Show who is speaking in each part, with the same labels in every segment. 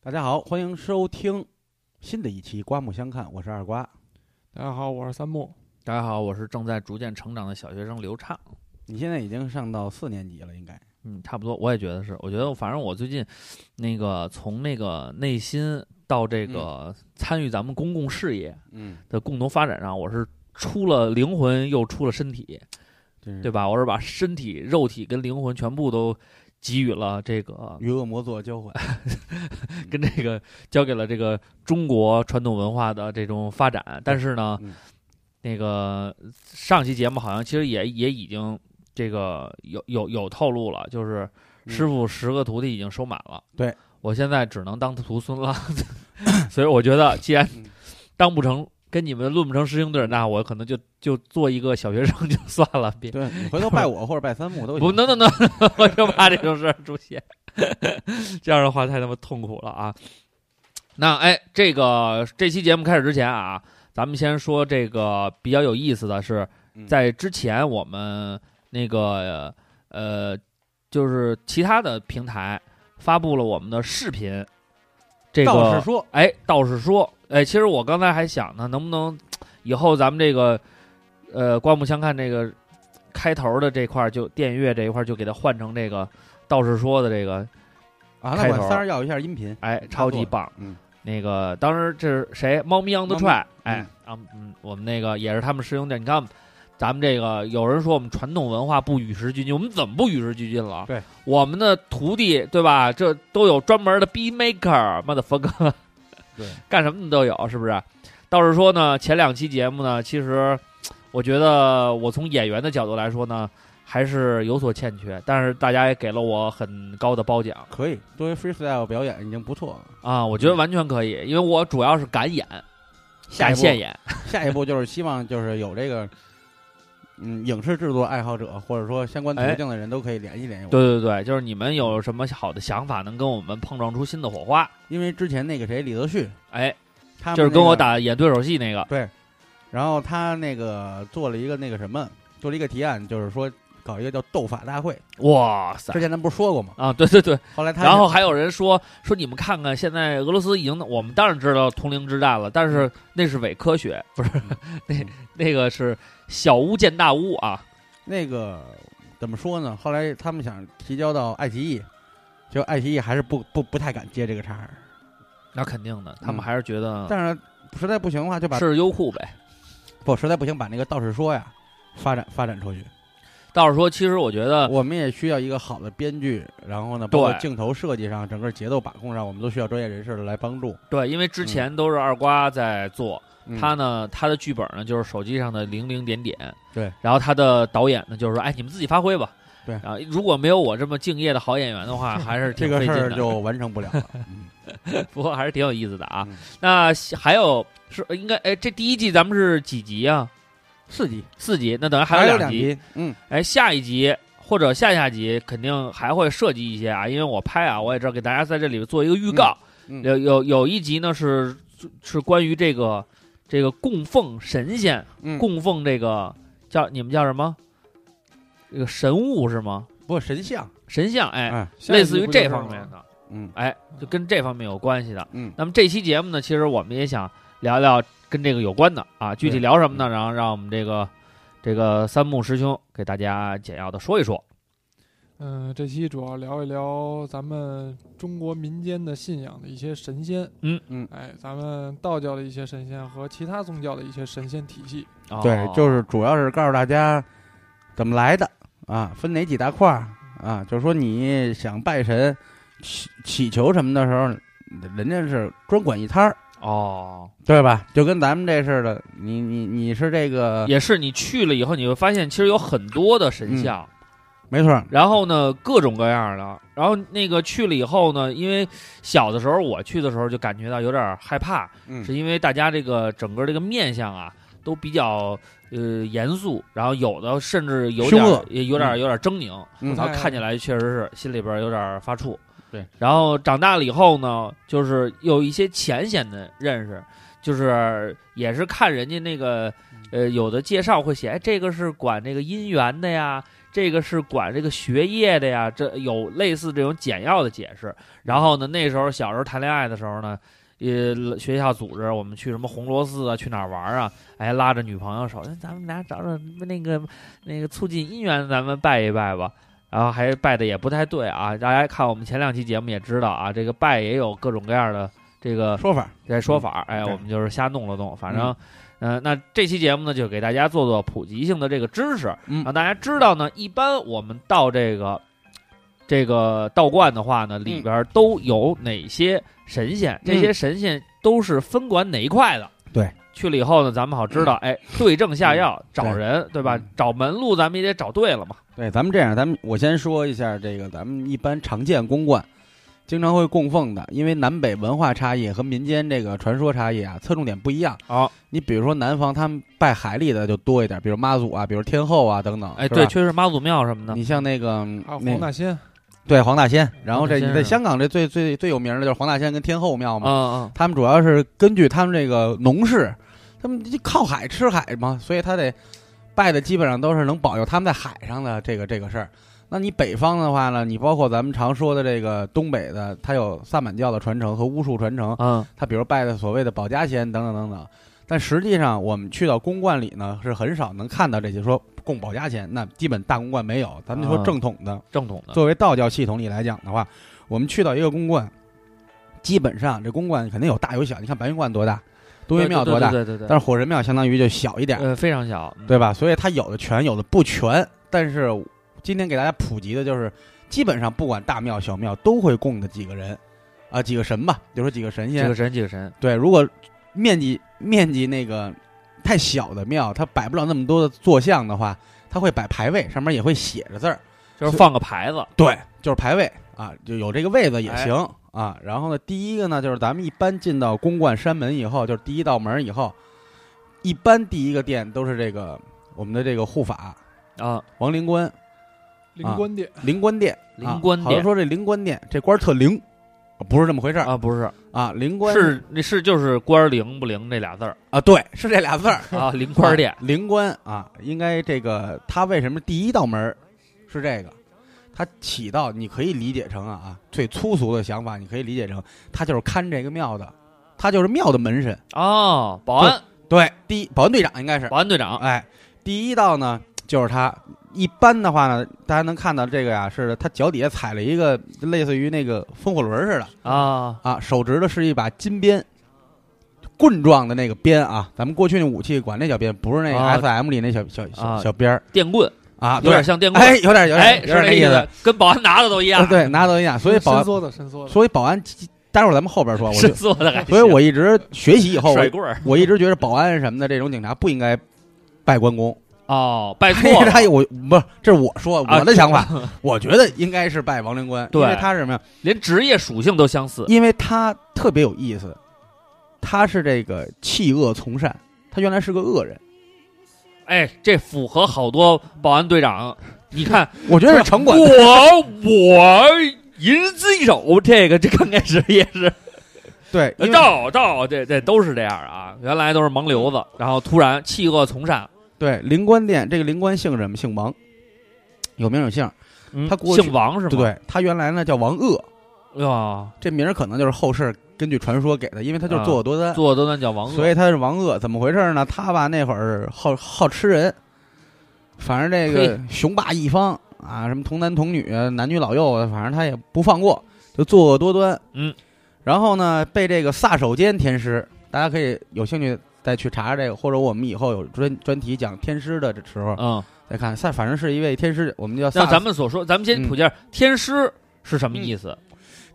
Speaker 1: 大家好，欢迎收听新的一期《刮目相看》，我是二瓜。
Speaker 2: 大家好，我是三木。
Speaker 3: 大家好，我是正在逐渐成长的小学生刘畅。
Speaker 1: 你现在已经上到四年级了，应该
Speaker 3: 嗯，差不多，我也觉得是。我觉得，反正我最近那个从那个内心到这个参与咱们公共事业
Speaker 1: 嗯，
Speaker 3: 的共同发展上，我是出了灵魂，又出了身体，
Speaker 1: 真是
Speaker 3: 对吧？我是把身体、肉体跟灵魂全部都给予了这个，
Speaker 1: 与恶魔做交换，
Speaker 3: 跟这个交给了这个中国传统文化的这种发展。但是呢，
Speaker 1: 嗯
Speaker 3: 那个上期节目好像其实也也已经这个有有有透露了，就是师傅十个徒弟已经收满了。
Speaker 1: 嗯对
Speaker 3: 我现在只能当徒孙了， 所以我觉得既然
Speaker 1: 嗯
Speaker 3: 当不成。跟你们论不成师兄弟儿，那我可能就就做一个小学生就算了，别
Speaker 1: 对你回头拜我或者拜三木 都
Speaker 3: 不
Speaker 1: 行。
Speaker 3: 能能能，我就怕这种事儿出现， 这样的话太他妈痛苦了啊！那哎，这个这期节目开始之前啊，咱们先说这个比较有意思的是
Speaker 1: 嗯，
Speaker 3: 在之前我们那个呃，就是其他的平台发布了我们的视频，这个
Speaker 1: 道士说，
Speaker 3: 哎，倒是说，哎，其实我刚才还想呢，能不能以后咱们这个，呃，刮目相看这个开头的这块儿就电乐这一块儿就给它换成这个道士说的这个，
Speaker 1: 啊，那
Speaker 3: 开
Speaker 1: 管
Speaker 3: 头
Speaker 1: 三儿要一下音频，
Speaker 3: 哎，超级棒。
Speaker 1: 嗯，
Speaker 3: 那个当时这是谁？猫咪杨德踹，哎，啊，嗯，我们那个也是他们师兄弟。你看，咱们这个有人说我们传统文化不与时俱进，我们怎么不与时俱进了？
Speaker 1: 对，
Speaker 3: 我们的徒弟对吧？这都有专门的 B maker，妈的 fuck，
Speaker 1: 对，
Speaker 3: 干什么的都有，是不是？倒是说呢，前两期节目呢，其实我觉得我从演员的角度来说呢，还是有所欠缺，但是大家也给了我很高的褒奖。
Speaker 1: 可以作为 freestyle 表演已经不错了。
Speaker 3: 啊，我觉得完全可以，因为我主要是敢演，
Speaker 1: 下一
Speaker 3: 敢
Speaker 1: 步
Speaker 3: 现演，
Speaker 1: 下一步就是希望就是有这个。嗯，影视制作爱好者或者说相关途径的人都可以联系联系我。
Speaker 3: 哎对对对，就是你们有什么好的想法，能跟我们碰撞出新的火花？
Speaker 1: 因为之前那个谁李泽旭，
Speaker 3: 哎，
Speaker 1: 他们
Speaker 3: 就是
Speaker 1: 那
Speaker 3: 跟我
Speaker 1: 个
Speaker 3: 打演对手戏那个，
Speaker 1: 然后他那个做了一个那个什么，做了一个提案，就是说搞一个叫斗法大会。
Speaker 3: 哇塞
Speaker 1: 之！前咱不是说过吗？
Speaker 3: 啊，对对对，
Speaker 1: 后来他
Speaker 3: 然后还有人说说你们看看，现在俄罗斯已经，我们当然知道通灵之战了，但是那是伪科学，不是那那个是小巫见大巫啊，
Speaker 1: 那个怎么说呢？后来他们想提交到爱奇艺，就爱奇艺还是不不不太敢接这个茬儿。
Speaker 3: 那肯定的，他
Speaker 1: 嗯
Speaker 3: 们还是觉得
Speaker 1: 但是实在不行的话，就把
Speaker 3: 是优酷呗。
Speaker 1: 不实在不行把那个道士说呀发展发展出去。
Speaker 3: 倒是说，其实我觉得
Speaker 1: 我们也需要一个好的编剧，然后呢，包括
Speaker 3: 嗯对
Speaker 1: 镜头设计上、整个节奏把控上，我们都需要专业人士来帮助。
Speaker 3: 对，因为之
Speaker 1: 嗯
Speaker 3: 前都是二瓜在做，
Speaker 1: 嗯
Speaker 3: 他呢，他的剧本呢就是手机上的零零点点，
Speaker 1: 对，
Speaker 3: 然后他的导演呢就是说，哎，你们自己发挥吧，
Speaker 1: 对
Speaker 3: 然后如果没有我这么敬业的好演员 的话，还是
Speaker 1: 这
Speaker 3: 挺
Speaker 1: 个
Speaker 3: 费
Speaker 1: 事
Speaker 3: 劲
Speaker 1: 儿
Speaker 3: 的，
Speaker 1: 就完成不了了。嗯
Speaker 3: 不过还是挺有意思的啊。
Speaker 1: 嗯
Speaker 3: 那还有是应该，哎，这第一季咱们是几集啊？
Speaker 1: 四级
Speaker 3: 四集，那等于
Speaker 1: 还
Speaker 3: 有
Speaker 1: 两
Speaker 3: 集，
Speaker 1: 集，嗯，
Speaker 3: 哎，下一集或者下下集肯定还会涉及一些啊，因为我拍啊，我也知道给大家在这里做一个预告，
Speaker 1: 嗯嗯
Speaker 3: 有有有一集呢是是关于这个这个供奉神仙，
Speaker 1: 嗯
Speaker 3: 供奉这个叫你们叫什么？这个神物是吗？
Speaker 1: 不神像，
Speaker 3: 神像，哎，
Speaker 1: 哎，
Speaker 3: 类似于这方面的，
Speaker 1: 嗯
Speaker 3: 哎，就跟这方面有关系的。
Speaker 1: 嗯，
Speaker 3: 那么这期节目呢，其实我们也想聊聊跟这个有关的啊，具体聊什么
Speaker 1: 嗯
Speaker 3: 呢？然后让我们这个这个三木师兄给大家简要的说一说。
Speaker 2: 嗯、这期主要聊一聊咱们中国民间的信仰的一些神仙。
Speaker 3: 嗯
Speaker 1: 嗯
Speaker 2: 哎，咱们道教的一些神仙和其他宗教的一些神仙体系。
Speaker 3: 哦
Speaker 1: 对，就是主要是告诉大家怎么来的啊，分哪几大块儿啊，就是说你想拜神、祈祈求什么的时候，人家是专管一摊儿，
Speaker 3: 哦，
Speaker 1: 对吧？就跟咱们这似的，你你你是这个
Speaker 3: 也是你去了以后，你会发现其实有很多的神像。
Speaker 1: 没错儿，
Speaker 3: 然后呢，各种各样的。然后那个去了以后呢，因为小的时候我去的时候就感觉到有点害怕，
Speaker 1: 嗯
Speaker 3: 是因为大家这个整个这个面相啊都比较呃严肃，然后有的甚至有
Speaker 1: 凶
Speaker 3: 点
Speaker 1: 恶
Speaker 3: 也有点有点狰狞，
Speaker 1: 嗯
Speaker 3: 然后看起来确实是心里边有点发怵。
Speaker 1: 对，
Speaker 3: 然后长大了以后呢，就是有一些浅显的认识，就是也
Speaker 1: 嗯
Speaker 3: 是看人家那个，呃，有的介绍会写，哎，这个是管这个姻缘的呀，这个是管这个学业的呀，这有类似这种简要的解释。然后呢，那时候小时候谈恋爱的时候呢，呃，学校组织我们去什么红螺寺啊，去哪儿玩啊？哎，拉着女朋友手，哎咱们俩找找那个那个促进姻缘，咱们拜一拜吧。然后还拜的也不太对啊，大家看我们前两期节目也知道啊，这个拜也有各种各样的这个
Speaker 1: 说法，
Speaker 3: 这说法，哎，
Speaker 1: 嗯对
Speaker 3: 我们就是瞎弄了弄，反正，嗯、呃，那这期节目呢，就给大家做做普及性的这个知识，
Speaker 1: 嗯
Speaker 3: 让大家知道呢，一般我们到这个这个道观的话呢，
Speaker 1: 嗯
Speaker 3: 里边都有哪些神仙，这些神仙都是分管哪一块的。
Speaker 1: 对，嗯
Speaker 3: 去了以后呢，咱们好知道，哎，对症下药，找
Speaker 1: 对
Speaker 3: 人，对吧
Speaker 1: 嗯？
Speaker 3: 找门路，咱们也得找对了嘛。
Speaker 1: 对，咱们这样，咱们我先说一下这个，咱们一般常见公观，经常会供奉的，因为南北文化差异和民间这个传说差异啊，侧重点不一样。
Speaker 3: 好，
Speaker 1: 你比如说南方他们拜海里的就多一点，比如妈祖啊，比如天后啊等等。
Speaker 3: 哎，
Speaker 1: 是吧
Speaker 3: 对，确实妈祖庙什么的，
Speaker 1: 你像那个
Speaker 2: 还有
Speaker 1: 那
Speaker 2: 黄大仙，
Speaker 1: 对黄大仙，然后这
Speaker 3: 黄大仙啊
Speaker 1: 你在
Speaker 3: 是
Speaker 1: 香港这最最最有名的就是黄大仙跟天后庙嘛，
Speaker 3: 嗯
Speaker 1: 他们主要是根据他们这个农事，他们就靠海吃海嘛，所以他得拜的基本上都是能保佑他们在海上的这个这个事儿。那你北方的话呢，你包括咱们常说的这个东北的，它有萨满教的传承和巫术传承
Speaker 3: 嗯，嗯，
Speaker 1: 它比如拜的所谓的保家仙等等等等。但实际上，我们去到公观里呢，是很少能看到这些说供保家仙，那基本大公观没有。咱们就
Speaker 3: 啊
Speaker 1: 说正统的，
Speaker 3: 正统的，
Speaker 1: 作为道教系统里来讲的话，我们去到一个公观，基本上这公观肯定有大有小。你看白云观多大，东岳庙
Speaker 3: 对
Speaker 1: 多大，
Speaker 3: 对对对对
Speaker 1: 但是火神庙相当于就小一点，
Speaker 3: 呃，非常小，嗯
Speaker 1: 对吧？所以它有的全，有的不全。但是今天给大家普及的就是，基本上不管大庙小庙都会供的几个人，啊，几个神吧，就说几个神仙。
Speaker 3: 几个神几个神，
Speaker 1: 对，如果面积面积那个太小的庙，它摆不了那么多的坐像的话，它会摆排位，上面也会写着字儿。
Speaker 3: 就是放个牌子，
Speaker 1: 对，就是排位啊，就有这个位子也行、啊。然后呢，第一个呢，就是咱们一般进到公观山门以后，就是第一道门以后，一般第一个殿都是这个我们的这个护法
Speaker 3: 啊，
Speaker 1: 王灵官
Speaker 2: 灵
Speaker 1: 啊
Speaker 2: 官殿，
Speaker 1: 灵官殿，
Speaker 3: 灵官
Speaker 1: 啊好像
Speaker 3: 殿
Speaker 1: 说这灵官殿这官儿特灵，不是这么回事儿
Speaker 3: 啊，不是，
Speaker 1: 啊。灵官
Speaker 3: 是那是就是官儿灵不灵这 俩字儿
Speaker 1: 啊，对，是这俩字儿。
Speaker 3: 啊，灵官儿 殿
Speaker 1: 啊，灵官啊，应该这个他为什么第一道门儿是这个？它起到你可以理解成啊啊，最粗俗的想法，你可以理解成他就是看这个庙的，他就是庙的门神。
Speaker 3: 哦，保安
Speaker 1: 对，第一保安队长应该是，
Speaker 3: 保安队长，
Speaker 1: 哎，第一道呢就是他。一般的话呢，大家能看到这个呀，是他脚底下踩了一个类似于那个风火轮似的
Speaker 3: 啊，
Speaker 1: 啊，手执的是一把金鞭，棍状的那个鞭啊，咱们过去那武器管那叫鞭，不是那个
Speaker 3: 啊
Speaker 1: S M 里那小小小
Speaker 3: 啊
Speaker 1: 小鞭儿。
Speaker 3: 电棍
Speaker 1: 啊，
Speaker 3: 有
Speaker 1: 对
Speaker 3: 点，像电棍，
Speaker 1: 哎，有点有点
Speaker 3: 哎，
Speaker 1: 有
Speaker 3: 是
Speaker 1: 点
Speaker 3: 那
Speaker 1: 意思，
Speaker 3: 思，跟保安拿的都一样
Speaker 1: 呃，对，拿走一样，所以保
Speaker 2: 伸
Speaker 1: 安，
Speaker 2: 缩的伸缩的，
Speaker 1: 所以保安，待会儿咱们后边说，我
Speaker 3: 是
Speaker 1: 就，
Speaker 3: 做的还行，
Speaker 1: 所以我一直学习以后，
Speaker 3: 甩
Speaker 1: 我
Speaker 3: 棍儿
Speaker 1: 我一直觉得保安什么的这种警察不应该拜关公，
Speaker 3: 哦， 拜
Speaker 1: 因
Speaker 3: 错
Speaker 1: 为
Speaker 3: 了
Speaker 1: 他也我不是，这是我说
Speaker 3: 啊
Speaker 1: 我的想 法，我觉得应该是拜王灵官，
Speaker 3: 对
Speaker 1: 因为他是什么呀？
Speaker 3: 连职业属性都相似，
Speaker 1: 因为他特别有意思，他是这个弃恶从善，他原来是个恶人，
Speaker 3: 哎，这符合好多保安队长，你看
Speaker 1: 我觉得是城管的，
Speaker 3: 我我银子一手，这个这刚开始也是。
Speaker 1: 对，因为
Speaker 3: 照照，这这都是这样啊，原来都是盲流子，然后突然弃恶从善，
Speaker 1: 对灵官殿这个灵官姓什么？姓王，有名有姓。嗯他过去
Speaker 3: 姓王是吗？
Speaker 1: 对，他原来呢叫王鄂，
Speaker 3: 对，啊，
Speaker 1: 这名儿可能就是后世根据传说给的，因为他就是
Speaker 3: 啊
Speaker 1: 作恶多端，
Speaker 3: 作恶多端叫王恶，
Speaker 1: 所以他是王鄂。怎么回事呢？他吧那会儿好好吃人，反正这个雄霸一方啊，什么童男童女、男女老幼，啊反正他也不放过，就作恶多端。
Speaker 3: 嗯，
Speaker 1: 然后呢，被这个撒手间天师，大家可以有兴趣再去查查这个，或者我们以后有专专题讲天师的时候
Speaker 3: 嗯，
Speaker 1: 再看。撒反正是一位天师，我们叫
Speaker 3: 像
Speaker 1: 萨嗯
Speaker 3: 咱们所说，咱们先普及一下天师是什么意思？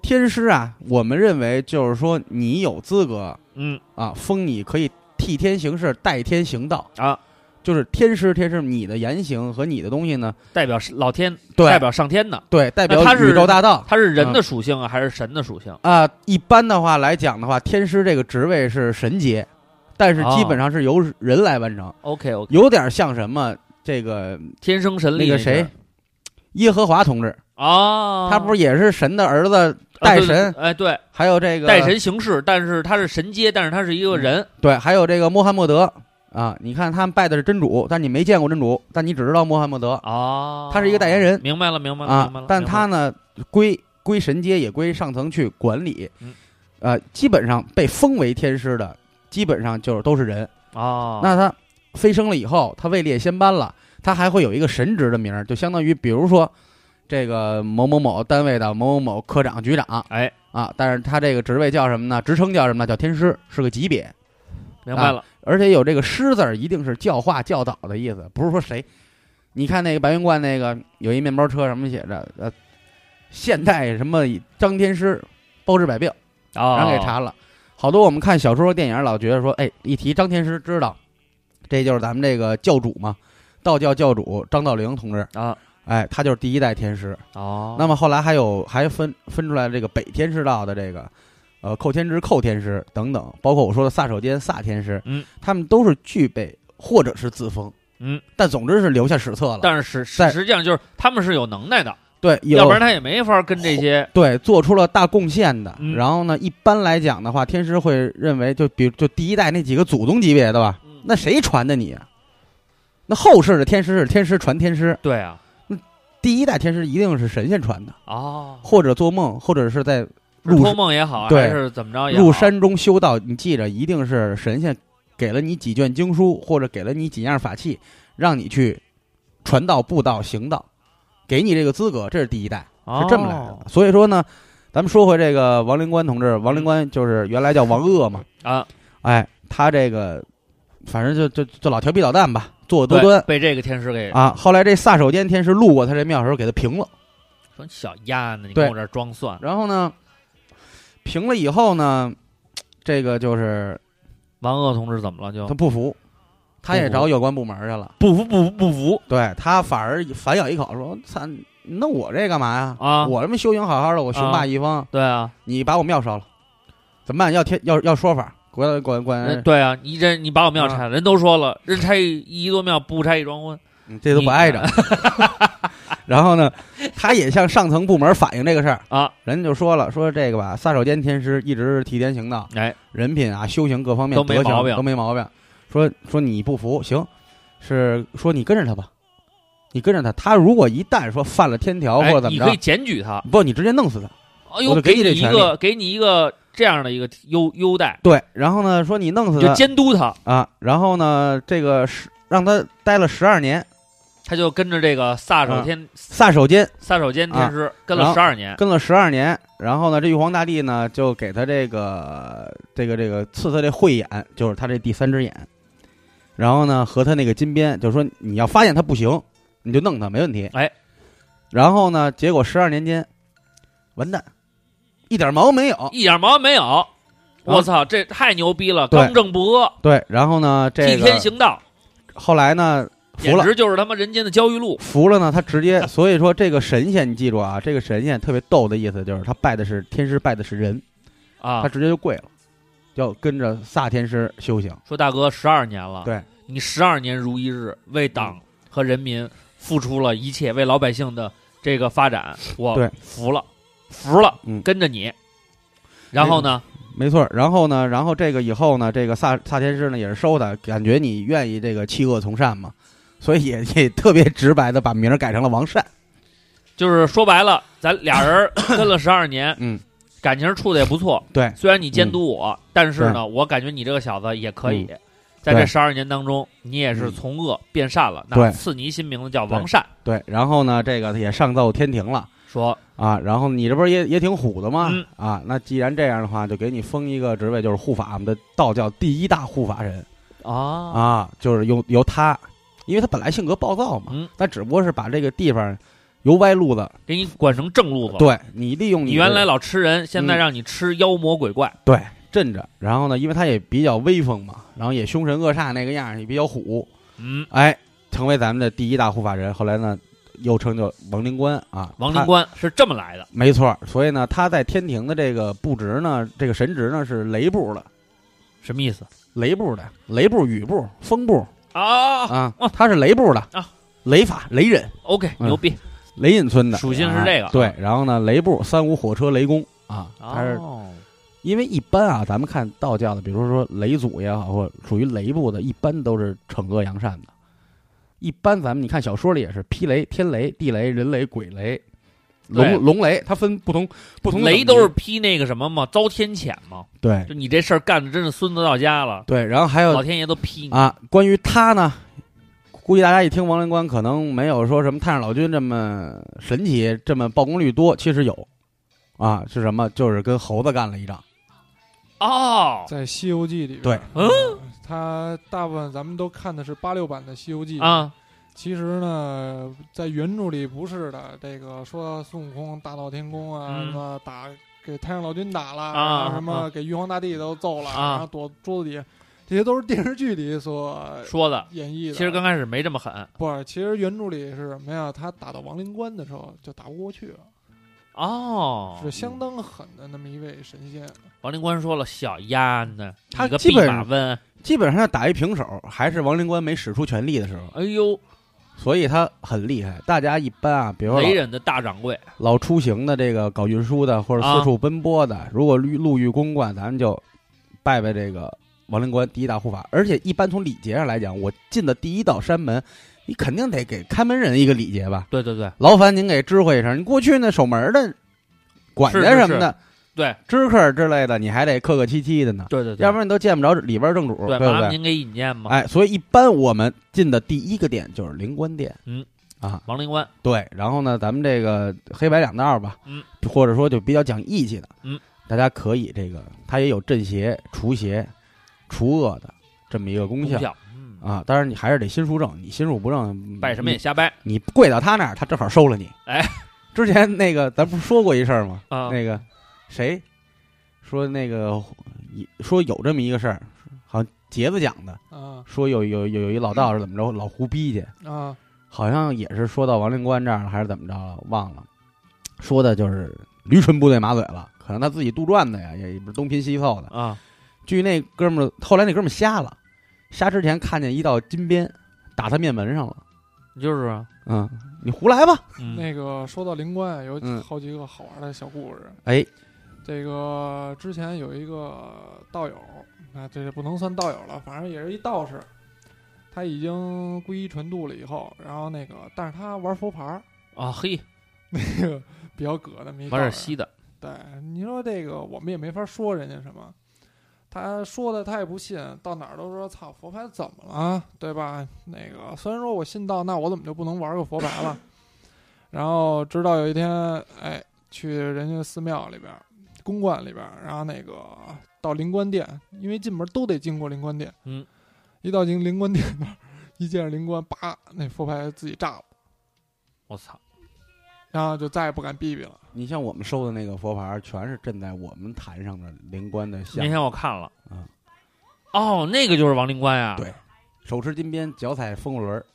Speaker 1: 天师啊，我们认为就是说你有资格
Speaker 3: 嗯
Speaker 1: 啊，封你可以替天行事，代天行道
Speaker 3: 啊，
Speaker 1: 就是天师，天师，你的言行和你的东西呢，
Speaker 3: 代表是老天，
Speaker 1: 对嗯
Speaker 3: 代表上天的，
Speaker 1: 对，代
Speaker 3: 那
Speaker 1: 表
Speaker 3: 他是
Speaker 1: 宇宙大道
Speaker 3: 他是人的属性啊，还是神的属性？
Speaker 1: 啊、一般的话来讲的话，天师这个职位是神阶，但
Speaker 3: 哦
Speaker 1: 是基本上是由人来完成，
Speaker 3: OK OK，
Speaker 1: 有点像什么这个
Speaker 3: 天生神力
Speaker 1: 那个
Speaker 3: 是
Speaker 1: 谁，耶和华同志，
Speaker 3: 啊，
Speaker 1: 他不是也是神的儿子，
Speaker 3: 啊
Speaker 1: 代
Speaker 3: 对对
Speaker 1: 神，
Speaker 3: 哎对，
Speaker 1: 还有这个嗯
Speaker 3: 代神行事，但是他是神阶，但是他是一个人
Speaker 1: 对，还有这个穆罕默德啊，你看他们拜的是真主，但你没见过真主，但你只知道穆罕默德
Speaker 3: 哦，
Speaker 1: 他是一个代言人
Speaker 3: 明白了，明白了，
Speaker 1: 啊
Speaker 3: 明白了。。
Speaker 1: 但
Speaker 3: 明白
Speaker 1: 他
Speaker 3: 了
Speaker 1: 呢，归归神阶也归上层去管理
Speaker 3: 嗯，
Speaker 1: 呃，基本上被封为天师的，基本上就是都是人。
Speaker 3: 哦，
Speaker 1: 那他飞升了以后，他位列仙班了，他还会有一个神职的名儿，就相当于比如说这个某某某单位的某某某科长、局长
Speaker 3: 哎，
Speaker 1: 啊，但是他这个职位叫什么呢？职称叫什么呢？叫天师，是个级别，
Speaker 3: 明白了，
Speaker 1: 而且有这个师字儿，一定是教化、教导的意思，不是说谁。你看那个白云观那个有一面包车，上面写着呃，现代什么张天师包治百病，
Speaker 3: 哦，
Speaker 1: 啊然后给查了。好多我们看小说、电影老觉得说，哎，一提张天师，知道这就是咱们这个教主嘛，道教教主张道陵同志，
Speaker 3: 啊，
Speaker 1: 哎，他就是第一代天师。
Speaker 3: 哦，
Speaker 1: 那么后来还有还分分出来这个北天师道的这个，呃，寇天之、寇天师等等，包括我说的萨首监、萨天师，
Speaker 3: 嗯，
Speaker 1: 他们都是具备或者是自封，
Speaker 3: 嗯，
Speaker 1: 但总之是留下史册了。
Speaker 3: 但是实
Speaker 1: 在
Speaker 3: 实际上就是他们是有能耐的，
Speaker 1: 对，有
Speaker 3: 要不然他也没法跟这些
Speaker 1: 对，做出了大贡献的。
Speaker 3: 嗯
Speaker 1: 然后呢，一般来讲的话，天师会认为，就比如就第一代那几个祖宗级别的吧
Speaker 3: 嗯，
Speaker 1: 那谁传的你啊？那后世的天师是天师传天师，
Speaker 3: 对啊，
Speaker 1: 第一代天师一定是神仙传的，
Speaker 3: 哦，
Speaker 1: 或者做梦，或者是在入
Speaker 3: 托梦也好，啊
Speaker 1: 对
Speaker 3: 还是怎么着也好
Speaker 1: 入山中修道。你记着，一定是神仙给了你几卷经书，或者给了你几样法器，让你去传道、布道、行道，给你这个资格，这是第一代。
Speaker 3: 哦
Speaker 1: 是这么来的。所以说呢，咱们说回这个王灵官同志，王灵官就是原来叫王鄂嘛，
Speaker 3: 啊，
Speaker 1: 哎，他这个反正就就就老调皮捣蛋吧，作恶多
Speaker 3: 对
Speaker 1: 端
Speaker 3: 被这个天师给
Speaker 1: 啊。后来这撒手间天师路过他这庙的时候，给他平了。
Speaker 3: 说你小丫呢，你
Speaker 1: 对
Speaker 3: 跟我这儿装蒜，
Speaker 1: 然后呢，平了以后呢，这个就是
Speaker 3: 王鄂同志怎么了就
Speaker 1: 他不服，啊他也
Speaker 3: 不服
Speaker 1: 找有关部门去了。
Speaker 3: 不服不服不服
Speaker 1: 对他反而反咬一口说：“操，那我这干嘛呀？
Speaker 3: 啊
Speaker 1: 我他妈修行好好的，我雄霸一方，
Speaker 3: 对啊，
Speaker 1: 你把我庙烧了，怎么办？要天要要说法，管管管。
Speaker 3: 人对啊，你这你把我庙拆了，人都说了，人拆一一座庙不拆一桩婚，
Speaker 1: 嗯这都不挨着。 然后呢，他也向上层部门反映这个事儿
Speaker 3: 啊，
Speaker 1: 人就说了，说这个吧，撒手间天师一直是替天行道，
Speaker 3: 哎，
Speaker 1: 人品啊、修行各方面
Speaker 3: 都没
Speaker 1: 德行
Speaker 3: 毛病
Speaker 1: 都没毛病。说说你不服，行，是说你跟着他吧，你跟着他，他如果一旦说犯了天条或
Speaker 3: 哎
Speaker 1: 者怎
Speaker 3: 你
Speaker 1: 么
Speaker 3: 可以
Speaker 1: 着，
Speaker 3: 检举他，
Speaker 1: 不，你直接弄死他。
Speaker 3: 哎
Speaker 1: 我
Speaker 3: 呦，
Speaker 1: 就给
Speaker 3: 给
Speaker 1: 你这
Speaker 3: 你一
Speaker 1: 权利
Speaker 3: 个给你一个这样的一个优优待，
Speaker 1: 对，然后呢，说你弄死
Speaker 3: 就
Speaker 1: 他
Speaker 3: 监督他，
Speaker 1: 啊，然后呢，这个是让他待了十二年，
Speaker 3: 他就跟着这个撒手天
Speaker 1: 撒手间
Speaker 3: 撒手间天师跟
Speaker 1: 啊然
Speaker 3: 了
Speaker 1: 后
Speaker 3: 十二年，
Speaker 1: 跟了十二年，然后呢，这玉皇大帝呢就给他这个这个这个赐他这慧眼，就是他这第三只眼，然后呢和他那个金鞭，就说你要发现他不行，你就弄他没问题。
Speaker 3: 哎，
Speaker 1: 然后呢，结果十二年间，完蛋，一点毛没有。
Speaker 3: 一点毛没有。我操，这太牛逼了！
Speaker 1: 对
Speaker 3: 刚正不阿，
Speaker 1: 对，然后呢，这
Speaker 3: 替
Speaker 1: 个
Speaker 3: 天行道，
Speaker 1: 后来呢服
Speaker 3: 简
Speaker 1: 了。
Speaker 3: 直就是他妈人间的焦裕禄。
Speaker 1: 服了呢，他直接，所以说这个神仙，你记住啊，这个神仙特别逗的意思就是他拜的是天师，拜的是人，
Speaker 3: 啊
Speaker 1: 他！直接就跪了，要跟着萨天师修行。
Speaker 3: 说大哥，十二年了，
Speaker 1: 对，
Speaker 3: 你十二年如一日，为党和人民付出了一切，为老百姓的这个发展，我
Speaker 1: 对
Speaker 3: 服了，服了，
Speaker 1: 嗯
Speaker 3: 跟着你。然后呢，
Speaker 1: 没错儿，然后呢，然后这个以后呢，这个萨萨天师呢也是收他，感觉你愿意这个弃恶从善嘛， 所以也也特别直白的把名儿改成了王善。
Speaker 3: 就是说白了，咱俩 人儿跟了十二年，
Speaker 1: 嗯，
Speaker 3: 感情处的也不错。
Speaker 1: 对嗯
Speaker 3: 虽然你监督我，但是呢，我感觉你这个小子也可以，在这
Speaker 1: 对嗯
Speaker 3: 十二年当中，你也是从恶变善了。那
Speaker 1: 对
Speaker 3: 赐你一新名字叫王善，
Speaker 1: 对，然后呢，这个也上奏天庭了
Speaker 3: 说
Speaker 1: 啊，然后你这不是也也挺虎的吗？
Speaker 3: 嗯
Speaker 1: 啊，那既然这样的话，就给你封一个职位，就是护法，我们的道教第一大护法神
Speaker 3: 啊
Speaker 1: 啊，就是由由他，因为他本来性格暴躁嘛，
Speaker 3: 嗯
Speaker 1: 但只不过是把这个地方由歪路子，
Speaker 3: 给你管成正路子。，
Speaker 1: 对你利用
Speaker 3: 你
Speaker 1: 你
Speaker 3: 原
Speaker 1: 的
Speaker 3: 来老吃人，现在
Speaker 1: 嗯
Speaker 3: 让你吃妖魔鬼怪。
Speaker 1: 对，镇着。然后呢，因为他也比较威风嘛，然后也凶神恶煞那个样儿，也比较虎，
Speaker 3: 嗯，
Speaker 1: 哎，成为咱们的第一大护法人。后来呢，又称叫王灵官啊，
Speaker 3: 王
Speaker 1: 他
Speaker 3: 灵官是这么来的。
Speaker 1: 没错儿。所以呢，他在天庭的这个部职呢，这个神职呢是雷部的，
Speaker 3: 什么意思
Speaker 1: 雷部的，雷部、雨部、风部
Speaker 3: 啊
Speaker 1: 啊
Speaker 3: 啊，
Speaker 1: 他是雷部的
Speaker 3: 啊，
Speaker 1: 雷法、雷忍、
Speaker 3: ？OK，
Speaker 1: 嗯
Speaker 3: 牛逼
Speaker 1: 雷隐村的
Speaker 3: 属性是这个
Speaker 1: 啊对，然后呢，雷部三无火车雷公啊，他是
Speaker 3: 哦
Speaker 1: 因为一般啊，咱们看道教的，比如说雷祖也好，或属于雷部的，一般都是惩恶扬善的。一般咱们你看小说里也是劈雷、天雷、地雷、人雷、鬼雷、龙
Speaker 3: 对
Speaker 1: 龙雷，它分不同不同的
Speaker 3: 雷
Speaker 1: 等级
Speaker 3: 都是劈那个什么嘛，遭天谴嘛。
Speaker 1: 对
Speaker 3: 就你这事儿干的真是孙子到家了，
Speaker 1: 对，然后还有
Speaker 3: 老天爷都劈你。
Speaker 1: 呃啊，关于他呢，估计大家一听王灵官，可能没有说什么太上老君这么神奇，这么曝光率多，其实有，啊，是什么？就是跟猴子干了一仗，
Speaker 3: 哦，
Speaker 2: 在《西游记》里边，
Speaker 1: 对
Speaker 3: 嗯
Speaker 2: 呃，他大部分咱们都看的是八六版的《西游记》，
Speaker 3: 啊，
Speaker 2: 其实呢，在原著里不是的。这个说孙悟空大闹天宫啊，
Speaker 3: 嗯
Speaker 2: 什么打给太上老君打了，
Speaker 3: 啊
Speaker 2: 然后什么
Speaker 3: 啊
Speaker 2: 给玉皇大帝都揍了，
Speaker 3: 啊
Speaker 2: 然后躲桌子底下，这些都是电视剧里所
Speaker 3: 说的。
Speaker 2: 演绎的。
Speaker 3: 其实刚开始没这么狠
Speaker 2: 不是，其实原著里是什么呀？他打到亡灵关的时候就打不过去了，
Speaker 3: 哦
Speaker 2: 是。相当狠的那么一位神仙。
Speaker 3: 王灵官说了，小丫呢，
Speaker 1: 他
Speaker 3: 你个
Speaker 1: 基
Speaker 3: 弼
Speaker 1: 本
Speaker 3: 马温，
Speaker 1: 基本上打一平手，还是王灵官没使出全力的时候，
Speaker 3: 哎呦，
Speaker 1: 所以他很厉害。大家一般啊，比如说
Speaker 3: 雷
Speaker 1: 老
Speaker 3: 人的大掌柜，
Speaker 1: 老出行的这个搞运输的，或者
Speaker 3: 啊
Speaker 1: 四处奔波的，如果遇路遇公馆，咱们就拜拜这个王灵官第一大护法。而且一般从礼节上来讲，我进的第一道山门，你肯定得给看门人一个礼节吧。
Speaker 3: 对对对
Speaker 1: 劳烦您给知会一声，你过去那守门的管家
Speaker 3: 是是
Speaker 1: 什么的，
Speaker 3: 对
Speaker 1: 知客之类的，你还得客客气气的呢，
Speaker 3: 对对对，
Speaker 1: 要不然你都见不着里边正主，对
Speaker 3: 对，
Speaker 1: 不
Speaker 3: 麻
Speaker 1: 对？
Speaker 3: 烦您给引荐嘛。
Speaker 1: 哎，所以一般我们进的第一个店就是灵官殿，
Speaker 3: 嗯
Speaker 1: 啊
Speaker 3: 王灵官，
Speaker 1: 对。然后呢，咱们这个黑白两道吧，
Speaker 3: 嗯，
Speaker 1: 或者说就比较讲义气的，
Speaker 3: 嗯，
Speaker 1: 大家可以这个，它也有镇邪、除邪、除恶的这么一个功
Speaker 3: 功
Speaker 1: 效
Speaker 3: 效，嗯，
Speaker 1: 啊。当然你还是得心术正，你心术不正，
Speaker 3: 拜什么
Speaker 1: 你
Speaker 3: 也瞎拜
Speaker 1: 你跪到他那儿，他正好收了你。
Speaker 3: 哎，
Speaker 1: 之前那个咱不是说过一事儿吗？
Speaker 3: 啊。
Speaker 1: 那个谁说那个说有这么一个事儿，好像杰子讲的，
Speaker 2: 啊
Speaker 1: 说有有有有一老
Speaker 3: 嗯
Speaker 1: 道士怎么着老胡逼去，
Speaker 2: 啊
Speaker 1: 好像也是说到王令官这儿了，还是怎么着了，忘了。说的就是驴唇不对马嘴了，可能他自己杜撰的呀，也也不是东拼西凑的。
Speaker 3: 啊，
Speaker 1: 据那哥们儿，后来那哥们儿瞎了，瞎之前看见一道金鞭打他面门上了。
Speaker 3: 就是啊，
Speaker 1: 嗯，你胡来吧。
Speaker 3: 嗯
Speaker 2: 那个说到灵官啊，有
Speaker 1: 嗯
Speaker 2: 好几个好玩的小故事。
Speaker 1: 哎，
Speaker 2: 这个之前有一个道友，啊，这是不能算道友了，反正也是一道士。他已经皈依纯度了以后，然后那个，但是他玩佛牌儿，
Speaker 3: 啊嘿，
Speaker 2: 那个比较葛的，没
Speaker 3: 玩点稀的，
Speaker 2: 对，你说这个我们也没法说人家什么，他说的他也不信，到哪儿都说操佛牌怎么了，对吧？那个虽然说我信道，那我怎么就不能玩个佛牌了？ 然后直到有一天，哎，去人家寺庙里边儿、公馆里边儿，然后那个到灵官殿，因为进门都得经过灵官殿，
Speaker 3: 嗯，
Speaker 2: 一到灵灵官殿那儿，一见着灵官，叭，那佛牌自己炸了，
Speaker 3: 我操，
Speaker 2: 然后就再也不敢逼逼了。
Speaker 1: 你像我们收的那个佛牌儿，全是镇在我们坛上的灵官的像
Speaker 3: 那，天我看了
Speaker 1: 啊，
Speaker 3: 哦，那个就是王灵官呀，
Speaker 1: 对手持金鞭，脚踩风轮儿，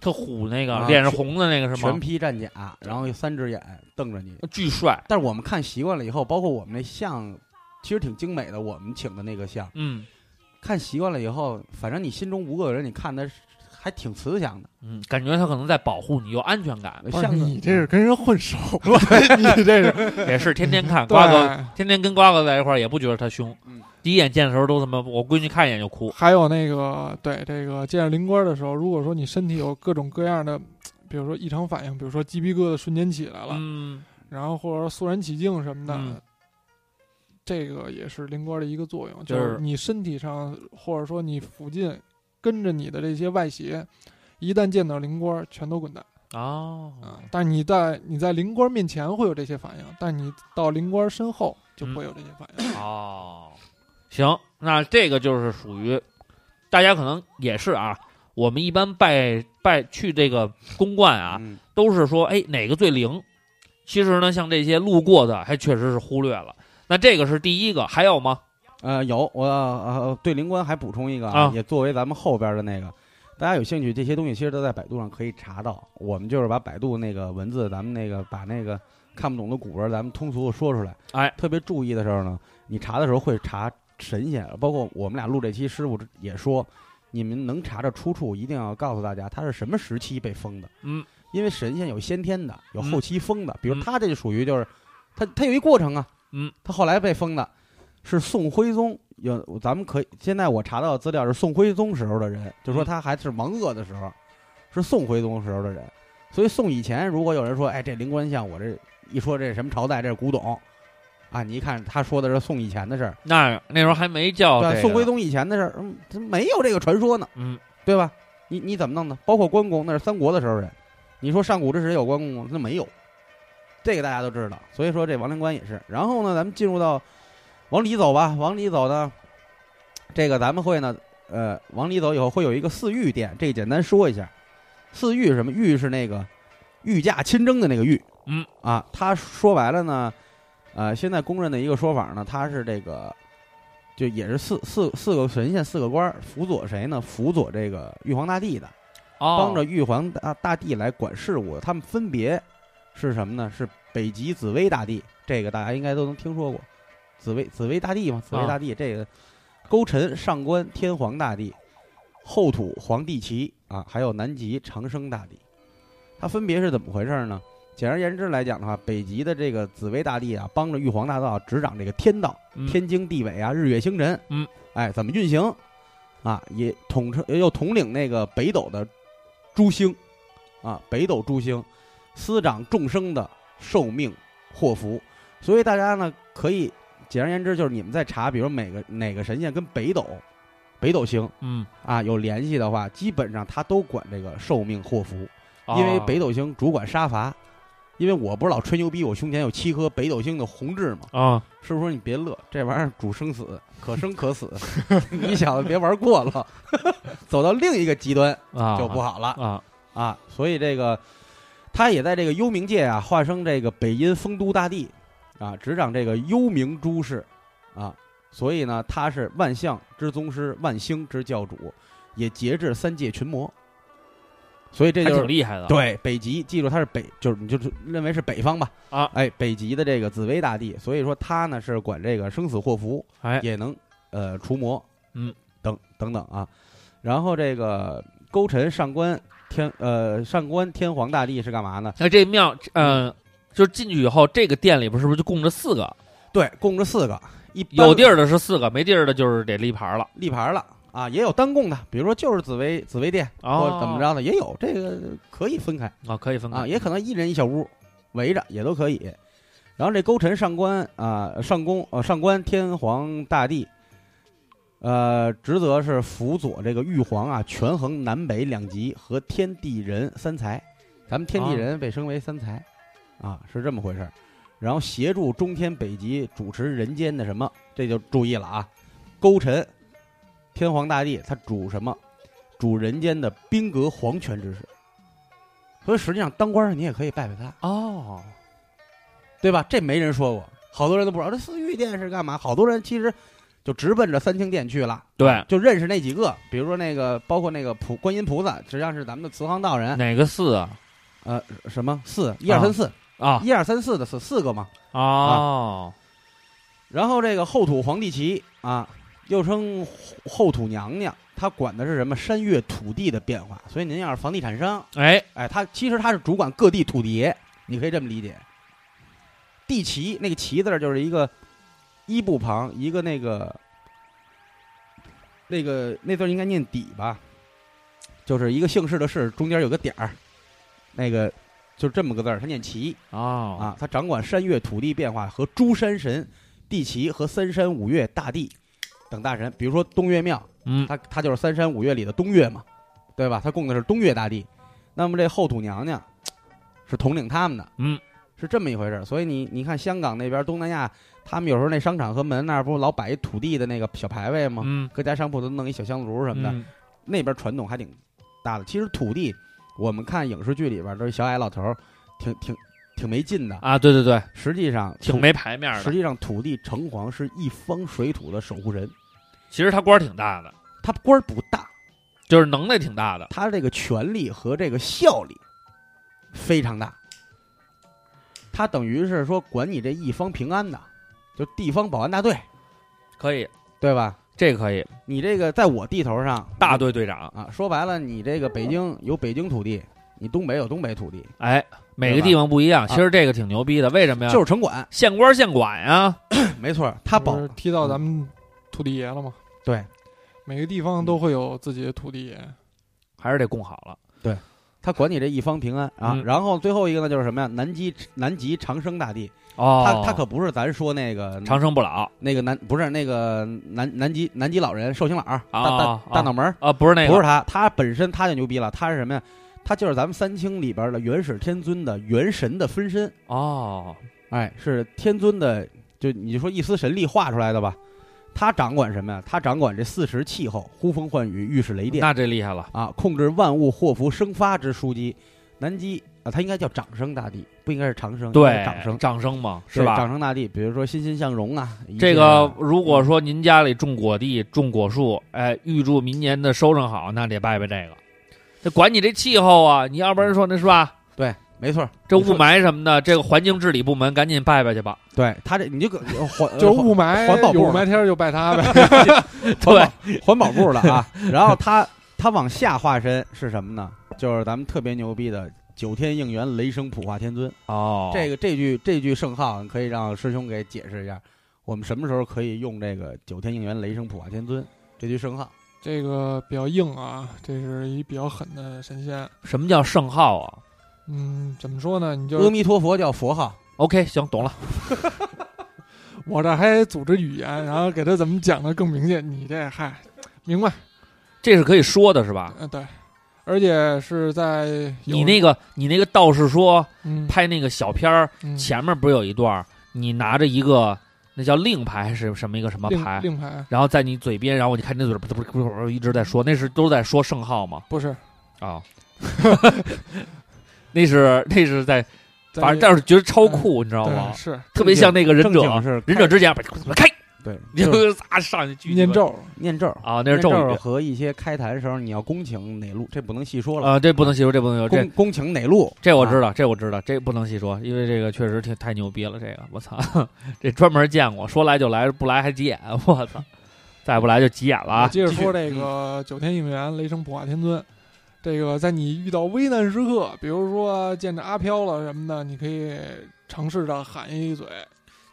Speaker 3: 特虎那个
Speaker 1: 啊，
Speaker 3: 脸是
Speaker 1: 全
Speaker 3: 红的那个是
Speaker 1: 全
Speaker 3: 吗？
Speaker 1: 披战甲，然后有三只眼瞪着你。
Speaker 3: 巨帅，
Speaker 1: 但是我们看习惯了以后，包括我们那像，其实挺精美的，我们请的那个像，
Speaker 3: 嗯
Speaker 1: 看习惯了以后，反正你心中无个人，你看的还挺慈祥的。
Speaker 3: 嗯，感觉他可能在保护你，有安全感，
Speaker 2: 不是
Speaker 1: 像个
Speaker 2: 你这是跟人混熟 了，你这是
Speaker 3: 也是天天看
Speaker 2: 对
Speaker 3: 瓜哥，天天跟瓜哥在一块儿也不觉得他凶
Speaker 1: 嗯，
Speaker 3: 第一眼见的时候都他妈，我闺女看一眼就哭，
Speaker 2: 还有那个，对这个见着灵官的时候，如果说你身体有各种各样的，比如说异常反应，比如说鸡皮疙瘩瞬间起来了，
Speaker 3: 嗯，
Speaker 2: 然后或者肃然起敬什么的，
Speaker 3: 嗯
Speaker 2: 这个也是灵官的一个作用，
Speaker 3: 就
Speaker 2: 就是是你身体上或者说你附近跟着你的这些外邪，一旦见到灵官，全都滚蛋
Speaker 3: 哦，
Speaker 2: 啊！但是你在你在灵官面前会有这些反应，但你到灵官身后就
Speaker 3: 嗯
Speaker 2: 不会有这些反应。
Speaker 3: 哦，行，那这个就是属于大家可能也是啊，我们一般拜拜去这个公观啊，
Speaker 1: 嗯
Speaker 3: 都是说哎哪个最灵。其实呢，像这些路过的还确实是忽略了。那这个是第一个，还有吗？
Speaker 1: 呃，有我呃对灵官还补充一个
Speaker 3: 啊
Speaker 1: 也作为咱们后边的那个，大家有兴趣这些东西其实都在百度上可以查到。我们就是把百度那个文字，咱们那个把那个看不懂的古文，咱们通俗的说出来。
Speaker 3: 哎，
Speaker 1: 特别注意的时候呢，你查的时候会查神仙，包括我们俩录这期师傅也说，你们能查着出处，一定要告诉大家它是什么时期被封的。
Speaker 3: 嗯，
Speaker 1: 因为神仙有先天的，有
Speaker 3: 嗯
Speaker 1: 后期封的，比如
Speaker 3: 嗯
Speaker 1: 他这就属于就是，他他有一过程啊，
Speaker 3: 嗯，
Speaker 1: 他后来被封的，是宋徽宗有，咱们可以现在我查到的资料是宋徽宗时候的人，就说他还是王鄂的时候，是宋徽宗时候的人。所以宋以前，如果有人说，哎，这灵官像，我这一说这什么朝代，这是古董，啊，你一看他说的是宋以前的事儿，
Speaker 3: 那那时候还没叫
Speaker 1: 哦对吧，
Speaker 3: 这个
Speaker 1: 宋徽宗以前的事儿，嗯，他没有这个传说呢，
Speaker 3: 嗯，
Speaker 1: 对吧？你你怎么弄的？包括关公，那是三国的时候人，你说上古之时有关公吗？那没有，这个大家都知道。所以说这王灵官也是。然后呢，咱们进入到往里走吧，往里走呢，这个咱们会呢，呃，往里走以后会有一个四御殿，这个简单说一下。四御是什么？御是那个御驾亲征的那个御，
Speaker 3: 嗯
Speaker 1: 啊，他说白了呢，呃，现在公认的一个说法呢，他是这个就也是四四四个神仙四个官儿辅佐谁呢？辅佐这个玉皇大帝的，
Speaker 3: 哦
Speaker 1: 帮着玉皇大大帝来管事务的。他们分别是什么呢？是北极紫薇大帝，这个大家应该都能听说过，紫薇紫薇大帝嘛，紫薇大帝、这个勾陈上官天皇大帝，后土皇帝旗啊，还有南极长生大帝，它分别是怎么回事呢？简而言之来讲的话，北极的这个紫薇大帝啊，帮着玉皇大道执掌这个天道，
Speaker 3: 嗯
Speaker 1: 天经地纬啊，日月星辰，
Speaker 3: 嗯，
Speaker 1: 哎，怎么运行啊？也统称又统领那个北斗的诸星啊，北斗诸星司掌众生的寿命祸福，所以大家呢可以简而言之，就是你们在查，比如每个哪个神仙跟北斗北斗星
Speaker 3: 嗯，
Speaker 1: 啊有联系的话，基本上他都管这个寿命祸福。因为
Speaker 3: 哦
Speaker 1: 北斗星主管杀伐。因为我不是老吹牛逼，我胸前有七颗北斗星的红痣嘛，
Speaker 3: 啊
Speaker 1: 师傅说你别乐，这玩意儿主生死，可生可死， 你小子别玩过了， 走到另一个极端
Speaker 3: 啊
Speaker 1: 就不好了
Speaker 3: 啊，
Speaker 1: 啊。所以这个他也在这个幽冥界啊，化身这个北阴丰都大帝啊，执掌这个幽冥诸事啊。所以呢，他是万象之宗师，万星之教主，也节制三界群魔。所以这
Speaker 3: 还
Speaker 1: 就是
Speaker 3: 挺厉害的，
Speaker 1: 对，北极，记住它是北，就是你就是认为是北方吧？
Speaker 3: 啊，
Speaker 1: 哎，北极的这个紫薇大帝，所以说他呢是管这个生死祸福，
Speaker 3: 哎
Speaker 1: 也能呃除魔，
Speaker 3: 嗯，
Speaker 1: 等等等啊。然后这个勾陈上官天呃上官天皇大帝是干嘛呢？
Speaker 3: 那这庙，嗯，就是进去以后，这个店里边是不是就供着四个？
Speaker 1: 对，供着四个，一般
Speaker 3: 有地儿的是四个，没地儿的就是得立牌了。
Speaker 1: 立牌了啊，也有单供的，比如说就是紫薇紫薇殿、或
Speaker 3: 哦
Speaker 1: 者怎么着的，也有这个可以分开。
Speaker 3: 啊，可以分
Speaker 1: 啊，
Speaker 3: 开
Speaker 1: 也可能一人一小屋，围着也都可以。然后这勾陈上官啊、上宫呃、上官天皇大帝，呃，职责是辅佐这个玉皇啊，权衡南北两极和天地人三才。咱们天地
Speaker 3: 啊
Speaker 1: 人被称为三才，啊，是这么回事儿。然后协助中天北极主持人间的什么，这就注意了啊。勾陈，天皇大帝他主什么？主人间的兵革皇权之事。所以实际上当官儿你也可以拜拜他，
Speaker 3: 哦，
Speaker 1: 对吧？这没人说过，好多人都不知道这四御殿是干嘛。好多人其实就直奔着三清殿去了，
Speaker 3: 对，
Speaker 1: 就认识那几个，比如说那个包括那个普观音菩萨，实际上是咱们的慈航道人，
Speaker 3: 哪个四啊？
Speaker 1: 呃，什么四一二三四
Speaker 3: 啊
Speaker 1: 一二三四的四四个嘛。
Speaker 3: 哦，
Speaker 1: 然后这个后土皇帝旗啊，又称后土娘娘，她管的是什么山岳土地的变化。所以您要是房地产商，
Speaker 3: 哎，
Speaker 1: 哎，他其实他是主管各地土地爷，你可以这么理解。地旗那个旗字儿就是一个一部旁，一个那个那个那字儿应该念底吧，就是一个姓氏的氏，中间有个点儿，那个就这么个字儿，他念旗
Speaker 3: 哦，
Speaker 1: 啊。他掌管山岳土地变化和诸山神、地旗和三山五岳大帝等大神，比如说东岳庙。
Speaker 3: 嗯，
Speaker 1: 他他就是三山五岳里的东岳嘛，对吧？他供的是东岳大帝，那么这后土娘娘是统领他们的，
Speaker 3: 嗯，
Speaker 1: 是这么一回事儿。所以你你看香港那边东南亚，他们有时候那商场和门那儿不老摆一土地的那个小牌位吗？
Speaker 3: 嗯，
Speaker 1: 各家商铺都弄一小香炉什
Speaker 3: 什
Speaker 1: 么的，那边传统还挺大的。其实土地，我们看影视剧里边都是小矮老头儿，挺挺挺没劲的。
Speaker 3: 啊？对对对，
Speaker 1: 实际上
Speaker 3: 挺
Speaker 1: 土
Speaker 3: 没牌面
Speaker 1: 实
Speaker 3: 的。
Speaker 1: 际上土地城隍是一方水土的守护神，
Speaker 3: 其实他官儿挺大的，
Speaker 1: 他官儿不大。
Speaker 3: 就是能耐挺大的。
Speaker 1: 他这个权力和这个效力非常大。他等于是说管你这一方平安的，就地方保安大队，
Speaker 3: 可以，
Speaker 1: 对吧？
Speaker 3: 这个可以，
Speaker 1: 你这个在我地头上
Speaker 3: 大队队长。
Speaker 1: 啊，说白了，你这个北京有北京土地，你东北有东北土地，
Speaker 3: 哎，每个地方不一样，
Speaker 1: 对吧
Speaker 3: 啊其实这个挺牛逼的。为什么呀？
Speaker 1: 就是城管，
Speaker 3: 县官县管呀，啊
Speaker 1: 没错，他保
Speaker 2: 不是提到咱们土地爷了吗？
Speaker 1: 对，
Speaker 2: 每个地方都会有自己的土地爷。
Speaker 3: 还是得供好了。
Speaker 1: 他管你这一方平安啊。
Speaker 3: 嗯
Speaker 1: 然后最后一个呢，就是什么呀？南极南极长生大帝，
Speaker 3: 哦，
Speaker 1: 他他可不是咱说那个
Speaker 3: 长生不老
Speaker 1: 那个南不是那个南南极南极老人寿星佬儿大大
Speaker 3: 啊
Speaker 1: 大脑门儿，
Speaker 3: 啊，不是那个，
Speaker 1: 不是他，他本身他就牛逼了，他是什么呀？他就是咱们三清里边的元始天尊的元神的分身，
Speaker 3: 哦，
Speaker 1: 哎，是天尊的，就你说一丝神力画出来的吧？他掌管什么呀？他掌管这四时气候，呼风唤雨，御史雷电
Speaker 3: 那这厉害了。
Speaker 1: 啊，控制万物祸福生发之枢机。南极啊，他应该叫长生大帝，不应该是长生，应该是
Speaker 3: 对，
Speaker 1: 长生
Speaker 3: 长生嘛，是
Speaker 1: 对
Speaker 3: 吧
Speaker 1: 长？生大帝，比如说欣欣向荣啊，一
Speaker 3: 这
Speaker 1: 切
Speaker 3: 个
Speaker 1: 啊
Speaker 3: 如果说您家里种果地、种果树，哎，预祝明年的收成好，那得拜拜这个。这管你这气候啊，你要不然说那是吧？
Speaker 1: 对，没错，
Speaker 3: 这雾
Speaker 1: 你说
Speaker 3: 霾什么的，这个环境治理部门赶紧拜拜去吧。
Speaker 1: 对他这你就呃 环
Speaker 2: 就是雾霾，
Speaker 1: 环保部
Speaker 2: 有雾
Speaker 1: 嘛
Speaker 2: 霾天儿就拜他呗。
Speaker 1: 环保 环保部了啊。然后他他往下化身是什么呢？就是咱们特别牛逼的九天应元雷声普化天尊。
Speaker 3: 哦，
Speaker 1: 这个这句这句圣号，可以让师兄给解释一下，我们什么时候可以用这个九天应元雷声普化天尊这句圣号？
Speaker 2: 这个比较硬啊，这是一比较狠的神仙。
Speaker 3: 什么叫圣号啊
Speaker 2: 嗯，怎么说呢？你
Speaker 1: 阿
Speaker 2: 就
Speaker 1: 弥陀佛叫佛号，
Speaker 3: ？OK，行，懂了。
Speaker 2: 我这还组织语言，然后给他怎么讲的更明显。你这嗨，明白？
Speaker 3: 这是可以说的，是吧？
Speaker 2: 嗯，对，而且是在有
Speaker 3: 啊你那个你那个道士说
Speaker 2: 嗯
Speaker 3: 拍那个小片儿，
Speaker 2: 嗯
Speaker 3: 前面不是有一段儿，你拿着一个那叫令牌还是什么一个什么
Speaker 2: 令
Speaker 3: 牌，
Speaker 2: 令牌
Speaker 3: 然后在你嘴边，然后我就看你嘴不不不不一直在说，那是都在说圣号吗？
Speaker 2: 不是，
Speaker 3: 啊、 那是那是在，
Speaker 2: 在
Speaker 3: 反正但是觉得超酷，你知道吗
Speaker 2: 对？是
Speaker 3: 特别像那个忍
Speaker 1: 正
Speaker 3: 者
Speaker 1: 经，是
Speaker 3: 忍者之前开，
Speaker 1: 对，
Speaker 3: 你
Speaker 1: 就是
Speaker 3: 就咋上去狙击
Speaker 2: 念
Speaker 3: 吧
Speaker 2: 咒，
Speaker 1: 念咒。
Speaker 3: 啊，那是咒
Speaker 1: 念
Speaker 3: 语
Speaker 1: 咒和一些开坛时候你要恭请哪路，这不能细说了。
Speaker 3: 啊，这不能细说，这不能细说，
Speaker 1: 恭
Speaker 3: 这
Speaker 1: 恭请哪路？啊
Speaker 3: 这我知
Speaker 1: 道。
Speaker 3: 道，这我知道，这不能细说，因为这个确实挺太牛逼了，这个我操， 这专门见过，说来就来，不来还急眼，我操，再不来就急眼了
Speaker 2: 我
Speaker 3: 啊！
Speaker 2: 接着
Speaker 1: 继续
Speaker 2: 说这个九天应元雷声普化天尊，这个在你遇到危难时刻，比如说见着阿飘了什么的，你可以尝试着喊一嘴。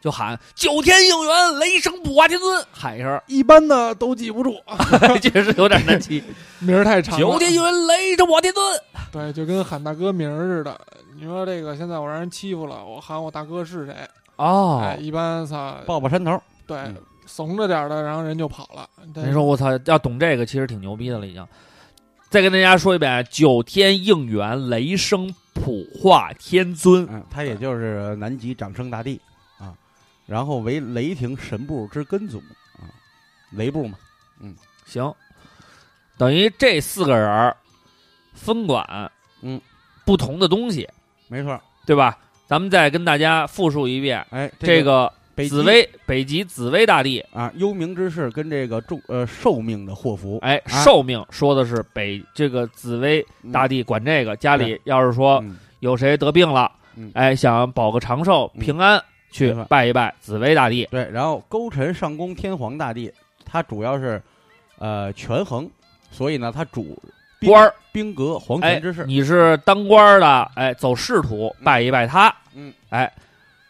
Speaker 3: 就喊九天应元，雷声普化天尊，喊一声，
Speaker 2: 一般的都记不住，
Speaker 3: 确实有点难记。
Speaker 2: 名儿太长了。
Speaker 3: 九天应元，雷声普化天尊，
Speaker 2: 对，就跟喊大哥名儿似的。你说这个，现在我让人欺负了，我喊我大哥是谁？哎，
Speaker 3: 哦，
Speaker 2: 一般操，
Speaker 1: 抱抱山头，
Speaker 2: 对
Speaker 1: 嗯，
Speaker 2: 怂着点儿的，然后人就跑了。但
Speaker 3: 您说我操，要懂这个其实挺牛逼的了，已经。再跟大家说一遍，九天应元，雷声普化天尊。
Speaker 1: 嗯，他也就是南极长生大帝啊，然后为雷霆神部之根祖啊，雷部嘛，
Speaker 3: 行，等于这四个人儿分管，
Speaker 1: 嗯，
Speaker 3: 不同的东西，
Speaker 1: 没错儿。
Speaker 3: 对吧？咱们再跟大家复述一遍，
Speaker 1: 哎，
Speaker 3: 这个
Speaker 1: 北极
Speaker 3: 紫薇，北极紫薇大帝，
Speaker 1: 啊，幽冥之士跟这个众呃寿命的祸福，
Speaker 3: 哎，
Speaker 1: 啊
Speaker 3: 寿命说的是北这个紫薇大帝哦管这个，家里要是说
Speaker 1: 嗯
Speaker 3: 有谁得病了
Speaker 1: 嗯，
Speaker 3: 哎，想保个长寿
Speaker 1: 嗯
Speaker 3: 平安，去
Speaker 1: 没错
Speaker 3: 拜一拜紫薇大帝。
Speaker 1: 对，然后勾陈上宫天皇大帝，他主要是呃权衡，所以呢，他主兵
Speaker 3: 官儿，
Speaker 1: 兵革皇
Speaker 3: 哎
Speaker 1: 权之，士，
Speaker 3: 你是当官儿的，哎，走仕途拜一拜他，
Speaker 1: 嗯，
Speaker 3: 哎，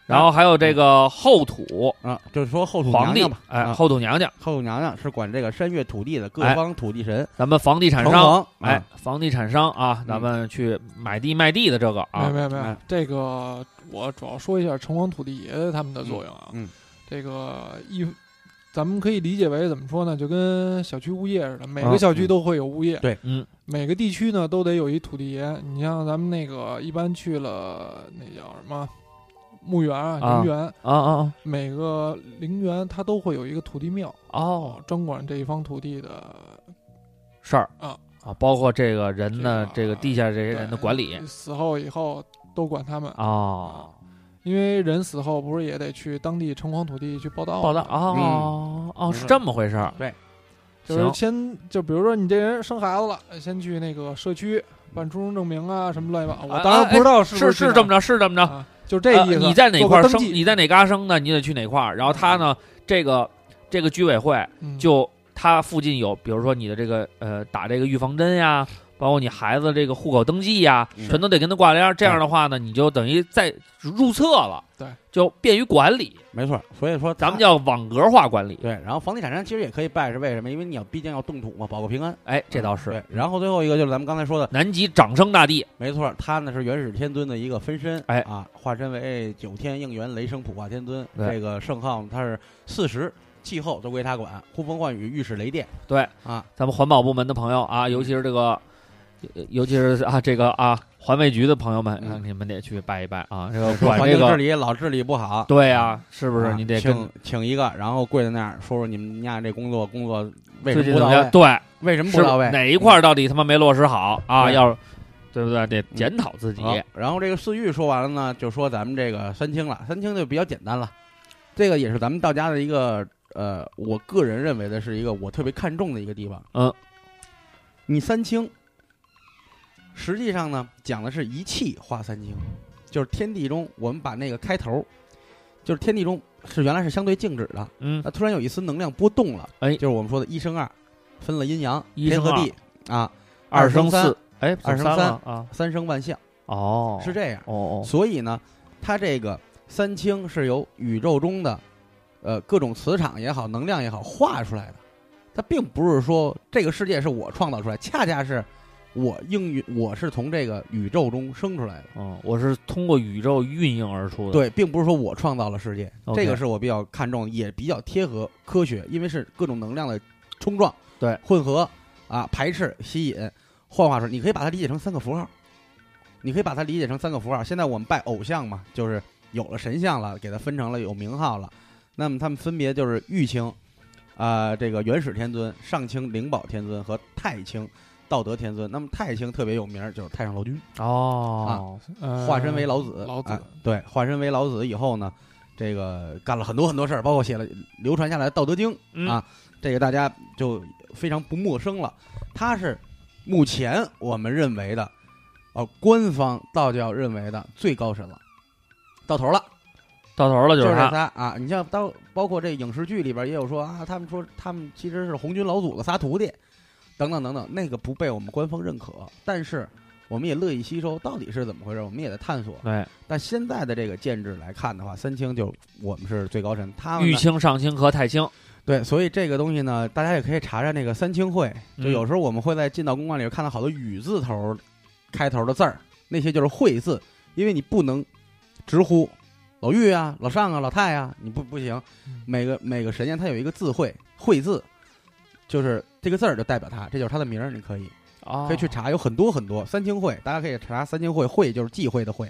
Speaker 3: 然后还有这个后土
Speaker 1: 啊，就是说后土
Speaker 3: 皇
Speaker 1: 娘
Speaker 3: 帝
Speaker 1: 娘吧，，
Speaker 3: 哎，
Speaker 1: 啊
Speaker 3: 后土娘娘，
Speaker 1: 后土娘娘是管这个山岳土地的各
Speaker 3: 哎
Speaker 1: 方土地神，
Speaker 3: 咱们房地产
Speaker 1: 城
Speaker 3: 商，
Speaker 1: 隍，
Speaker 3: 哎
Speaker 1: 啊，，嗯
Speaker 3: 房地产商啊，咱们去买地卖地的这个
Speaker 2: 没有
Speaker 3: 啊，
Speaker 2: 没有没有
Speaker 1: 哎，
Speaker 2: 这个我主要说一下城隍土地爷他们的作用啊。
Speaker 1: 嗯嗯
Speaker 2: 这个一，咱们可以理解为怎么说呢？就跟小区物业似的，每
Speaker 1: 啊
Speaker 2: 个小区
Speaker 1: 嗯
Speaker 2: 都会有物业，
Speaker 1: 对
Speaker 3: 嗯，
Speaker 2: 每个地区呢都得有一土地爷。你像咱们那个一般去了那叫什么墓园
Speaker 3: 啊
Speaker 2: 啊、陵园，
Speaker 3: 啊啊
Speaker 2: 每个陵园它都会有一个土地庙，
Speaker 3: 啊哦，
Speaker 2: 专管这一方土地的
Speaker 3: 事儿
Speaker 2: 啊
Speaker 3: 啊，包括这个人的这
Speaker 2: 这个
Speaker 3: 个地下这些人
Speaker 2: 对
Speaker 3: 的管理
Speaker 2: 死后以后都管他们
Speaker 3: 哦，
Speaker 2: 因为人死后不是也得去当地城隍土地去报道吗
Speaker 3: 报道，
Speaker 2: 嗯
Speaker 3: 哦哦，是这么回事儿，
Speaker 2: 就是
Speaker 3: 行
Speaker 2: 先就比如说你这人生孩子了，先去那个社区办出生证明啊，什么乱七八糟。我当然不知道是
Speaker 3: 是
Speaker 2: 不
Speaker 3: 哎是
Speaker 2: 去
Speaker 3: 这
Speaker 2: 哪
Speaker 3: 么着，是这么
Speaker 2: 儿
Speaker 3: 着。
Speaker 2: 啊，就这意思。
Speaker 3: 呃你在哪块儿
Speaker 2: 做个
Speaker 3: 生
Speaker 2: 登，记
Speaker 3: 你在哪嘎生的，你得去哪块儿。然后他呢，这个这个居委会
Speaker 2: 嗯
Speaker 3: 就他附近有，比如说你的这个呃打这个预防针呀，包括你孩子这个户口登记呀、
Speaker 1: 嗯
Speaker 3: 全都得跟他挂帘儿。这样的话呢，你就等于在入册了，
Speaker 2: 对，
Speaker 3: 就便于管理。
Speaker 1: 没错。所以说他，
Speaker 3: 咱们叫网格化管理。
Speaker 1: 对，然后房地产商其实也可以拜，是为什么？因为你要毕竟要动土嘛，保个平安。
Speaker 3: 哎，这倒是。
Speaker 1: 对，然后最后一个就是咱们刚才说的，
Speaker 3: 南极掌生大帝，
Speaker 1: 没错，他呢是元始天尊的一个分身，
Speaker 3: 哎
Speaker 1: 啊，化身为九天应元雷声普化天尊。
Speaker 3: 对
Speaker 1: 这个圣号他是四时气候都归他管，呼风唤雨，御使雷电。
Speaker 3: 对
Speaker 1: 啊，
Speaker 3: 咱们环保部门的朋友啊，
Speaker 1: 嗯
Speaker 3: 尤其是这个，呃尤其是啊这个啊环卫局的朋友们，
Speaker 1: 嗯
Speaker 3: 啊你们得去拜一拜啊。 这个
Speaker 1: 说
Speaker 3: 管
Speaker 1: 环
Speaker 3: 这
Speaker 1: 境治
Speaker 3: 个，
Speaker 1: 理老治理不好，
Speaker 3: 对啊，是不是？
Speaker 1: 啊
Speaker 3: 你得跟
Speaker 1: 请请一个，然后跪在那儿说说你们家这工作工作为什
Speaker 3: 最近
Speaker 1: 么不
Speaker 3: 怎
Speaker 1: 到
Speaker 3: 么样？
Speaker 1: 位？
Speaker 3: 对，
Speaker 1: 为什么不
Speaker 3: 是
Speaker 1: 到位？
Speaker 3: 哪一块儿到底他妈没落实好啊？
Speaker 1: 对
Speaker 3: 要对不对？得检讨自己。
Speaker 1: 好，然后这个四玉说完了呢，就说咱们这个三清了。三清就比较简单了，这个也是咱们道家的一个呃，我个人认为的是一个我特别看重的一个地方。
Speaker 3: 嗯，
Speaker 1: 你三清实际上呢讲的是一气化三清，就是天地中我们把那个开头，就是天地中是原来是相对静止的，
Speaker 3: 嗯
Speaker 1: 那突然有一丝能量波动了，
Speaker 3: 哎
Speaker 1: 就是我们说的一生二，分了阴阳，
Speaker 3: 一
Speaker 1: 天
Speaker 3: 生
Speaker 1: 和
Speaker 3: 二
Speaker 1: 地啊，
Speaker 3: 二
Speaker 1: 生
Speaker 3: 生
Speaker 1: 三
Speaker 3: 四，哎，
Speaker 1: 二生三
Speaker 3: 三了啊，
Speaker 1: 三生万象
Speaker 3: 哦，
Speaker 1: 是这样。
Speaker 3: 哦哦，
Speaker 1: 所以呢，它这个三清是由宇宙中的，呃，各种磁场也好，能量也好画出来的。它并不是说这个世界是我创造出来，恰恰是我应运，我是从这个宇宙中生出来的。
Speaker 3: 嗯，我是通过宇宙运营而出的。，
Speaker 1: 对，并不是说我创造了世界
Speaker 3: OK
Speaker 1: 这个是我比较看重，也比较贴合科学，因为是各种能量的冲撞、
Speaker 3: 对
Speaker 1: 混合啊、排斥、吸引、幻化出来。你可以把它理解成三个符号，你可以把它理解成三个符号。现在我们拜偶像嘛，就是有了神像了，给它分成了有名号了。那么他们分别就是玉清，啊、这个元始天尊、上清灵宝天尊和太清道德天尊。那么太清特别有名儿，就是太上老君。
Speaker 3: 哦，
Speaker 1: 啊
Speaker 2: 呃
Speaker 1: 化身为老子，
Speaker 2: 老子
Speaker 1: 哎对，化身为老子以后呢，这个干了很多很多事儿，包括写了流传下来的《道德经》
Speaker 3: 嗯
Speaker 1: 啊，这个大家就非常不陌生了。他是目前我们认为的，呃，官方道教认为的最高神了，到头了，
Speaker 3: 到头了
Speaker 1: 就是是这
Speaker 3: 他。
Speaker 1: 仨啊。你像到包括这影视剧里边也有说啊，他们说他们其实是红军老祖的仨徒弟，等等等等，那个不被我们官方认可，但是我们也乐意吸收，到底是怎么回事，我们也在探索。
Speaker 3: 对，
Speaker 1: 但现在的这个建制来看的话，三清就我们是最高神，他们
Speaker 3: 玉
Speaker 1: 呢
Speaker 3: 清、上清和太清，
Speaker 1: 对，所以这个东西呢，大家也可以查查那个三清会，
Speaker 3: 嗯
Speaker 1: 就有时候我们会在进到公馆里看到好多雨字头开头的字儿，那些就是会字，因为你不能直呼老玉啊、老上啊、老太啊，你不不行
Speaker 2: 嗯，
Speaker 1: 每个每个神仙他有一个字会会字，就是这个字儿就代表他，这就是他的名儿，你可以。可
Speaker 3: 可
Speaker 1: 以去查，有很多很多三清会，大家可以查三清会，会就是忌讳的会。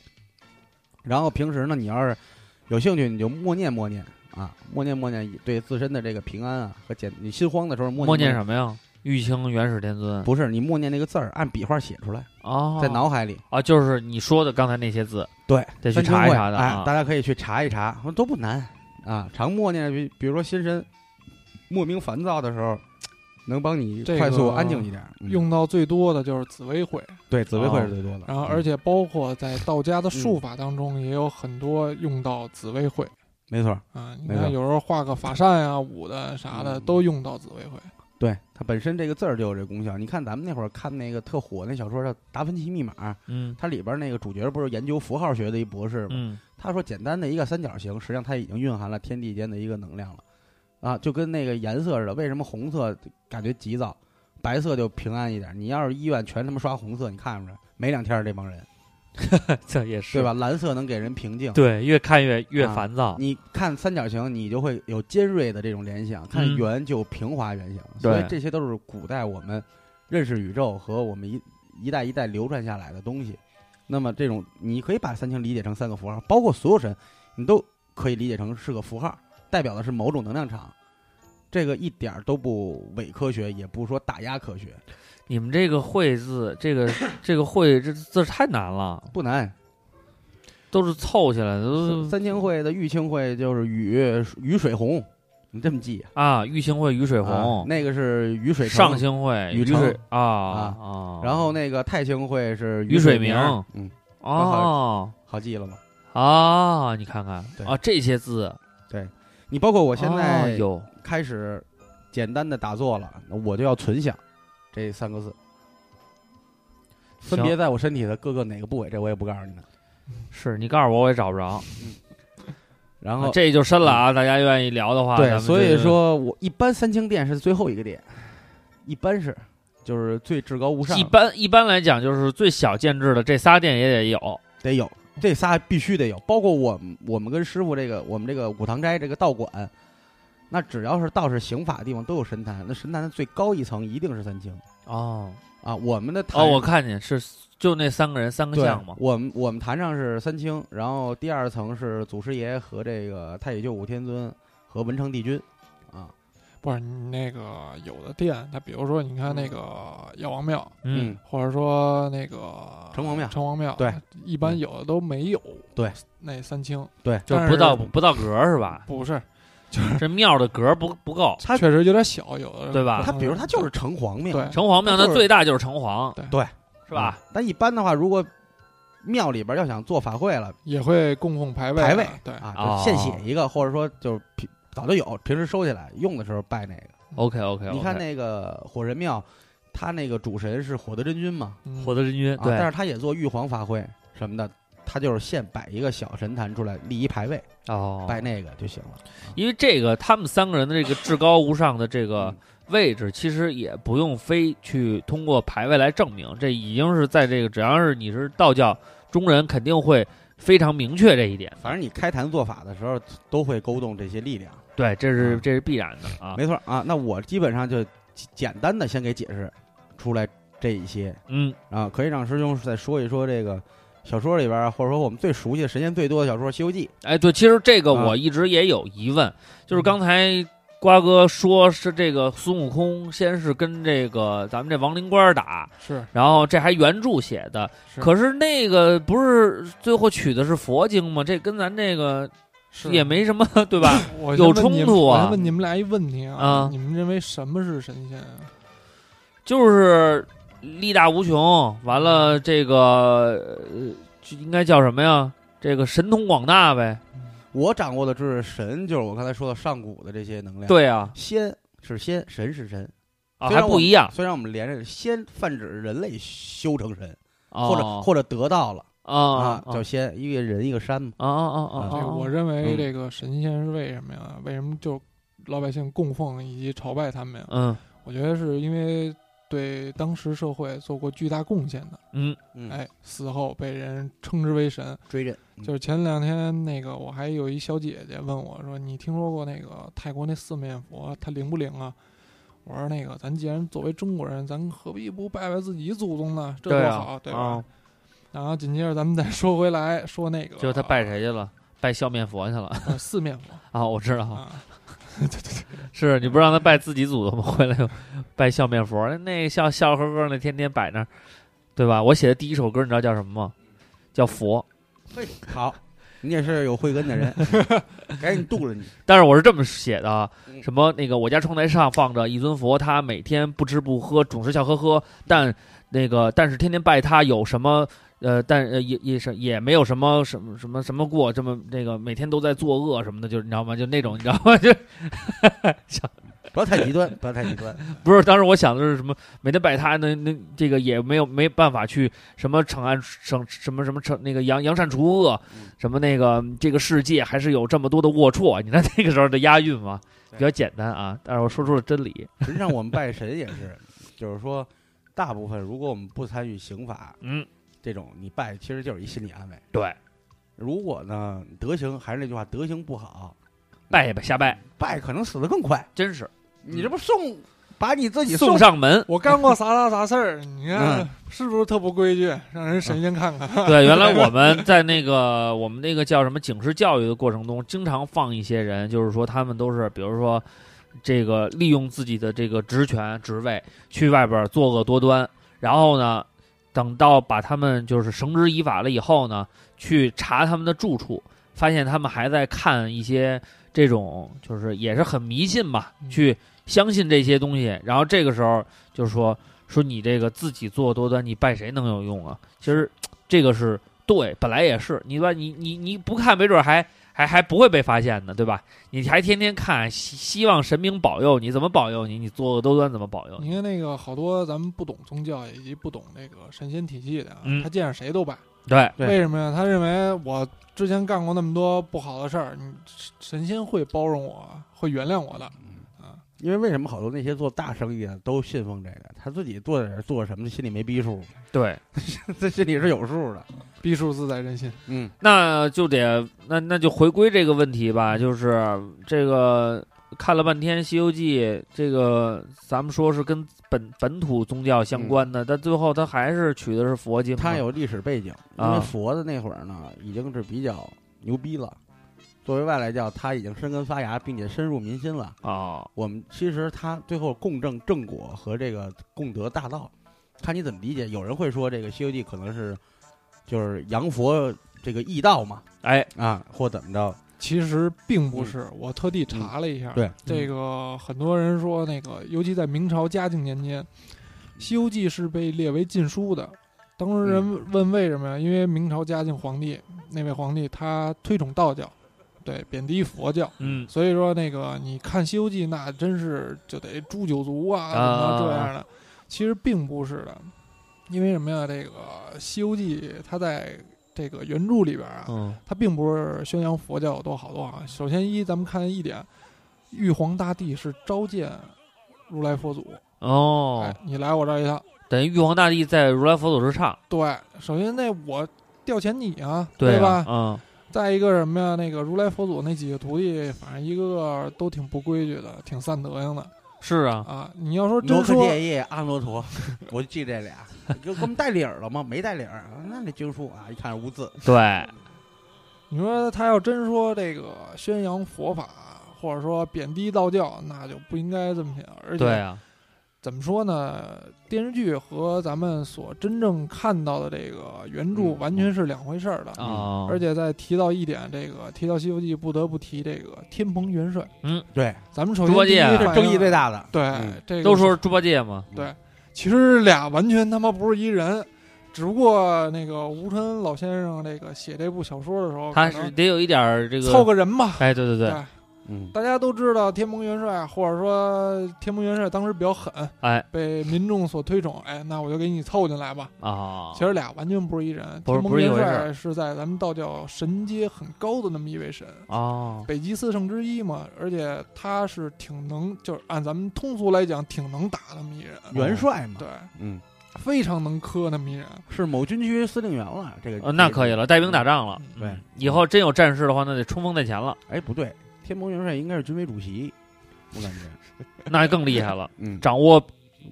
Speaker 1: 然后平时呢，你要是有兴趣，你就默念默念啊，默念默念对自身的这个平安啊和简，你心慌的时候默
Speaker 3: 默念
Speaker 1: 念
Speaker 3: 什么呀？玉清元始天尊
Speaker 1: 不是，你默念那个字儿，按笔画写出来，
Speaker 3: 哦，
Speaker 1: 在脑海里。
Speaker 3: 啊，就是你说的刚才那些字，
Speaker 1: 对，
Speaker 3: 得去
Speaker 1: 三清
Speaker 3: 查一
Speaker 1: 会
Speaker 3: 查的
Speaker 1: 哎
Speaker 3: 啊，
Speaker 1: 大家可以去查一查，都不难啊。常默念，比比如说心神莫名烦躁的时候，能帮你
Speaker 2: 这
Speaker 1: 快速
Speaker 2: 个
Speaker 1: 安静一点。嗯
Speaker 2: 用到最多的就是紫微会，
Speaker 1: 对紫微会是最多的，
Speaker 2: 嗯然后
Speaker 1: 嗯
Speaker 2: 而且包括在道家的术法当中也有很多用到紫微会
Speaker 1: 没错，
Speaker 2: 啊。你
Speaker 1: 没错
Speaker 2: 看有时候画个法扇呀、舞的啥的
Speaker 1: 嗯
Speaker 2: 都用到紫微会。
Speaker 1: 对，它本身这个字儿就有这功效。你看咱们那会儿看那个特火那小说叫《达芬奇密码》，
Speaker 3: 嗯
Speaker 1: 它里边那个主角不是研究符号学的一博士吗？
Speaker 3: 嗯，
Speaker 1: 他说简单的一个三角形，实际上它已经蕴含了天地间的一个能量了，啊，就跟那个颜色似的。为什么红色感觉急躁，白色就平安一点？你要是医院全他妈刷红色，你看不着，没两天儿这帮人，
Speaker 3: 这也是
Speaker 1: 对？吧？蓝色能给人平静。
Speaker 3: 对，越看越越
Speaker 1: 啊
Speaker 3: 烦躁。
Speaker 1: 你看三角形，你就会有尖锐的这种联想；看
Speaker 3: 嗯
Speaker 1: 圆就有平滑圆形，
Speaker 3: 对
Speaker 1: 所以这些都是古代我们认识宇宙和我们一一代一代流传下来的东西。那么这种你可以把三清理解成三个符号，包括所有神，你都可以理解成是个符号，代表的是某种能量场。这个一点儿都不伪科学，也不是说打压科学，
Speaker 3: 你们这个会字，这个这个会这字太难了，
Speaker 1: 不难。
Speaker 3: 都是凑起来的，都是
Speaker 1: 三清会的玉清会就是雨雨水红，你这么记，
Speaker 3: 啊，玉清会雨水
Speaker 1: 啊
Speaker 3: 红，
Speaker 1: 那个是雨水城
Speaker 3: 上清会
Speaker 1: 禹
Speaker 3: 雨
Speaker 1: 城
Speaker 3: 水啊啊，
Speaker 1: 然后那个太清会是
Speaker 3: 于水
Speaker 1: 明，
Speaker 3: 明
Speaker 1: 嗯，
Speaker 3: 哦
Speaker 1: 好记了吗？
Speaker 3: 啊，你看看
Speaker 1: 对
Speaker 3: 啊，这些字，
Speaker 1: 你包括我
Speaker 3: 我
Speaker 1: 现在
Speaker 3: 哦有
Speaker 1: 开始简单的打坐了，那我就要存想这三个字，分别在我身体的各个哪个部位，这我也不告诉你们。
Speaker 3: 是你告诉我，我也找不着。
Speaker 1: 然后
Speaker 3: 这就深了啊！大家愿意聊的话，咱
Speaker 1: 对，
Speaker 3: 们
Speaker 1: 所以
Speaker 3: 就
Speaker 1: 说我一般三清殿是最后一个殿，一般是就是最至高无上
Speaker 3: 一
Speaker 1: 的，
Speaker 3: 般一般来讲，就是最小建制的这仨店也得有。
Speaker 1: 得有这仨必须得有，包括我们我们跟师傅这个我们这个五堂斋这个道馆，那只要是道士行法的地方都有神坛，那神坛的最高一层一定是三清
Speaker 3: 哦
Speaker 1: 啊。我们的坛
Speaker 3: 哦，我看见是就那三个人三个
Speaker 1: 对
Speaker 3: 像嘛，。
Speaker 1: 我们我们坛上是三清，然后第二层是祖师爷和这个太乙救苦天尊和文成帝君啊，
Speaker 2: 不是你那个有的店，它比如说你看
Speaker 1: 嗯
Speaker 2: 那个药王庙，
Speaker 3: 嗯，
Speaker 2: 或者说那个
Speaker 1: 城隍庙
Speaker 2: 城隍庙，
Speaker 1: 对，嗯
Speaker 2: 一般有的都没有，
Speaker 1: 对，嗯
Speaker 2: 那三清
Speaker 1: 对，
Speaker 3: 就
Speaker 2: 但
Speaker 3: 不
Speaker 2: 是
Speaker 3: 到不到格儿是吧？
Speaker 2: 不是，
Speaker 3: 这庙的格儿不不够。
Speaker 1: 它
Speaker 2: 确实有点小，有的
Speaker 3: 对吧
Speaker 1: 他比如他就是城隍庙，啊
Speaker 2: 对
Speaker 3: 城隍庙
Speaker 2: 它
Speaker 3: 那
Speaker 2: 就是
Speaker 3: 最大就是城隍，
Speaker 2: 对
Speaker 1: 对，
Speaker 3: 是吧？
Speaker 1: 但一般的话，如果庙里边要想做法会了
Speaker 2: 也会供奉牌位的，
Speaker 1: 牌位
Speaker 2: 对，
Speaker 1: 啊，
Speaker 3: 哦
Speaker 1: 就现写一个，或者说就是平早就有，平时收起来用的时候拜那个。
Speaker 3: OK OK，
Speaker 1: 嗯你看那个火神庙，他那个主神是火德真君嘛，
Speaker 2: 嗯
Speaker 3: 火德真君，
Speaker 1: 啊，但
Speaker 3: 对
Speaker 1: 是他也做玉皇法会什么的。他就是现摆一个小神坛出来，立一牌位，
Speaker 3: 哦
Speaker 1: 拜那个就行了。
Speaker 3: 因为这个他们三个人的这个至高无上的这
Speaker 1: 嗯
Speaker 3: 个位置，其实也不用非去通过牌位来证明，这已经是在这个只要是你是道教中人，肯定会非常明确这一点。
Speaker 1: 反正你开坛做法的时候，都会勾动这些力量。
Speaker 3: 对，这是
Speaker 1: 嗯
Speaker 3: 这是必然的啊。
Speaker 1: 没错啊，那我基本上就简简单的先给解释出来这一些，
Speaker 3: 嗯，
Speaker 1: 啊，可以让师兄再说一说这个小说里边儿，或者说我们最熟悉的神仙最多的小说《西游记》。
Speaker 3: 哎，对，其实这个
Speaker 1: 啊
Speaker 3: 我一直也有疑问，就是刚才瓜哥说是这个孙悟空先是跟这个咱们这亡灵官打，
Speaker 2: 是
Speaker 3: 然后这还原著写的，
Speaker 2: 是
Speaker 3: 可是那个不是最后取的是佛经吗？这跟咱这个
Speaker 2: 是
Speaker 3: 也没什么， 对吧？
Speaker 2: 我
Speaker 3: 有
Speaker 2: 先问你
Speaker 3: 冲突啊
Speaker 2: 我先问你们俩一问题
Speaker 3: 啊
Speaker 2: 你们认为什么是神仙啊？
Speaker 3: 就是力大无穷，完了这个呃，就应该叫什么呀？这个神通广大呗。
Speaker 1: 我掌握的知识，神就是我刚才说的上古的这些能量。，
Speaker 3: 对啊，
Speaker 1: 仙是仙，神是神。
Speaker 3: 啊
Speaker 1: 虽
Speaker 3: 还
Speaker 1: 然
Speaker 3: 不
Speaker 1: 我
Speaker 3: 一样，
Speaker 1: 虽然我们连着仙泛指人类修成神，或者
Speaker 3: 哦
Speaker 1: 或者得到了
Speaker 3: 啊
Speaker 1: 啊，叫仙，一个人一个山嘛。
Speaker 3: 啊啊啊
Speaker 2: 这
Speaker 3: 啊！
Speaker 2: 个我认
Speaker 1: 嗯
Speaker 2: 为这个神仙是为什么呀？为什么就老百姓供奉以及朝拜他们呀？
Speaker 3: 嗯
Speaker 2: 我觉得是因为对当时社会做过巨大贡献的，
Speaker 3: 嗯嗯
Speaker 1: 嗯，
Speaker 2: 哎，死后被人称之为神。
Speaker 1: 追嗯认
Speaker 2: 就是前两天那个，我还有一小姐姐问我说：“你听说过那个泰国那四面佛，它灵不灵啊？”我说：“那个，咱既然作为中国人，咱何必不拜拜自己祖宗呢？这
Speaker 3: 对
Speaker 2: 多好，
Speaker 3: 啊
Speaker 2: 对吧？”
Speaker 3: 啊，
Speaker 2: 然后紧接着咱们再说回来，说那个，
Speaker 3: 就他拜谁去了？拜笑面佛去了
Speaker 2: 呃四面佛
Speaker 3: 啊！我知道，
Speaker 2: 啊，对对对，。
Speaker 3: 是你不让他拜自己祖宗吗？ 回来又拜笑面佛，那个笑笑呵呵的，天天摆那儿，对吧？我写的第一首歌，你知道叫什么吗？叫佛。
Speaker 1: 嘿，好，你也是有慧根的人， 赶紧度了你。
Speaker 3: 但是我是这么写的啊，
Speaker 1: 嗯
Speaker 3: 什么那个我家窗台上放着一尊佛，他每天不吃不喝，总是笑呵呵，但那个但是天天拜他有什么？呃，但呃也也是也没有什么什么什么什么过，这么那个每天都在作恶什么的，就是你知道吗？就那种你知道吗？ 就
Speaker 1: 不要太极端，不要太极端。
Speaker 3: 不是，当时我想的是什么？每天拜他，那那这个也没有没办法去什么惩案惩什么什么惩那个扬扬善除恶
Speaker 1: 嗯，
Speaker 3: 什么那个这个世界还是有这么多的龌龊。啊你看那个时候的押韵嘛，
Speaker 1: 对
Speaker 3: 比较简单啊，但是我说出了真理。
Speaker 1: 实际上，我们拜神也是，就是说，大部分如果我们不参与刑法
Speaker 3: 嗯，
Speaker 1: 这种，你拜其实就是一心理安慰。
Speaker 3: 对，
Speaker 1: 如果呢德行还是那句话，德行不好，
Speaker 3: 拜也拜，瞎拜，
Speaker 1: 拜可能死得更快。
Speaker 3: 嗯真是
Speaker 1: 你这不送把你自己
Speaker 3: 送上门
Speaker 2: 我干过啥啥啥事儿，你看、
Speaker 1: 嗯
Speaker 2: 是不是特不规矩？让人神仙看看。
Speaker 3: 对，原来我们在那个我们那个叫什么警示教育的过程中，经常放一些人，就是说他们都是，比如说这个利用自己的这个职权职位去外边作恶多端，然后呢，等到把他们就是绳之以法了以后呢，去查他们的住处，发现他们还在看一些这种，就是也是很迷信嘛，
Speaker 2: 嗯
Speaker 3: 去相信这些东西。然后这个时候就说说你这个自己作恶多端，你拜谁能有用啊？其实这个是对，本来也是，你吧，你你你不看，没准还。还还不会被发现呢，对吧？你还天天看，希希望神明保佑你，怎么保佑你？你作恶多端怎么
Speaker 1: 啊
Speaker 3: 保佑你？
Speaker 2: 你看那个好多咱们不懂宗教以及不懂那个神仙体系的啊，
Speaker 3: 嗯
Speaker 2: 他见着谁都拜。
Speaker 3: 对，
Speaker 1: 对
Speaker 2: 为什么呀？他认为我之前干过那么多不好的事儿，你神仙会包容我，会原谅我的。
Speaker 1: 嗯因为为什么好多那些做大生意的都信奉这个？他自己做点儿做什么，心里没逼数，
Speaker 3: 对，
Speaker 1: 他心里是有数的。
Speaker 2: 逼数自在人心，
Speaker 1: 嗯，
Speaker 3: 那就得那那就回归这个问题吧，就是这个看了半天《西游记》，这个咱们说是跟本本土宗教相
Speaker 2: 嗯
Speaker 3: 关的，但最后他还是取的是佛经嘛。
Speaker 1: 他有历史背景，因
Speaker 3: 啊
Speaker 1: 为佛的那会儿呢，已经是比较牛逼了。作为外来教，他已经生根发芽，并且深入民心了。
Speaker 3: 哦，
Speaker 1: 我们其实他最后共证正果和这个共得大道，看你怎么理解。有人会说这个《西游记》可能是就是洋佛这个异道嘛，
Speaker 3: 哎，
Speaker 1: 啊，或怎么着，
Speaker 2: 其实并不是。我特地查了一下，
Speaker 1: 嗯对
Speaker 2: 这个很多人说那个，尤其在明朝嘉靖年间，《西游记》是被列为禁书的。当时人问为什么呀？因为明朝嘉靖皇帝那位皇帝他推崇道教，对贬低佛教，
Speaker 3: 嗯，
Speaker 2: 所以说那个你看《西游记》，那真是就得诛九族啊，怎么着这样的，其实并不是的，因为什么呀？这个《西游记》它在这个原著里边啊，
Speaker 3: 嗯，
Speaker 2: 它并不是宣扬佛教有多好多好。首先一，咱们看一点，玉皇大帝是召见如来佛祖，
Speaker 3: 哦
Speaker 2: 哎，，你来我这儿一趟。
Speaker 3: 等于玉皇大帝在如来佛祖之上，
Speaker 2: 对，首先那我调遣你啊，
Speaker 3: 啊
Speaker 2: 吧？
Speaker 3: 嗯，
Speaker 2: 再一个什么呀？那个如来佛祖那几个徒弟，反正一个个都挺不规矩的，挺散德行的。
Speaker 3: 是啊，
Speaker 2: 啊，你要说
Speaker 1: 罗
Speaker 2: 真
Speaker 1: 克
Speaker 2: 说，
Speaker 1: 夜夜阿罗陀，我就记这俩，就给我们带理儿了吗？没带理儿，那那经书啊，一看是无字，
Speaker 3: 对，
Speaker 2: 你说他要真说这个宣扬佛法，或者说贬低道教，那就不应该这么想。而
Speaker 3: 对
Speaker 2: 且
Speaker 3: 啊，
Speaker 2: 怎么说呢，电视剧和咱们所真正看到的这个原著
Speaker 1: 嗯
Speaker 2: 完全是两回事儿的。
Speaker 1: 嗯
Speaker 3: 哦，
Speaker 2: 而且再提到一点，这个提到《西游记》，不得不提这个天蓬元帅。
Speaker 1: 对，
Speaker 2: 咱们首
Speaker 3: 猪八
Speaker 2: 先第一
Speaker 3: 戒啊
Speaker 1: 这
Speaker 2: 反应
Speaker 1: 是争议最大的。
Speaker 2: 对、
Speaker 1: 嗯
Speaker 2: 这个
Speaker 3: 都说是猪八戒嘛，
Speaker 2: 其实俩完全他妈不是一人，只不过那个吴承恩老先生这个写这部小说的时候，
Speaker 3: 他
Speaker 2: 可能
Speaker 3: 是得有一点儿这
Speaker 2: 凑
Speaker 3: 个，
Speaker 2: 个人吧。
Speaker 3: 哎，对对对，
Speaker 2: 对
Speaker 1: 嗯，
Speaker 2: 大家都知道天蓬元帅，啊或者说天蓬元帅当时比较狠，
Speaker 3: 哎，
Speaker 2: 被民众所推崇，哎，那我就给你凑进来吧。
Speaker 3: 啊，
Speaker 2: 其实俩完全不是一人，
Speaker 3: 不是
Speaker 2: 天
Speaker 3: 不
Speaker 2: 蓬
Speaker 3: 是一
Speaker 2: 元
Speaker 3: 回事儿
Speaker 2: 帅是在咱们道教神阶很高的那么一位神，
Speaker 3: 哦，
Speaker 2: 北极四圣之一嘛，而且他是挺能，就是按咱们通俗来讲，挺能打那么一人，
Speaker 1: 元帅嘛，
Speaker 2: 对，
Speaker 1: 嗯，
Speaker 2: 非常能磕那么一人。
Speaker 1: 是某军区司令员了，这个
Speaker 3: 呃，那可以。了，带兵打仗了。
Speaker 1: 对
Speaker 3: 嗯，以后真有战事的话，那得冲锋在前了，
Speaker 1: 哎，不对，天蓬元帅应该是军委主席，我感觉，
Speaker 3: 那更厉害了，
Speaker 1: 嗯，
Speaker 3: 掌握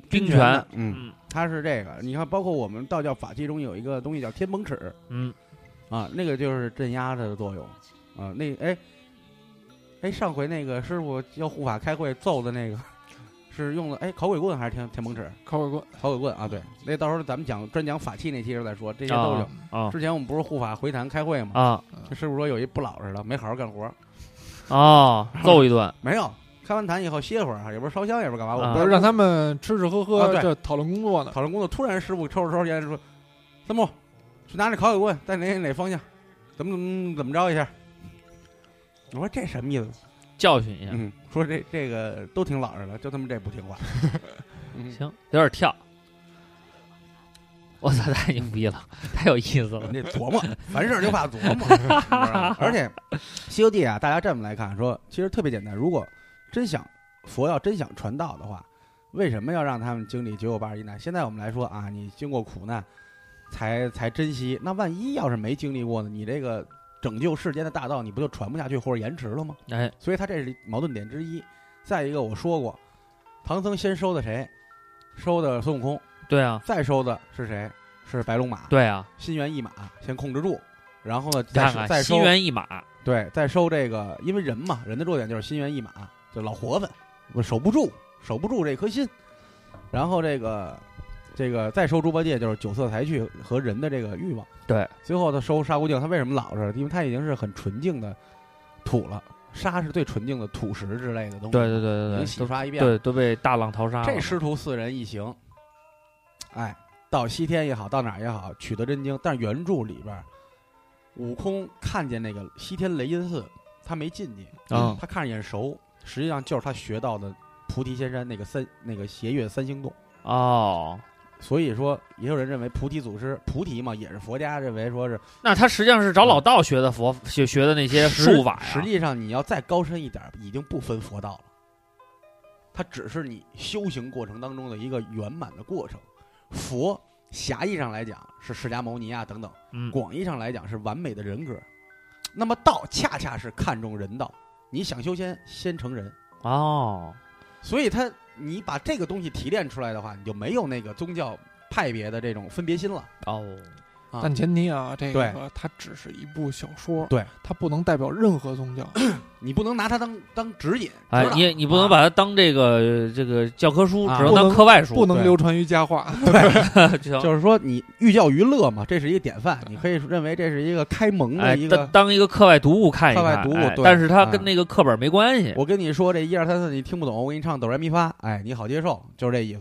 Speaker 3: 兵
Speaker 1: 权
Speaker 3: 权
Speaker 1: 的。，嗯，
Speaker 3: 嗯
Speaker 1: 他是这个。你看，包括我们道教法器中有一个东西叫天蓬尺
Speaker 3: 嗯，
Speaker 1: 啊，那个就是镇压它的作用啊。那哎哎，上回那个师傅要护法开会揍的那个，是用了哎烤鬼棍还是天天蓬尺？
Speaker 2: 烤火棍，
Speaker 1: 烤鬼棍啊，对，那到时候咱们讲专讲法器那期时候再说，这些都有。
Speaker 3: 啊
Speaker 1: 之前我们不是护法回坛开会吗？
Speaker 3: 啊
Speaker 1: 这师傅说有一不老实的，没好好干活，
Speaker 3: 啊，揍一顿，
Speaker 1: 没有开完坛以后歇会儿，也不是烧香，也不是干嘛，我
Speaker 3: 啊
Speaker 1: 们
Speaker 2: 不是让他们吃吃喝喝、
Speaker 1: 啊对
Speaker 2: 这讨论工作呢。
Speaker 1: 讨论工作，突然师傅抽着抽着烟说：“三木，去拿那烤鬼棍，在哪哪方向，怎么怎么怎么着一下。”我说这什么意思？
Speaker 3: 教训一下，
Speaker 1: 嗯，说这这个都挺老实的，就他们这不听话。嗯
Speaker 3: 行，有点跳。我操，太牛逼了，太有意思了。
Speaker 1: 你得琢磨，凡事就怕琢磨。是吧而且《西游记》啊，大家这么来看说，其实特别简单。如果真想佛要真想传道的话，为什么要让他们经历九九八十一难？现在我们来说啊，你经过苦难才才珍惜。那万一要是没经历过呢？你这个拯救世间的大道，你不就传不下去或者延迟了吗？
Speaker 3: 哎，
Speaker 1: 所以他这是矛盾点之一。再一个，我说过，唐僧先收的谁？收的孙悟空，
Speaker 3: 对啊，
Speaker 1: 再收的是谁？是白龙马。
Speaker 3: 对啊，
Speaker 1: 心猿意马先控制住，然后呢，
Speaker 3: 你
Speaker 1: 再
Speaker 3: 看
Speaker 1: 收
Speaker 3: 看
Speaker 1: 再嗯收
Speaker 3: 心猿意马，
Speaker 1: 对，再收这个，因为人嘛，人的弱点就是心猿意马，就老活泛，我守不住，守不住这颗心。然后这个这个再收猪八戒，就是酒色财气和人的这个欲望。
Speaker 3: 对，
Speaker 1: 最后他收沙悟净，他为什么老实？因为他已经是很纯净的土了，沙是最纯净的土石之类的东西，
Speaker 3: 对
Speaker 1: 已
Speaker 3: 对对对
Speaker 1: 经
Speaker 3: 对
Speaker 1: 洗
Speaker 3: 都，
Speaker 1: 刷一遍了。
Speaker 3: 对都被大浪淘沙了。
Speaker 1: 这师徒四人一行，哎，到西天也好，到哪儿也好，取得真经。但是原著里边儿，悟空看见那个西天雷音寺，他没进去
Speaker 3: 啊
Speaker 1: 他看着眼熟，实际上就是他学到的菩提仙山那个三那个斜月三星洞。
Speaker 3: 哦，
Speaker 1: 所以说，也有人认为菩提祖师菩提嘛，也是佛家认为说是
Speaker 3: 那他实际上是找老道学的佛学学的那些术法
Speaker 1: 嗯实
Speaker 3: 呀。
Speaker 1: 际上，你要再高深一点，已经不分佛道了，它只是你修行过程当中的一个圆满的过程。佛狭义上来讲是释迦牟尼啊等等，
Speaker 3: 嗯，
Speaker 1: 广义上来讲是完美的人格。那么道恰恰是看重人道，你想修仙先成人，
Speaker 3: 哦，
Speaker 1: 所以他你把这个东西提炼出来的话，你就没有那个宗教派别的这种分别心了。
Speaker 3: 哦，
Speaker 1: 啊
Speaker 2: 但前提啊，这
Speaker 1: 对
Speaker 2: 个它只是一部小说，
Speaker 1: 对，
Speaker 2: 它不能代表任 何宗教。
Speaker 1: 你不能拿它当当指引。
Speaker 3: 哎
Speaker 1: 知，道
Speaker 3: 你你不能
Speaker 1: 啊
Speaker 3: 把它当这个这个教科书，
Speaker 1: 啊
Speaker 3: 只能当课外书，
Speaker 2: 不能
Speaker 1: 对
Speaker 2: 流传于佳话。
Speaker 3: 就行
Speaker 1: 就是说你寓教于乐嘛，这是一个典范，你可以认为这是一个开蒙
Speaker 3: 哎
Speaker 1: 的一，个
Speaker 3: 当。当一个课外读物看一看，
Speaker 1: 课外读物
Speaker 3: 哎
Speaker 1: 对
Speaker 3: 但是它
Speaker 1: 啊
Speaker 3: 跟那个课本没关系。
Speaker 1: 我跟你说这一二三四你听不懂，我给你唱哆来咪发，哎，你好接受，就是这意思。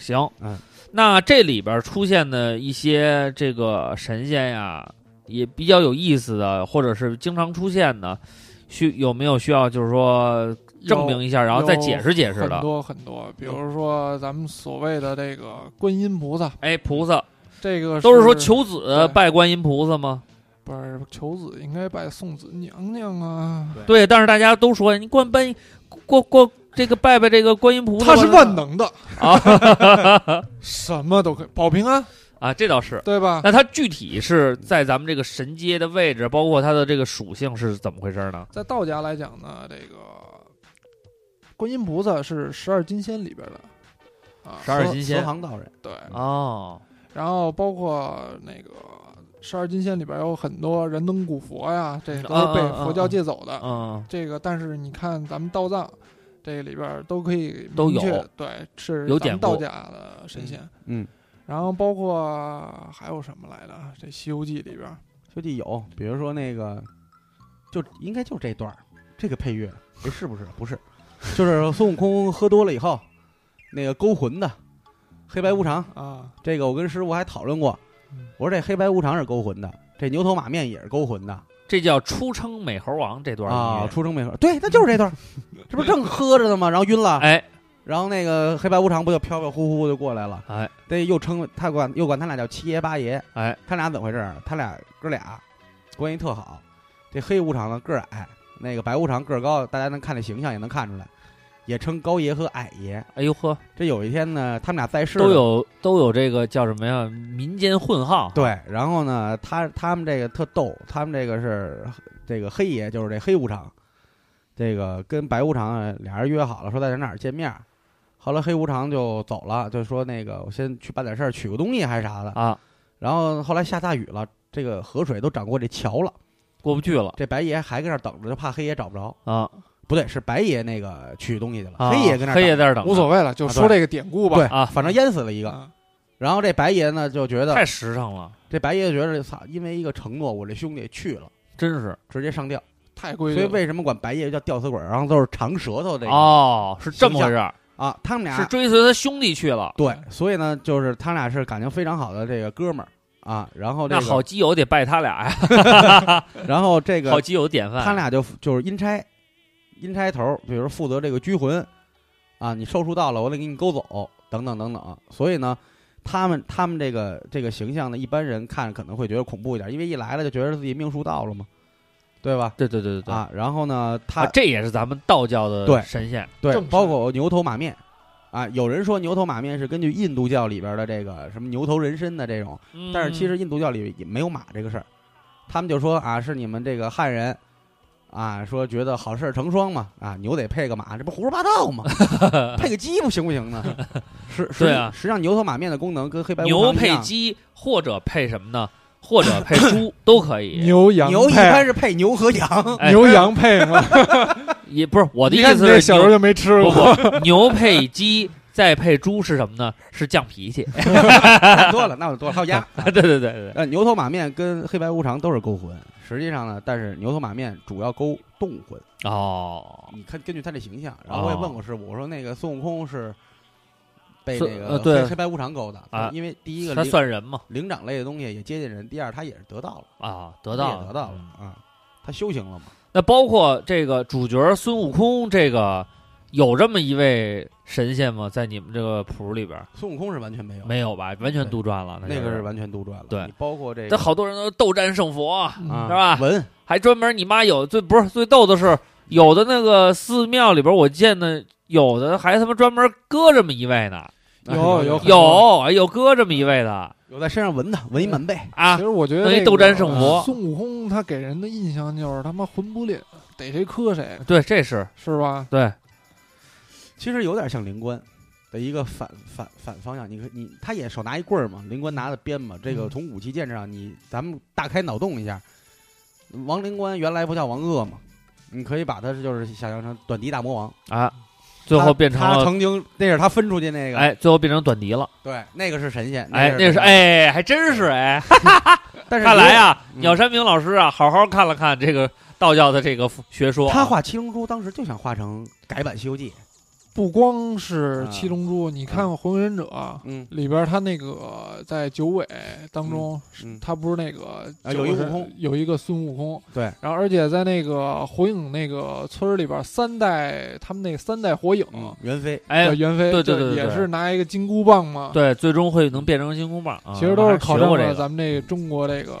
Speaker 3: 行，
Speaker 1: 嗯，
Speaker 3: 那这里边出现的一些这个神仙呀，也比较有意思的，或者是经常出现的，需有没有需要就是说 证明一下，然后再解释解释
Speaker 2: 很
Speaker 3: 的？
Speaker 2: 多很多，比如说咱们所谓的这个观音菩萨，
Speaker 3: 哎，菩萨
Speaker 2: 这个
Speaker 3: 都
Speaker 2: 是
Speaker 3: 是说求子
Speaker 2: 对
Speaker 3: 拜观音菩萨吗？
Speaker 2: 不是求子应该拜送子娘娘啊，
Speaker 3: 对，但是大家都说你观拜过过这个拜拜这个观音菩萨吧，
Speaker 2: 她是万能的，
Speaker 3: 啊
Speaker 2: 什么都可以保平安，
Speaker 3: 啊，这倒是。
Speaker 2: 对吧？
Speaker 3: 那它具体是在咱们这个神阶的位置，包括它的这个属性是怎么回事呢？
Speaker 2: 在道家来讲呢，这个观音菩萨是十二金仙里边的啊，
Speaker 3: 十二金仙
Speaker 1: 慈航道人，
Speaker 2: 对，
Speaker 3: 哦，
Speaker 2: 然后包括那个十二金仙里边有很多人灯古佛呀，这都是被佛教借走的。
Speaker 3: 嗯，
Speaker 2: 这个，但是你看咱们道藏，这里边儿都可以
Speaker 3: 都
Speaker 2: 明确
Speaker 3: 有
Speaker 2: 对，是
Speaker 3: 有
Speaker 2: 咱们
Speaker 3: 典故
Speaker 2: 道家的神仙。
Speaker 1: 嗯，
Speaker 2: 然后包括还有什么来着？这《西游记》里边儿，
Speaker 1: 兄弟有，比如说那个，就应该就这段儿这个配乐，哎，是不是？不是，就是孙悟空喝多了以后，那个勾魂的，黑白无常，
Speaker 2: 啊，
Speaker 1: 这个我跟师傅还讨论过
Speaker 2: 嗯，
Speaker 1: 我说这黑白无常是勾魂的，这牛头马面也是勾魂的
Speaker 3: 这叫初称美猴王这段音
Speaker 1: 啊，
Speaker 3: 乐
Speaker 1: 出生没合，对，那就是这 段儿，这不是正喝着呢吗？然后晕了，
Speaker 3: 哎
Speaker 1: 然后那个黑白无常不就飘飘忽忽就过来了，
Speaker 3: 哎
Speaker 1: 这又称他管又管他俩叫七爷八爷，
Speaker 3: 哎，
Speaker 1: 他俩怎么回事儿？他俩哥俩关系特好，这黑无常呢个儿矮，那个白无常个儿高，大家能看这形象也能看出来，也称高爷和矮爷。
Speaker 3: 哎呦呵，
Speaker 1: 这有一天呢，他们俩在世
Speaker 3: 都
Speaker 1: 了
Speaker 3: 有都有这个叫什么呀？民间混号，
Speaker 1: 对，然后呢，他他们这个特逗，他们这个是这个黑爷，就是这黑无常，这个跟白无常啊俩人约好了，说在哪儿见面儿。后来黑无常就走了，就说那个我先去办点事儿，取个东西还是啥的。
Speaker 3: 啊，
Speaker 1: 然后后来下大雨了，这个河水都涨过这桥了，
Speaker 3: 过不去了
Speaker 1: 这白爷还搁那儿等着，就怕黑爷找不着。
Speaker 3: 啊
Speaker 1: 不对，是白爷那个取东西去了，
Speaker 3: 啊！
Speaker 1: 黑爷跟那儿
Speaker 3: 黑爷
Speaker 1: 等
Speaker 3: 在这儿等着，
Speaker 2: 无所谓了，就
Speaker 1: 啊
Speaker 2: 说
Speaker 1: 对
Speaker 2: 这个典故吧。
Speaker 1: 对
Speaker 3: 啊
Speaker 1: 反正淹死了一
Speaker 2: 一
Speaker 1: 个。然后这白爷呢就觉得
Speaker 3: 太，实诚了，
Speaker 1: 这白爷觉得操，因为一个承诺，我这兄弟去了，
Speaker 3: 真是
Speaker 1: 直接上吊。
Speaker 2: 太规
Speaker 1: 所以
Speaker 2: 矩了。
Speaker 1: 为什么管白夜叫吊死鬼儿，然后都是长舌头这个、
Speaker 3: 哦，是这么回事儿，
Speaker 1: 啊？他们俩
Speaker 3: 是追随他兄弟去了。
Speaker 1: 对，所以呢，就是他俩是感情非常好的这个哥们儿啊。然后这
Speaker 3: 那
Speaker 1: 个，
Speaker 3: 好基友得拜他俩呀，
Speaker 1: 然后这
Speaker 3: 好
Speaker 1: 个
Speaker 3: 基友典范。
Speaker 1: 他俩就就是阴差，阴差头儿，比如负责这个拘魂啊，你寿数到了，我得给你勾走，等等等等。所以呢。他们他们这个这个形象呢，一般人看可能会觉得恐怖一点，因为一来了就觉得自己命数到了嘛，对吧？
Speaker 3: 对对对对对
Speaker 1: 啊，然后呢，他、
Speaker 3: 啊，这也是咱们道教
Speaker 1: 对
Speaker 3: 的神仙
Speaker 1: 对
Speaker 2: 正，是
Speaker 1: 包括牛头马面啊。有人说牛头马面是根据印度教里边的这个什么牛头人身的这种，
Speaker 3: 嗯
Speaker 1: 但是其实印度教里也没有马这个事儿，他们就说啊，是你们这个汉人啊，说觉得好事成双嘛，啊，牛得配个马，这不胡说八道 吗？配个鸡不行不行呢？是，实
Speaker 3: 对啊
Speaker 1: 实际上牛头马面的功能跟黑白无
Speaker 3: 牛
Speaker 1: 常一
Speaker 3: 配
Speaker 1: 样，
Speaker 3: 鸡或者配什么呢？或者配 猪都可以。
Speaker 2: 牛羊
Speaker 1: 牛一般
Speaker 2: 配
Speaker 1: 是配牛和 羊，
Speaker 3: 哎
Speaker 2: 牛羊配嘛，
Speaker 3: 也不是我的
Speaker 2: 你
Speaker 3: 意
Speaker 2: 看你这
Speaker 3: 思是
Speaker 2: 小时
Speaker 3: 牛
Speaker 2: 候就没吃
Speaker 3: 不
Speaker 2: 过。
Speaker 3: 不，牛配鸡再配猪是什么呢？是犟脾气。
Speaker 1: 那多了，那我多了，还有鸭。
Speaker 3: 对对对对，
Speaker 1: 呃，牛头马面跟黑白无常都是勾魂，实际上呢，但是牛头马面主要勾动魂。
Speaker 3: 哦，
Speaker 1: 你看根据他这形象，然后我也问过师傅，我说那个孙悟空是被
Speaker 3: 是
Speaker 1: 这个
Speaker 3: 呃
Speaker 1: 黑
Speaker 3: 对
Speaker 1: 黑白无常勾搭
Speaker 3: 啊
Speaker 1: 因为第一个
Speaker 3: 他
Speaker 1: 灵
Speaker 3: 算人嘛？
Speaker 1: 灵长类的东西也接近人，第二他也是得到了，
Speaker 3: 啊，得
Speaker 1: 他
Speaker 3: 到
Speaker 1: 也
Speaker 3: 了
Speaker 1: 得到了
Speaker 3: 嗯
Speaker 1: 啊，他修行了嘛？
Speaker 3: 那包括这个主角孙悟空，这个有这么一位神仙吗？在你们这个谱里边儿
Speaker 1: 孙悟空是完全没有，
Speaker 3: 没有吧？完全杜撰了，
Speaker 1: 那
Speaker 3: 就
Speaker 1: 个是。完全杜撰了。
Speaker 3: 对
Speaker 1: 你包括这
Speaker 3: 这
Speaker 1: 个
Speaker 3: 好多人都斗战胜佛啊，
Speaker 1: 啊，
Speaker 3: 是吧
Speaker 1: 文
Speaker 3: 还专门你妈有最不是最逗的是，有的那个寺庙里边我见的，有的还他妈专门搁这么一位呢，
Speaker 2: 有
Speaker 1: 啊
Speaker 2: 有
Speaker 3: 有哎有搁这么一位的
Speaker 1: 有在身上纹的，纹一满背，
Speaker 3: 啊
Speaker 2: 其，实我觉得
Speaker 3: 等于
Speaker 2: 这
Speaker 3: 斗
Speaker 2: 个
Speaker 3: 战胜佛
Speaker 2: 孙悟空他给人的印象就是他妈混不吝，逮谁磕谁，
Speaker 3: 对，这是
Speaker 2: 是吧？
Speaker 3: 对，
Speaker 1: 其实有点像灵官的一个反反反方向。你可你他也手拿一棍儿嘛，灵官拿的鞭嘛。这个
Speaker 2: 嗯
Speaker 1: 从武器剑上，你咱们大开脑洞一下，王灵官原来不叫王恶嘛？你可以把他就是想象成短笛大魔王，
Speaker 3: 啊，最后变成
Speaker 1: 他他
Speaker 3: 了
Speaker 1: 曾经那是他分出去那个，
Speaker 3: 哎，最后变成短笛了，
Speaker 1: 对，那个是神仙，
Speaker 3: 哎，那
Speaker 1: 个
Speaker 3: 是，哎，还真是哎，
Speaker 1: 但是
Speaker 3: 看来啊，
Speaker 1: 嗯
Speaker 3: 鸟山明老师啊，好好看了看这个道教的这个学说
Speaker 1: 如果，
Speaker 3: 啊、
Speaker 1: 他画七龙珠当时就想画成改版《西游记》，
Speaker 2: 不光是
Speaker 3: 嗯
Speaker 1: 啊
Speaker 2: 七龙珠，你看看《火影忍者》
Speaker 1: 嗯，
Speaker 2: 里边，他那个在九尾当中，
Speaker 1: 嗯嗯
Speaker 2: 他不是那个
Speaker 1: 啊有一悟空，
Speaker 2: 有一个孙悟空，
Speaker 1: 对，
Speaker 2: 然后而且在那个火影那个村儿里边，三代他们那三代火影
Speaker 1: 嗯，袁飞，
Speaker 2: 叫
Speaker 3: 哎，
Speaker 2: 猿飞，
Speaker 3: 对对
Speaker 2: 就
Speaker 3: 对对对
Speaker 2: 也是拿一个金箍棒嘛，
Speaker 3: 对，最终会能变成金箍棒啊。
Speaker 2: 其实都是考证了
Speaker 3: 我还学过这个嗯
Speaker 2: 咱们这中国这个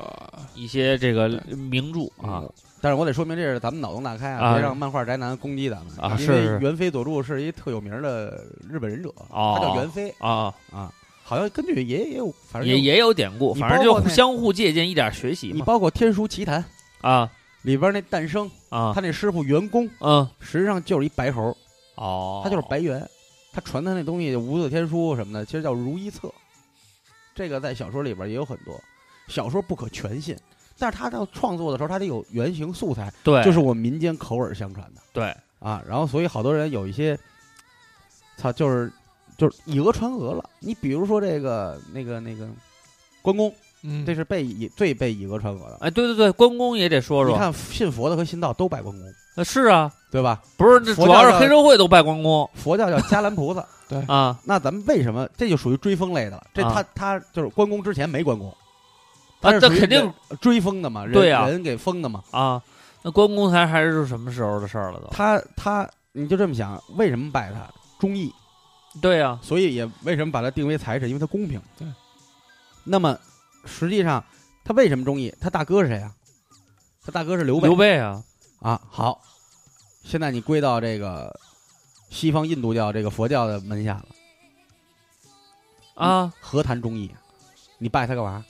Speaker 3: 一些这个
Speaker 2: 对
Speaker 3: 名著啊，
Speaker 1: 嗯但是我得说明，这是咱们脑洞大开
Speaker 3: 啊
Speaker 1: 啊，别让漫画宅男攻击咱们
Speaker 3: 啊
Speaker 1: 因
Speaker 3: 是
Speaker 1: 为
Speaker 3: 是
Speaker 1: 猿飞佐助是一特有名的日本忍者，
Speaker 3: 哦
Speaker 1: 他叫猿飞
Speaker 3: 啊，
Speaker 1: 啊，好像根据也也有，反正
Speaker 3: 也
Speaker 1: 有
Speaker 3: 也有典故，
Speaker 1: 你
Speaker 3: 反正
Speaker 1: 包
Speaker 3: 就
Speaker 1: 括那
Speaker 3: 相互借鉴一点学习
Speaker 1: 你
Speaker 3: 嘛
Speaker 1: 包括《天书奇谭》
Speaker 3: 啊
Speaker 1: 里边那诞生，
Speaker 3: 啊
Speaker 1: 他那师傅袁公
Speaker 3: 嗯
Speaker 1: 实际上就是一白猴，
Speaker 3: 哦，
Speaker 1: 他就是白猿，他传他那东西无字天书什么的，其实叫如一册，这个在小说里边也有很多，小说不可全信。但是他到创作的时候，他得有原型素材，
Speaker 3: 对，
Speaker 1: 就是我们民间口耳相传的。
Speaker 3: 对
Speaker 1: 啊，然后所以好多人有一些，操，就是就是以讹传讹了。你比如说这个那个那个关公，
Speaker 2: 嗯，
Speaker 1: 这是被以最被以讹传讹的。
Speaker 3: 哎，对对对，关公也得说
Speaker 1: 你
Speaker 3: 说，
Speaker 1: 看信佛的和信道都拜关公，
Speaker 3: 呃是啊，
Speaker 1: 对吧？
Speaker 3: 不是这
Speaker 1: 佛
Speaker 3: 主要
Speaker 1: 教
Speaker 3: 是
Speaker 1: 的
Speaker 3: 黑社会都拜关公
Speaker 1: 佛教叫伽蓝 菩萨，
Speaker 3: 啊
Speaker 1: 那咱们为什么这就属于追风类的了？这他、
Speaker 3: 啊
Speaker 1: 他就是关公之前没关公，
Speaker 3: 啊
Speaker 1: 他，是
Speaker 3: 这
Speaker 1: 属于
Speaker 3: 肯定
Speaker 1: 追风的嘛，人
Speaker 3: 对呀
Speaker 1: 人给封的嘛。
Speaker 3: 啊，那关公才还是什么时候的事儿了都？
Speaker 1: 他他你就这么想，为什么拜他？忠义，
Speaker 3: 对啊呀，
Speaker 1: 所以也为什么把它定为财神，因为它公平。
Speaker 2: 对。
Speaker 1: 那么实际上他为什么中意？他大哥是谁啊？他大哥是刘备。
Speaker 3: 刘备啊，
Speaker 1: 啊，好，现在你归到这个西方印度教这个佛教的门下了，
Speaker 3: 啊，
Speaker 1: 何谈忠义？你拜他干嘛？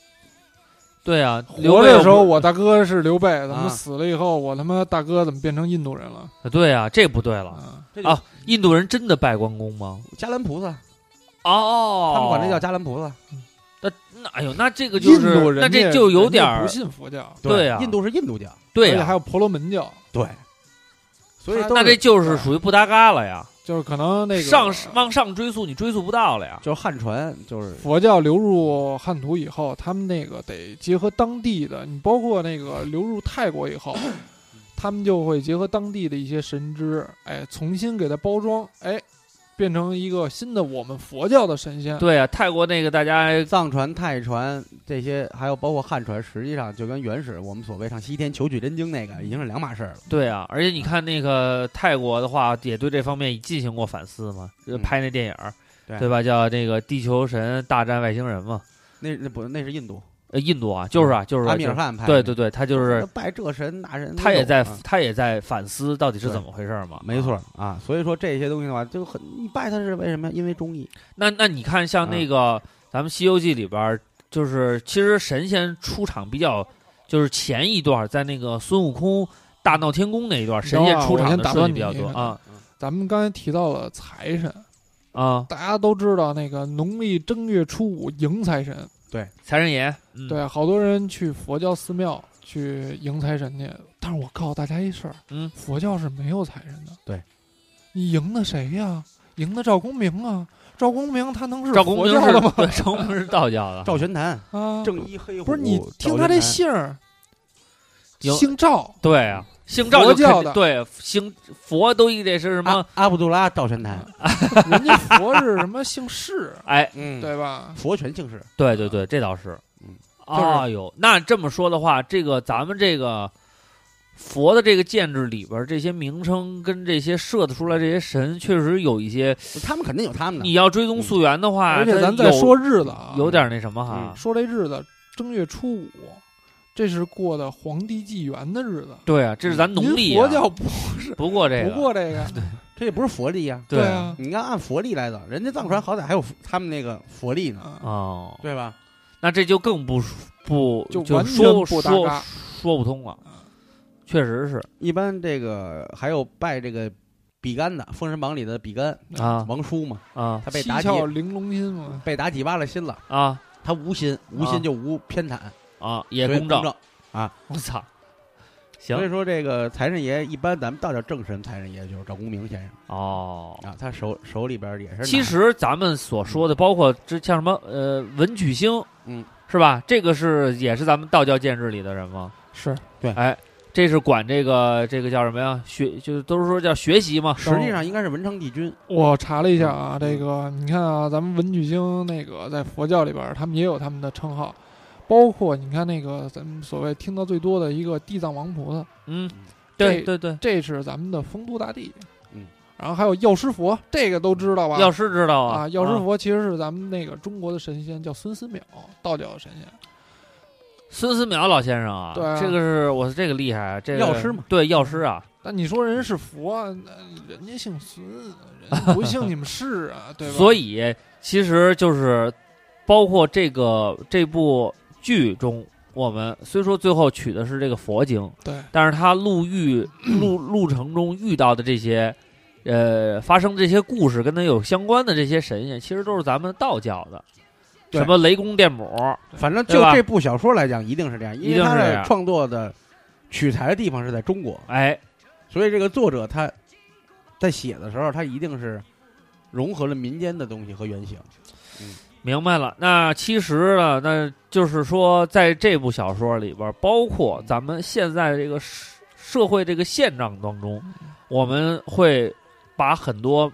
Speaker 3: 对啊，刘
Speaker 2: 活
Speaker 3: 备
Speaker 2: 着的时
Speaker 3: 不
Speaker 2: 候，
Speaker 3: 是
Speaker 2: 我大哥是刘备，怎
Speaker 1: 啊
Speaker 2: 么死了以后，我他妈大哥怎么变成印度人了？
Speaker 3: 对啊，这不对了。
Speaker 2: 啊，
Speaker 1: 这
Speaker 3: 啊印度人真的拜关公吗？
Speaker 1: 伽蓝菩萨，
Speaker 3: 哦
Speaker 1: 他们管这叫伽蓝菩萨。
Speaker 3: 那，哎呦，那这个就
Speaker 2: 印度
Speaker 3: 是，
Speaker 2: 人
Speaker 3: 那这
Speaker 2: 家
Speaker 3: 就有点
Speaker 2: 人家
Speaker 3: 儿
Speaker 2: 不，信佛教，
Speaker 3: 对呀
Speaker 1: 印度是印度教，
Speaker 3: 对啊
Speaker 2: 而且还
Speaker 3: 呀，
Speaker 2: 有婆罗门教，
Speaker 1: 对，所以
Speaker 2: 他
Speaker 1: 都
Speaker 3: 那
Speaker 1: 是
Speaker 3: 这就是属于不搭嘎了呀，
Speaker 2: 就是可能那个
Speaker 3: 上往上追溯你追溯不到了呀，
Speaker 1: 就是汉传，就是
Speaker 2: 佛教流入汉土以后，他们那个得结合当地的，你包括那个流入泰国以后，他们就会结合当地的一些神只，哎，重新给它包装，哎，变成一个新的我们佛教的神仙。
Speaker 3: 对呀，啊泰国那个大家
Speaker 1: 藏传、泰传这些，还有包括汉传，实际上就跟原始我们所谓上西天求取真经那个已经是两码事儿了。
Speaker 3: 对啊，而且你看那个泰国的话，也对这方面进行过反思嘛，就
Speaker 1: 嗯
Speaker 3: 拍那电影儿，
Speaker 1: 对
Speaker 3: 对吧？叫这个《地球神大战外星人》嘛，
Speaker 1: 那那不那是印度，
Speaker 3: 呃，印度啊，就是啊，就是
Speaker 1: 嗯阿
Speaker 3: 啊
Speaker 1: 米
Speaker 3: 就
Speaker 1: 尔
Speaker 3: 是
Speaker 1: 汗派
Speaker 3: 对
Speaker 1: 的，
Speaker 3: 对对，他就是
Speaker 1: 那拜这神那神都有啊，
Speaker 3: 他也在他也在反思到底是怎么回事儿嘛，
Speaker 1: 没错儿啊。所以说这些东西的话，就很你拜他是为什么呀？因为忠义。
Speaker 3: 那那你看，像
Speaker 2: 嗯
Speaker 3: 那个、咱们《西游记》里边儿，就是其实神仙出场比较，就是前一段儿在那个孙悟空大闹天宫那一段儿，神
Speaker 2: 等会
Speaker 3: 仙
Speaker 2: 儿啊
Speaker 3: 出
Speaker 2: 我
Speaker 3: 场
Speaker 2: 先
Speaker 3: 的
Speaker 2: 打
Speaker 3: 顺
Speaker 2: 断
Speaker 3: 序比较
Speaker 2: 你
Speaker 3: 多啊
Speaker 2: 咱们刚才提到了财神，
Speaker 3: 啊！
Speaker 2: 大家都知道那个农历正月初五迎财神，
Speaker 3: 财神爷，嗯、
Speaker 2: 对，好多人去佛教寺庙去迎财神去。但是我告诉大家一事儿，
Speaker 3: 嗯
Speaker 2: 佛教是没有财神的。
Speaker 1: 对，
Speaker 2: 你迎的谁呀？迎的赵公明啊！赵公明他能是
Speaker 3: 赵公
Speaker 2: 佛
Speaker 3: 明
Speaker 2: 教
Speaker 3: 是
Speaker 2: 的吗？
Speaker 3: 对，赵公明是道教的，
Speaker 1: 赵玄坛、
Speaker 2: 啊，
Speaker 1: 正一黑虎，
Speaker 2: 不是你听他
Speaker 1: 赵玄
Speaker 2: 这
Speaker 1: 坛
Speaker 2: 姓儿，
Speaker 3: 有
Speaker 2: 姓赵，
Speaker 3: 对啊，姓赵
Speaker 2: 佛
Speaker 3: 就肯
Speaker 2: 教
Speaker 3: 定
Speaker 2: 的啊
Speaker 3: 对姓佛都一得是什么
Speaker 1: 阿？阿卜杜拉赵神坛，
Speaker 2: 人家佛是什么姓氏，
Speaker 3: 哎，
Speaker 1: 嗯，
Speaker 2: 对吧？
Speaker 1: 佛权姓氏，
Speaker 3: 对对对，这倒是
Speaker 1: 嗯。
Speaker 2: 是
Speaker 3: 哎呦，那这么说的话，这个咱们这个佛的这个建制里边儿，这些名称跟这些设的出来这些神，确实有一些。
Speaker 1: 他们肯定有他们的，
Speaker 3: 你要追踪溯源的话，
Speaker 2: 嗯而且
Speaker 3: 它
Speaker 2: 咱再
Speaker 3: 有
Speaker 2: 说日子啊，
Speaker 3: 有点那什么哈
Speaker 1: 嗯。
Speaker 2: 说这日子，正月初五，这是过的皇帝纪元的日子。
Speaker 3: 对啊，这是咱农历
Speaker 2: 您
Speaker 3: 啊
Speaker 2: 佛教不
Speaker 3: 不过这个，
Speaker 2: 不过这个，
Speaker 1: 这也不是佛历呀。
Speaker 3: 对啊
Speaker 2: 啊，
Speaker 1: 你要按佛历来的，人家藏传好歹还有佛他们那个佛历呢，
Speaker 2: 啊，
Speaker 3: 哦，
Speaker 1: 对吧？
Speaker 3: 那这就更不不
Speaker 2: 就
Speaker 3: 就
Speaker 2: 完全
Speaker 3: 说
Speaker 2: 不搭
Speaker 3: 说
Speaker 2: 嘎
Speaker 3: 说不通了，确实是
Speaker 1: 一般这个还有拜这个比干的，《封神榜》里的比干
Speaker 3: 啊
Speaker 1: 王叔嘛，
Speaker 3: 啊
Speaker 1: 他被
Speaker 2: 七
Speaker 1: 妲己
Speaker 2: 窍玲珑心嘛，
Speaker 1: 被妲己挖了心了，
Speaker 3: 啊
Speaker 1: 他无心，无
Speaker 3: 啊
Speaker 1: 心就无偏袒，
Speaker 3: 啊！也
Speaker 1: 所以
Speaker 3: 公
Speaker 1: 正
Speaker 3: 正，我操！
Speaker 1: 所以
Speaker 3: 行
Speaker 1: 说这个财神爷一般咱们道教正神财神爷就是赵公明先生
Speaker 3: 哦，
Speaker 1: 啊，他手手里边也是拿。
Speaker 3: 其实咱们所说的，包括这像什么呃文曲星，
Speaker 1: 嗯，
Speaker 3: 是吧？这个是也是咱们道教建制里的人吗？
Speaker 2: 是
Speaker 3: 哎，这是管这个这个叫什么呀？学就是都是说叫学习嘛，
Speaker 1: 实际上应该是文昌帝君，
Speaker 2: 我查了一下啊，这个你看啊，咱们文曲星那个在佛教里边儿，他们也有他们的称号，包括你看那个咱们所谓听到最多的一个地藏王菩萨，
Speaker 3: 嗯，对
Speaker 2: 这
Speaker 3: 对对，
Speaker 2: 这是咱们的丰都大帝。
Speaker 1: 嗯，
Speaker 2: 然后还有药师佛，这个都知道吧？
Speaker 3: 药师知道
Speaker 2: 啊，
Speaker 3: 啊，
Speaker 2: 药师
Speaker 3: 啊
Speaker 2: 佛其实是咱们那个中国的神仙，叫孙思邈，道教的神仙。
Speaker 3: 孙思邈老先生啊，
Speaker 2: 对啊
Speaker 3: 这个是我这个厉害啊，这个
Speaker 1: 药师嘛，
Speaker 3: 对药师啊，
Speaker 2: 但你说人是佛啊，那人家姓孙，啊人 家不姓你们是啊，对吧？
Speaker 3: 所以其实就是包括这个这部剧中，我们虽说最后取的是这个佛经，
Speaker 2: 对，
Speaker 3: 但是他路遇路路程中遇到的这些。呃，发生这些故事跟他有相关的这些神仙，其实都是咱们道教的，
Speaker 1: 对
Speaker 3: 什么雷公电母，
Speaker 1: 反正
Speaker 3: 对
Speaker 1: 就
Speaker 3: 吧
Speaker 1: 这部小说来讲，一定是这样，
Speaker 3: 一
Speaker 1: 因
Speaker 3: 定
Speaker 1: 为
Speaker 3: 是
Speaker 1: 他
Speaker 3: 这
Speaker 1: 的
Speaker 3: 样
Speaker 1: 创作的取材的地方是在中国，
Speaker 3: 哎，
Speaker 1: 所以这个作者他在写的时候，他一定是融合了民间的东西和原型。
Speaker 3: 明白了，那其实呢，那就是说，在这部小说里边，包括咱们现在这个社社会这个现状当中，我们会把很多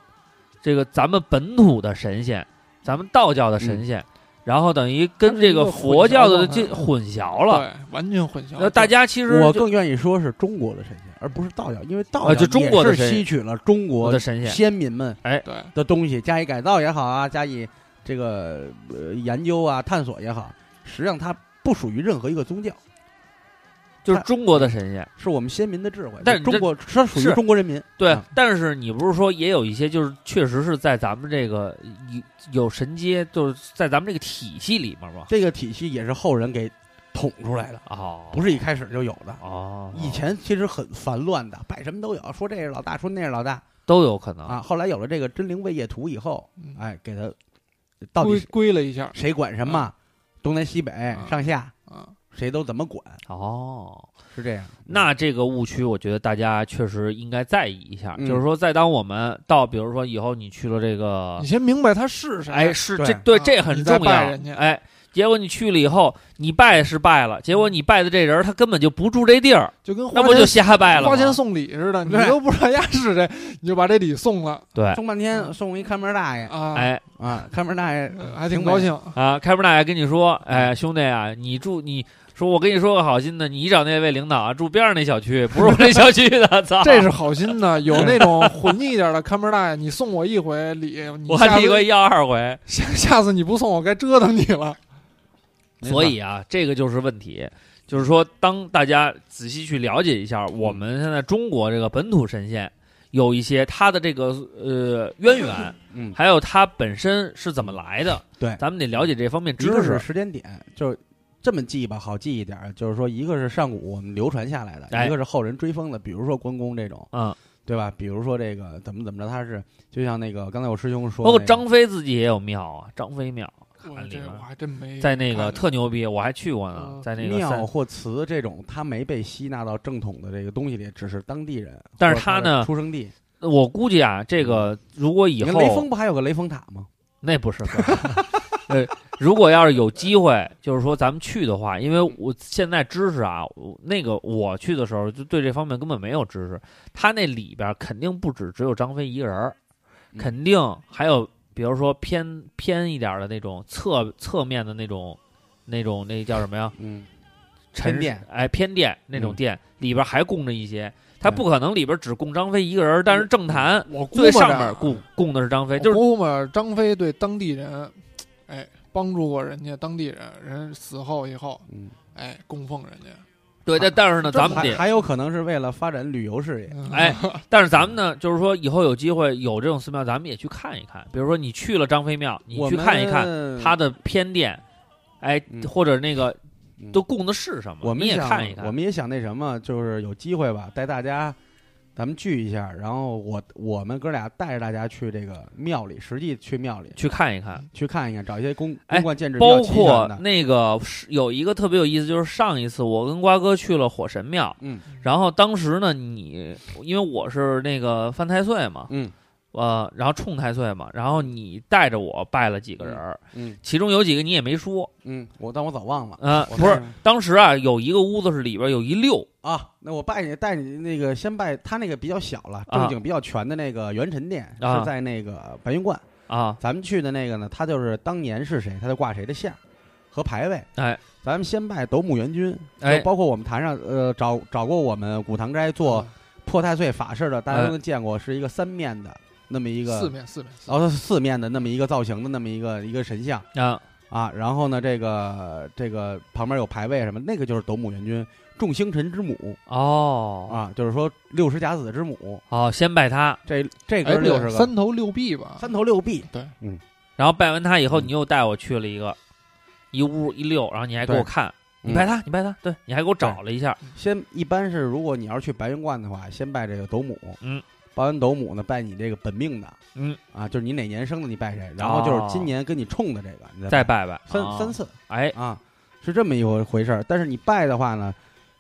Speaker 3: 这个咱们本土的神仙，咱们道教的神仙，然后等于跟这佛教的这混淆了。
Speaker 2: 对，完全混淆。
Speaker 3: 那大家其实
Speaker 1: 我
Speaker 3: 就
Speaker 1: 更愿意说是中国的神仙，而不是道教，因为道
Speaker 3: 啊
Speaker 1: 教
Speaker 3: 就中国的
Speaker 1: 也是
Speaker 3: 神
Speaker 1: 吸取了中
Speaker 3: 我
Speaker 1: 国
Speaker 3: 的神仙，
Speaker 1: 先民们
Speaker 2: 对
Speaker 1: 的东西加以改造也好啊，加以这个呃研究啊、探索也好，实际上它不属于任何一个宗教，
Speaker 3: 就是中国的神仙。
Speaker 1: 是我们先民的智慧。
Speaker 3: 但是
Speaker 1: 中国它属于
Speaker 3: 是
Speaker 1: 中国人民，
Speaker 3: 对
Speaker 1: 啊，
Speaker 3: 但是你不是说也有一些，就是确实是在咱们这个有有神阶，就是在咱们这个体系里面嘛。
Speaker 1: 这个体系也是后人给捅出来的，
Speaker 3: 哦，
Speaker 1: 不是一开始就有的。
Speaker 3: 哦，
Speaker 1: 以前其实很烦乱的，拜什么都有，说这是老大，说那是老大
Speaker 3: 都有可能
Speaker 1: 啊。后来有了这个真灵位业图以后，
Speaker 2: 嗯
Speaker 1: 哎，给他到底
Speaker 2: 归
Speaker 1: 是
Speaker 2: 归了一下
Speaker 1: 谁管什
Speaker 3: 啊
Speaker 1: 么，东南西北上下
Speaker 2: 啊，
Speaker 1: 谁都怎么管，
Speaker 3: 哦。
Speaker 1: 是这样。
Speaker 3: 那这个误区，我觉得大家确实应该在意一下，
Speaker 1: 嗯
Speaker 3: 就是说，在当我们到，比如说以后你去了这个
Speaker 2: 你，先明白他是谁。
Speaker 3: 啊哎，是
Speaker 1: 对
Speaker 3: 这对
Speaker 2: 啊
Speaker 3: 这很
Speaker 2: 你
Speaker 3: 重
Speaker 2: 再
Speaker 3: 要
Speaker 2: 拜人家，
Speaker 3: 哎，结果你去了以后，你拜是拜了，结果你拜的这人他根本就不住这地儿，
Speaker 2: 就跟花
Speaker 3: 那不就
Speaker 2: 钱
Speaker 3: 瞎拜了
Speaker 2: 花钱
Speaker 3: 吗？
Speaker 2: 送礼似的，你
Speaker 1: 对
Speaker 2: 都不知道人家是谁，你就把这礼送了
Speaker 3: 对，
Speaker 1: 送半
Speaker 3: 嗯
Speaker 1: 天送一看门大爷
Speaker 2: 啊，
Speaker 3: 哎
Speaker 1: 啊，看门大爷
Speaker 3: 嗯
Speaker 2: 呃还挺高
Speaker 1: 美。
Speaker 2: 兴。
Speaker 3: 啊，开门大爷跟你说，哎，兄弟啊，你住你。说，我跟你说个好心的，你找那位领导啊，住边上那小区，不是我这小 区的，操！
Speaker 2: 这是好心 的，有那种混腻一点的看门大爷，你送我一回 礼，你
Speaker 3: 我
Speaker 2: 下
Speaker 3: 立过
Speaker 2: 次
Speaker 3: 要二回，
Speaker 2: 下下次你不送我该折腾你了。
Speaker 1: 没
Speaker 3: 所
Speaker 1: 错
Speaker 3: 以啊，这个就是问题，就是说，当大家仔细去了解一下我们现在中国这个本土神仙，有一些它的这个呃渊源，
Speaker 1: 嗯，
Speaker 3: 还有它本身是怎么来的，
Speaker 1: 对
Speaker 3: 咱们得了解这方面
Speaker 1: 一
Speaker 3: 知
Speaker 1: 个是
Speaker 3: 识。
Speaker 1: 时间点，就是这么记吧，好记一点儿。就是说，一个是上古我们流传下来的，
Speaker 3: 哎
Speaker 1: 一个是后人追封的，比如说关公这种，
Speaker 3: 嗯，
Speaker 1: 对吧？比如说这个怎么怎么着，他是就像那个刚才我师兄说，
Speaker 3: 包括张，飞自己也有庙啊，张飞庙
Speaker 2: 我
Speaker 3: 看里
Speaker 2: 这
Speaker 3: 面
Speaker 2: 我还真
Speaker 1: 嗯
Speaker 2: 没
Speaker 3: 在那个
Speaker 2: 看
Speaker 3: 特牛逼，我还去过呢，
Speaker 2: 嗯
Speaker 3: 在那个
Speaker 1: 庙
Speaker 3: 三，
Speaker 1: 或祠这种，他没被吸纳到正统的这个东西里，只是当地人。
Speaker 3: 但是
Speaker 1: 或者他
Speaker 3: 他呢
Speaker 1: 的出生地，嗯
Speaker 3: 我估计啊，这个如果以
Speaker 1: 你看
Speaker 3: 后
Speaker 1: 雷锋不还有个雷锋塔吗？
Speaker 3: 那不是， 呃，如果要是有机会，就是说咱们去的话，因为我现在知识啊，我那个我去的时候就对这方面根本没有知识。他那里边肯定不止只有张飞一个人儿，
Speaker 1: 嗯
Speaker 3: 肯定还有比如说偏偏一点儿的那种侧侧面的那种那种那叫什 么呀？
Speaker 1: 嗯，
Speaker 3: 陈
Speaker 1: 偏店，
Speaker 3: 哎，偏店那种
Speaker 1: 嗯
Speaker 3: 店、里边还供着一些，他
Speaker 1: 嗯
Speaker 3: 不可能里边只供张飞一个人，但是政坛
Speaker 2: 我嗯估摸
Speaker 3: 最
Speaker 2: 着
Speaker 3: 上
Speaker 2: 啊
Speaker 3: 面供供的是张飞，
Speaker 2: 我
Speaker 3: 哎就是
Speaker 2: 估摸着张飞对当地人，哎，帮助过人家当地人，人死后以后，
Speaker 1: 嗯，
Speaker 2: 哎，供奉人家。
Speaker 3: 对，但但是呢，咱们
Speaker 1: 还
Speaker 3: 得，
Speaker 1: 还有可能是为了发展旅游事业，
Speaker 2: 嗯
Speaker 3: 哎，但是咱们呢，就是说以后有机会有这种寺庙，咱们也去看一看。比如说你去了张飞庙，你
Speaker 1: 我
Speaker 3: 去
Speaker 1: 们
Speaker 3: 看一看他的偏殿，哎，
Speaker 1: 嗯
Speaker 3: 或者那个
Speaker 1: 嗯
Speaker 3: 都供的是什么，
Speaker 1: 我们
Speaker 3: 你也
Speaker 1: 想
Speaker 3: 看一看。
Speaker 1: 我们也想那什么，就是有机会吧，带大家，咱们聚一下，然后我我们哥俩带着大家去这个庙里，实际去庙里
Speaker 3: 去看一看，
Speaker 1: 去看一看，找一些公
Speaker 3: 哎
Speaker 1: 公馆建制比较
Speaker 3: 包
Speaker 1: 齐全
Speaker 3: 括
Speaker 1: 的，
Speaker 3: 那个是有一个特别有意思，就是上一次我跟瓜哥去了火神庙，
Speaker 1: 嗯
Speaker 3: 然后当时呢，你因为我是那个犯太岁嘛，
Speaker 1: 嗯
Speaker 3: 呃，然后冲太岁嘛，然后你带着我拜了几个人儿，
Speaker 1: 嗯
Speaker 3: 其中有几个你也没说，
Speaker 1: 嗯，我但我早忘了
Speaker 3: 呃，
Speaker 1: 我
Speaker 3: 不是
Speaker 1: 看，
Speaker 3: 当时啊，有一个屋子是里边有一溜，
Speaker 1: 啊，那我拜你带你那个先拜他那个比较小了，
Speaker 3: 啊
Speaker 1: 正经比较全的那个元辰殿
Speaker 3: 啊
Speaker 1: 是在那个白云观，
Speaker 3: 啊，
Speaker 1: 咱们去的那个呢，他就是当年是谁，他就挂谁的像和牌位。
Speaker 3: 哎，
Speaker 1: 咱们先拜斗姆元君，
Speaker 3: 哎
Speaker 1: 就包括我们坛上呃找找过我们古堂斋
Speaker 2: 嗯
Speaker 1: 做破太岁法事的，大家都见过，是一个三面的那么一个，哦
Speaker 2: 四面四面，四面
Speaker 1: 然后四面的那么一个造型的那么一个一个神像
Speaker 3: 啊，
Speaker 1: 啊。然后呢，这个这个旁边有牌位什么，那个就是斗姆元君，众星辰之母
Speaker 3: 哦，
Speaker 1: 啊，就是说六十甲子之母，
Speaker 3: 好，先拜他，
Speaker 1: 这这
Speaker 2: 哎，
Speaker 1: 哥
Speaker 2: 不
Speaker 1: 六
Speaker 2: 对
Speaker 1: 十个
Speaker 2: 三头六臂吧？
Speaker 1: 三头六臂，
Speaker 3: 然后拜完他以后，
Speaker 1: 嗯
Speaker 3: 你又带我去了一个一屋一溜，然后你还给我
Speaker 1: 对
Speaker 3: 看，你
Speaker 1: 嗯
Speaker 3: 拜他，你拜他，对，你还给我找了一下，
Speaker 1: 先一般是，如果你要是去白云观的话，先拜这个斗母，
Speaker 3: 嗯，
Speaker 1: 拜完斗母呢，拜你这个本命的，
Speaker 3: 嗯，
Speaker 1: 啊，就是你哪年生的你拜谁，然后就是今年跟你冲的这个，你
Speaker 3: 哦再
Speaker 1: 拜
Speaker 3: 拜拜，
Speaker 1: 三、
Speaker 3: 啊
Speaker 1: 三，次
Speaker 3: 哎，
Speaker 1: 啊，是这么一回回事儿。但是你拜的话呢，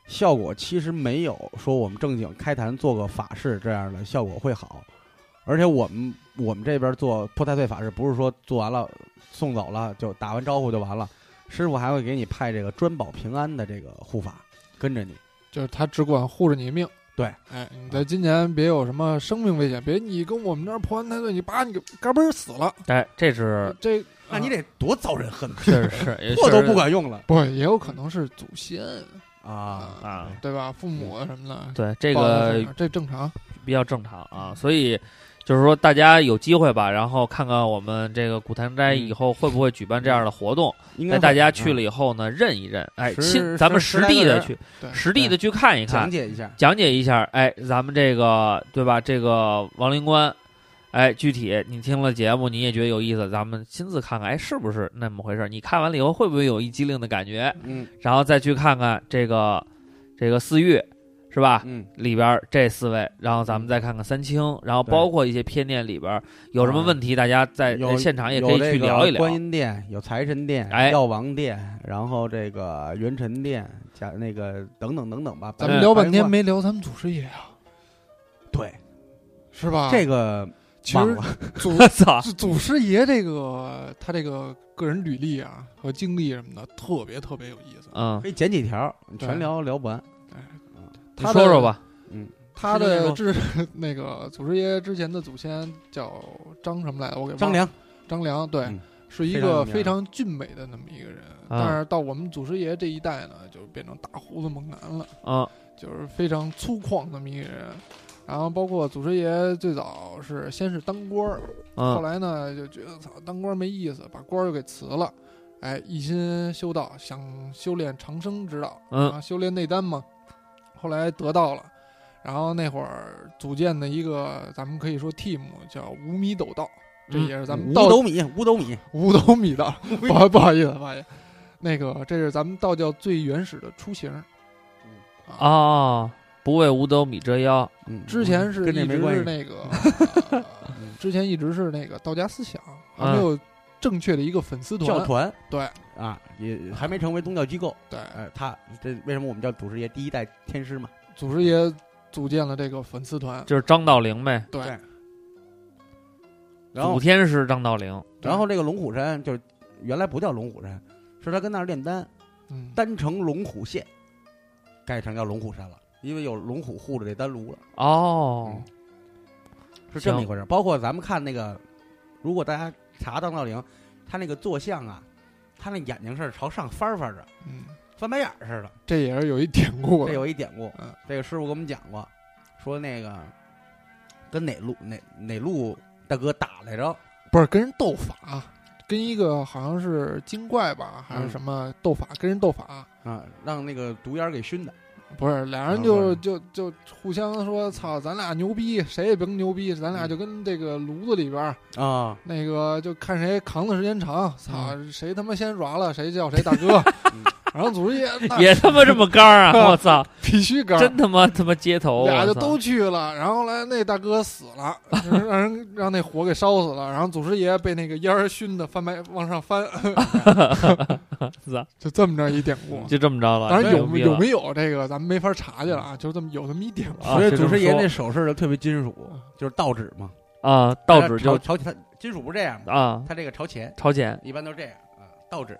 Speaker 1: 效果其实没有说我们正经开坛做个法事这样的效果会好，而且我们我们这边做破太岁法事，不是说做完了送走了就打完招呼就完了，师傅还会给你派这个专保平安的这个护法跟着你。
Speaker 2: 就是他只管护着你命。
Speaker 1: 对，啊
Speaker 2: 哎，你在今年别有什么生命危险，别你跟我们这儿破案太岁，你叭你给嘎嘣儿死了，
Speaker 3: 哎，这是
Speaker 2: 这
Speaker 1: 那你
Speaker 2: 得
Speaker 1: 得多遭人恨呐，
Speaker 3: 确实是， 也
Speaker 1: 破都
Speaker 3: 确实
Speaker 1: 不管用了
Speaker 2: 不也有可能是祖先
Speaker 1: 啊！
Speaker 3: 啊，
Speaker 2: 对吧？父母啊什么的，
Speaker 3: 对，这
Speaker 2: 报恩
Speaker 3: 个
Speaker 2: 是这正常。
Speaker 3: 比较正常啊，所以就是说大家有机会吧，然后看看我们这个古坛斋以后会不会举办这样的活动，
Speaker 1: 应
Speaker 3: 那
Speaker 1: 该
Speaker 3: 大家去了
Speaker 1: 了
Speaker 3: 以后呢，认一认，哎，
Speaker 1: 十
Speaker 3: 亲，咱们
Speaker 1: 十
Speaker 3: 实地的
Speaker 1: 十
Speaker 3: 去，
Speaker 2: 对
Speaker 3: 实地的去看一
Speaker 1: 讲
Speaker 3: 看，
Speaker 1: 解一下，
Speaker 3: 讲解一下，哎，咱们这个对吧？这个王灵官。哎，具体你听了节目，你也觉得有意思，咱们亲自看看，哎，是不是那么回事？你看完了以后，会不会有一激灵的感觉？
Speaker 1: 嗯
Speaker 3: 然后再去看看这个，这个四玉，是吧？
Speaker 1: 嗯，
Speaker 3: 里边儿这四位，然后咱们再看看三清，然后
Speaker 1: 对
Speaker 3: 包括一些偏殿里边儿有什么问题，大家在呃
Speaker 1: 有
Speaker 3: 现场也可
Speaker 1: 有
Speaker 3: 以
Speaker 1: 这
Speaker 3: 去
Speaker 1: 个
Speaker 3: 聊一聊。
Speaker 1: 观音殿有财神殿、
Speaker 3: 哎
Speaker 1: 药王殿，然后这个元辰殿，加那个等等等等吧。
Speaker 2: 咱们
Speaker 3: 嗯
Speaker 2: 聊半
Speaker 1: 哎白云
Speaker 2: 天
Speaker 1: 观
Speaker 2: 没聊咱们祖师爷啊，
Speaker 1: 对
Speaker 2: 是吧？
Speaker 1: 这个
Speaker 2: 啊其
Speaker 1: 忘
Speaker 2: 实
Speaker 1: 了，
Speaker 2: 祖
Speaker 3: 我操！
Speaker 2: 祖祖师爷这个他这个个人履历啊和经历什么的，特别特别有意思。
Speaker 3: 嗯
Speaker 1: 可，以捡几条，你
Speaker 2: 对
Speaker 1: 全聊聊不完。
Speaker 3: 你
Speaker 2: 他的
Speaker 3: 说说吧。
Speaker 2: 他
Speaker 1: 师
Speaker 2: 的
Speaker 1: 兄
Speaker 2: 之 那个祖师爷之前的祖先叫张什么来着？我给忘了
Speaker 1: 张良，
Speaker 2: 张良对
Speaker 1: 嗯，
Speaker 2: 是一
Speaker 1: 非常有
Speaker 2: 个
Speaker 1: 名啊
Speaker 2: 非常俊美的那么一个人，但是到我们祖师爷这一代呢，就变成大胡子猛男了，
Speaker 3: 嗯，
Speaker 2: 就是非常粗犷那么一个人。然后包括祖师爷最早是先是当官儿，后
Speaker 3: 嗯
Speaker 2: 来呢就觉得操当官儿没意思，把官儿又给辞了，哎，一心修道，想修炼长生之道，
Speaker 3: 嗯
Speaker 2: 啊，修炼内丹嘛。后来得到了，然后那会儿组建的一个咱们可以说 team 叫五米斗道，这
Speaker 3: 嗯
Speaker 2: 也是咱们
Speaker 1: 五
Speaker 2: 道
Speaker 1: 斗米，五斗米，
Speaker 2: 五斗米道，不好不好意思，不好意思，那个这是咱们道教最原始的雏
Speaker 1: 嗯
Speaker 2: 形。啊，
Speaker 3: 哦，不为五斗米折腰。
Speaker 1: 嗯，
Speaker 2: 之前是
Speaker 1: 跟这
Speaker 2: 一
Speaker 1: 没
Speaker 2: 直
Speaker 1: 关系。
Speaker 2: 是
Speaker 1: 嗯
Speaker 2: 那个， 呃之前一直是那个道家思想，还没
Speaker 3: 嗯
Speaker 2: 有正确的一个粉丝
Speaker 1: 教
Speaker 2: 团。
Speaker 1: 团
Speaker 2: 嗯对
Speaker 1: 啊，也还没成为宗教机构。
Speaker 2: 对，
Speaker 1: 哎，他这为什么我们叫祖师爷第一代天师嘛？
Speaker 2: 祖师爷组建了这个粉丝团。
Speaker 3: 就是张道陵呗，
Speaker 2: 对
Speaker 1: 然后
Speaker 3: 祖天师张道陵。
Speaker 2: 对
Speaker 1: 然后这个龙虎山就是原来不叫龙虎山，是他跟那儿炼丹，
Speaker 2: 嗯，
Speaker 1: 丹城龙虎县，改成叫龙虎山了，因为有龙虎护着这丹炉了，
Speaker 3: 哦，
Speaker 1: 是这么
Speaker 3: 行
Speaker 1: 一回事儿。包括咱们看那个，如果大家查邓道陵，他那个坐像啊，他那眼睛是朝上翻翻着，
Speaker 2: 嗯，
Speaker 1: 翻白眼儿似的。
Speaker 2: 这也是有一典故的，
Speaker 1: 这有一典故
Speaker 2: 嗯，
Speaker 1: 这个师傅给我们讲过，说那个跟哪路哪哪路大哥打来着，
Speaker 2: 不是跟人斗法，跟一个好像是精怪吧，还是
Speaker 1: 嗯
Speaker 2: 什么斗法，跟人斗法，
Speaker 1: 啊，
Speaker 3: 嗯
Speaker 1: 让那个独眼儿给熏的。
Speaker 2: 不是俩人
Speaker 1: 啊
Speaker 2: 就、
Speaker 1: 不是
Speaker 2: 就就互相说，操，咱俩牛逼，谁也别牛逼，咱俩就跟这个炉子里边儿
Speaker 1: 啊，
Speaker 2: 那个就看谁扛的时间长，操，谁他妈先耍了，谁叫谁大哥，
Speaker 1: 嗯
Speaker 2: 然后祖师爷那
Speaker 3: 也他妈这么刚啊！ 我操，
Speaker 2: 必须跟。
Speaker 3: 真他妈他妈街
Speaker 1: 哦
Speaker 3: 头，
Speaker 2: 俩就
Speaker 3: 我操
Speaker 2: 都去了，然后来那大哥死了， 让人让那火给烧死了，然后祖师爷被那个烟儿熏的翻白往 上翻，
Speaker 1: 啊
Speaker 3: 操
Speaker 2: 就这么着一典故。
Speaker 3: 就这么着了。
Speaker 2: 当然
Speaker 3: 真
Speaker 2: 有
Speaker 3: 牛逼
Speaker 2: 有
Speaker 3: 了
Speaker 2: 没有这个咱们没法查去了啊，就这么有这么一点吧。
Speaker 3: 啊
Speaker 1: 所以
Speaker 3: 是这
Speaker 1: 祖
Speaker 3: 么
Speaker 1: 师爷
Speaker 3: 说
Speaker 1: 那手势就特别金属
Speaker 2: 嗯，
Speaker 1: 就是倒指嘛，
Speaker 3: 啊？道指就
Speaker 1: 朝朝他金属不是这样的，
Speaker 3: 啊，
Speaker 1: 他这个朝前，
Speaker 3: 朝前
Speaker 1: 一般都是这样啊，倒指。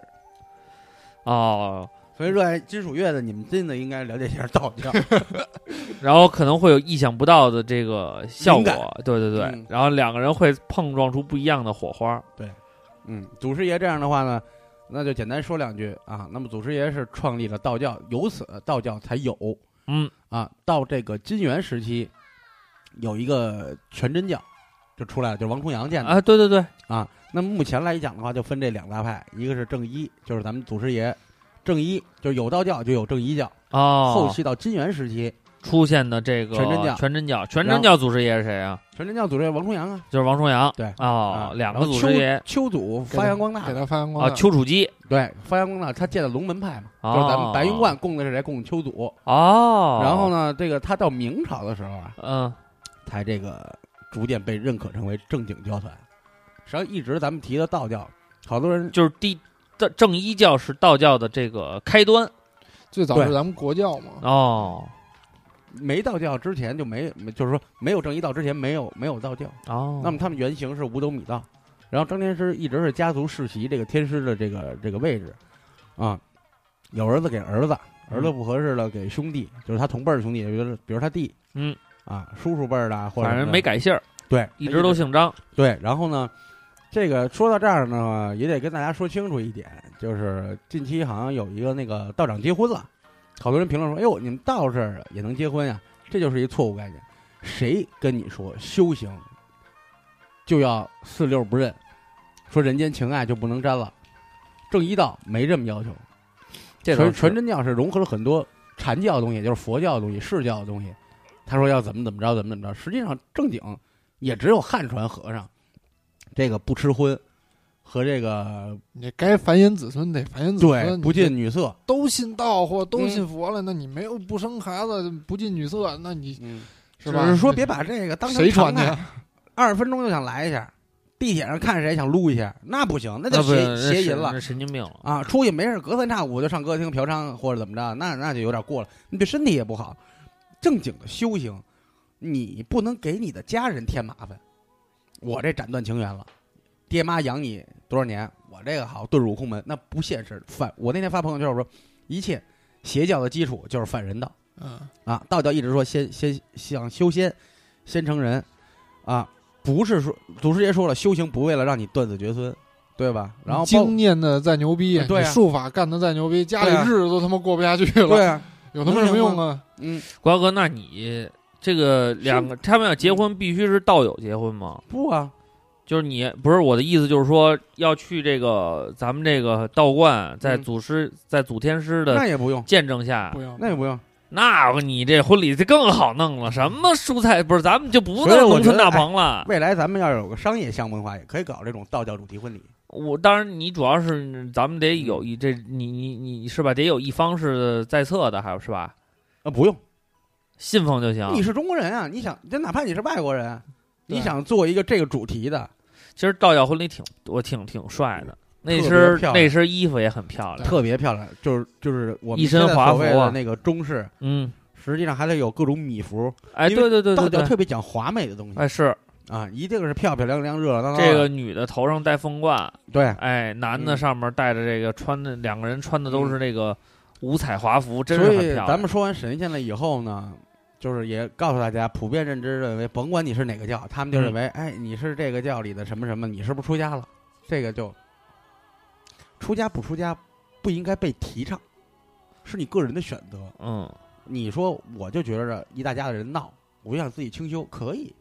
Speaker 3: 哦，
Speaker 1: 所以热爱金属乐的你们真的应该了解一下道教，
Speaker 3: 然后可能会有意想不到的这个效
Speaker 1: 灵
Speaker 3: 果，对对对
Speaker 1: 嗯，
Speaker 3: 然后两个人会碰撞出不一样的火花。
Speaker 1: 嗯，祖师爷这样的话呢，那就简单说两句啊。那么祖师爷是创立了道教，由此道教才有，
Speaker 3: 嗯
Speaker 1: 啊，到这个金元时期，有一个全真教就出来了，就是王重阳建的
Speaker 3: 啊，对对对，
Speaker 1: 啊。那么目前来讲的话，就分这两大派，一个是正一，就是咱们祖师爷正一，就是有道教就有正一教。
Speaker 3: 哦，
Speaker 1: 后期到金元时期，
Speaker 3: 出现的这个
Speaker 1: 全真教
Speaker 3: 全真教，全真教祖师爷是谁啊？
Speaker 1: 全真教祖师爷王重阳啊，
Speaker 3: 就是王重阳。
Speaker 1: 对
Speaker 3: 哦
Speaker 1: 啊，
Speaker 3: 两
Speaker 1: 然
Speaker 3: 个
Speaker 1: 后
Speaker 3: 祖师爷
Speaker 1: 丘祖
Speaker 2: 给他
Speaker 1: 发扬光大
Speaker 2: 给，他发扬光
Speaker 3: 啊，
Speaker 2: 大。
Speaker 3: 丘处机
Speaker 1: 对，发扬光大，他建的龙门派嘛，
Speaker 3: 哦
Speaker 1: 就是咱们白云观供的是谁？供丘祖。
Speaker 3: 哦。
Speaker 1: 然后？呢，这个他到明朝的时候啊，
Speaker 3: 嗯，
Speaker 1: 才这个逐渐被认可成为正经教团。实际上，一直咱们提的道教，好多人
Speaker 3: 就是第正正一教是道教的这个开端
Speaker 2: 最早
Speaker 1: 对啊
Speaker 2: 是咱们国教嘛，
Speaker 3: 哦
Speaker 1: 没道教之前就没，没就是说没有正一道之前没有没有道教。
Speaker 3: 哦。
Speaker 1: 那么他们原型是五斗米道，然后张天师一直是家族世袭这个天师的这个这个位置，啊，有儿子给儿子，
Speaker 3: 嗯
Speaker 1: 儿子不合适了给兄弟，就是他同辈儿的兄弟，比如比如他弟，
Speaker 3: 嗯，
Speaker 1: 啊，叔叔辈儿的啊，或者
Speaker 3: 反正
Speaker 1: 是
Speaker 3: 没改姓儿，
Speaker 1: 对，
Speaker 3: 一直都姓张。
Speaker 1: 对。然后呢，这个说到这儿呢，也得跟大家说清楚一点，就是近期好像有一个那个道长结婚了，好多人评论说：“哎呦，你们道士也能结婚呀？”这就是一错误概念。谁跟你说修行就要四六不认，说人间情爱就不能沾了？正一道没这么要求，
Speaker 3: 这
Speaker 1: 纯
Speaker 3: 都
Speaker 1: 纯
Speaker 3: 是
Speaker 1: 真教是融合了很多禅教的东西，就是佛教的东西、释教的东西。他说要怎么怎么着，怎么怎么着。实际上正经也只有汉传和尚，这个不吃荤和这个
Speaker 2: 你该繁衍子孙得繁衍子
Speaker 1: 对
Speaker 2: 孙，
Speaker 1: 不
Speaker 2: 你
Speaker 1: 近女色。
Speaker 2: 都信道或
Speaker 1: 嗯
Speaker 2: 都信佛了，那你没有不生孩子不近女色，那你
Speaker 1: 嗯，
Speaker 2: 是
Speaker 1: 只
Speaker 2: 吧？
Speaker 1: 是说别把这个当成
Speaker 2: 谁
Speaker 1: 常
Speaker 2: 传啊的
Speaker 1: 态
Speaker 2: 呀？
Speaker 1: 二十分钟就想来一下，地铁上看谁想撸一下，那啊不行，那
Speaker 3: 那
Speaker 1: 就
Speaker 3: 啊
Speaker 1: 邪
Speaker 3: 不是
Speaker 1: 邪淫了
Speaker 3: 那。神经病了。
Speaker 1: 啊，出去没事隔三差五就上歌厅嫖娼或者怎么着，那那就有点过了，你对身体也不好。正经的修行，你不能给你的家人添麻烦。我这斩断情缘了，爹妈养你多少年，我这个好遁入空门，那不现实。反我那天发朋友圈我说，一切邪教的基础就是反人道
Speaker 2: 嗯，
Speaker 1: 啊，道教一直说先先想修仙，先成人啊，不是说祖师爷说了，修行不为了让你断子绝孙，对吧？然后包
Speaker 2: 经念的再牛逼，
Speaker 3: 呃
Speaker 1: 对啊
Speaker 2: 你术法干的再牛逼，家里
Speaker 1: 对啊
Speaker 2: 日子都他妈过不下去了，
Speaker 1: 对啊，
Speaker 2: 有他妈什么用啊？
Speaker 1: 嗯。
Speaker 3: 瓜哥，那你这个两个他们要结婚，必须是道友结婚吗？
Speaker 1: 不啊，
Speaker 3: 就是你不是我的意思，就是说要去这个咱们这个道观，在
Speaker 1: 嗯
Speaker 3: 祖师、在祖天师
Speaker 1: 那
Speaker 3: 的
Speaker 1: 也不用，
Speaker 3: 见证下
Speaker 2: 不，用，
Speaker 1: 那也不用。
Speaker 3: 那你这婚礼就更好弄了。什么蔬菜不是，咱们就不
Speaker 1: 所以
Speaker 3: 弄
Speaker 1: 我
Speaker 3: 农
Speaker 1: 觉
Speaker 3: 村
Speaker 1: 得哎
Speaker 3: 大棚了。
Speaker 1: 未来咱们要有个商业项目的话，也可以搞这种道教主题婚礼。
Speaker 3: 我当然，你主要是咱们得有一这，你你你是吧？得有一方是在册的，还有是吧？
Speaker 1: 啊，不用，
Speaker 3: 信奉就行。
Speaker 1: 你是中国人啊，你想，就哪怕你是外国人，啊
Speaker 2: 对
Speaker 1: 你想做一个这个主题的，
Speaker 3: 其实道教婚礼挺我挺挺帅的，那
Speaker 1: 嗯特别
Speaker 3: 身
Speaker 1: 漂亮
Speaker 3: 那身衣服也很漂亮。
Speaker 1: 特别漂亮，就是就是我们
Speaker 3: 一身
Speaker 1: 现在
Speaker 3: 华
Speaker 1: 所谓
Speaker 3: 服啊
Speaker 1: 的那个中式，
Speaker 3: 嗯，
Speaker 1: 实际上还得有各种米服。
Speaker 3: 哎，
Speaker 1: 因为
Speaker 3: 对对对
Speaker 1: 道
Speaker 3: 对
Speaker 1: 教
Speaker 3: 对，
Speaker 1: 特别讲华美的东西，
Speaker 3: 哎是
Speaker 1: 啊，一定是漂漂亮亮、热热闹闹的。
Speaker 3: 这个女的头上戴凤冠，
Speaker 1: 对，
Speaker 3: 哎，男的
Speaker 1: 嗯
Speaker 3: 上面戴着这个穿的，两个人穿的都是那个五彩华服，真是
Speaker 1: 所
Speaker 3: 很
Speaker 1: 以
Speaker 3: 漂亮。
Speaker 1: 咱们说完神仙了以后呢，就是也告诉大家，普遍认知认为，甭管你是哪个教，他们
Speaker 3: 嗯
Speaker 1: 就认为，哎，你是这个教里的什么什么，你是不是出家了？这个就出家不出家不应该被提倡，是你个人的选择。
Speaker 3: 嗯，
Speaker 1: 你说我就觉着一大家子人闹，我就想自己清修，可以，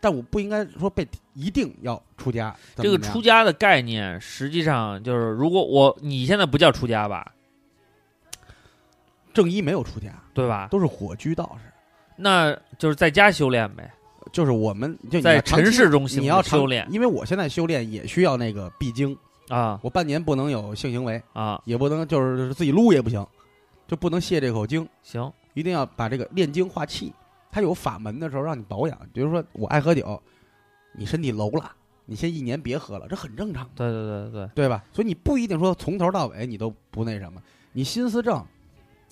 Speaker 1: 但我不应该说被提一定要出家。怎
Speaker 3: 这
Speaker 1: 么
Speaker 3: 个
Speaker 1: 怎么样
Speaker 3: 出家的概念，实际上就是，如果我你现在不叫出家吧，
Speaker 1: 正一没有出家，
Speaker 3: 对吧？
Speaker 1: 都是火居道士，
Speaker 3: 那就是在家修炼呗，
Speaker 1: 就是我们就你
Speaker 3: 在
Speaker 1: 要长期
Speaker 3: 尘世中行
Speaker 1: 你要长
Speaker 3: 修炼
Speaker 1: 因为我现在修炼也需要那个闭经，
Speaker 3: 啊
Speaker 1: 我半年不能有性行为，
Speaker 3: 啊，
Speaker 1: 也不能就是就是自己撸也不行，就不能泄这口精，
Speaker 3: 行，
Speaker 1: 一定要把这个炼精化气。它有法门的时候让你保养，比如说我爱喝酒，你身体楼了，你先一年别喝了，这很正常，
Speaker 3: 对对对对对，
Speaker 1: 对吧？所以你不一定说从头到尾你都不那什么，你心思正，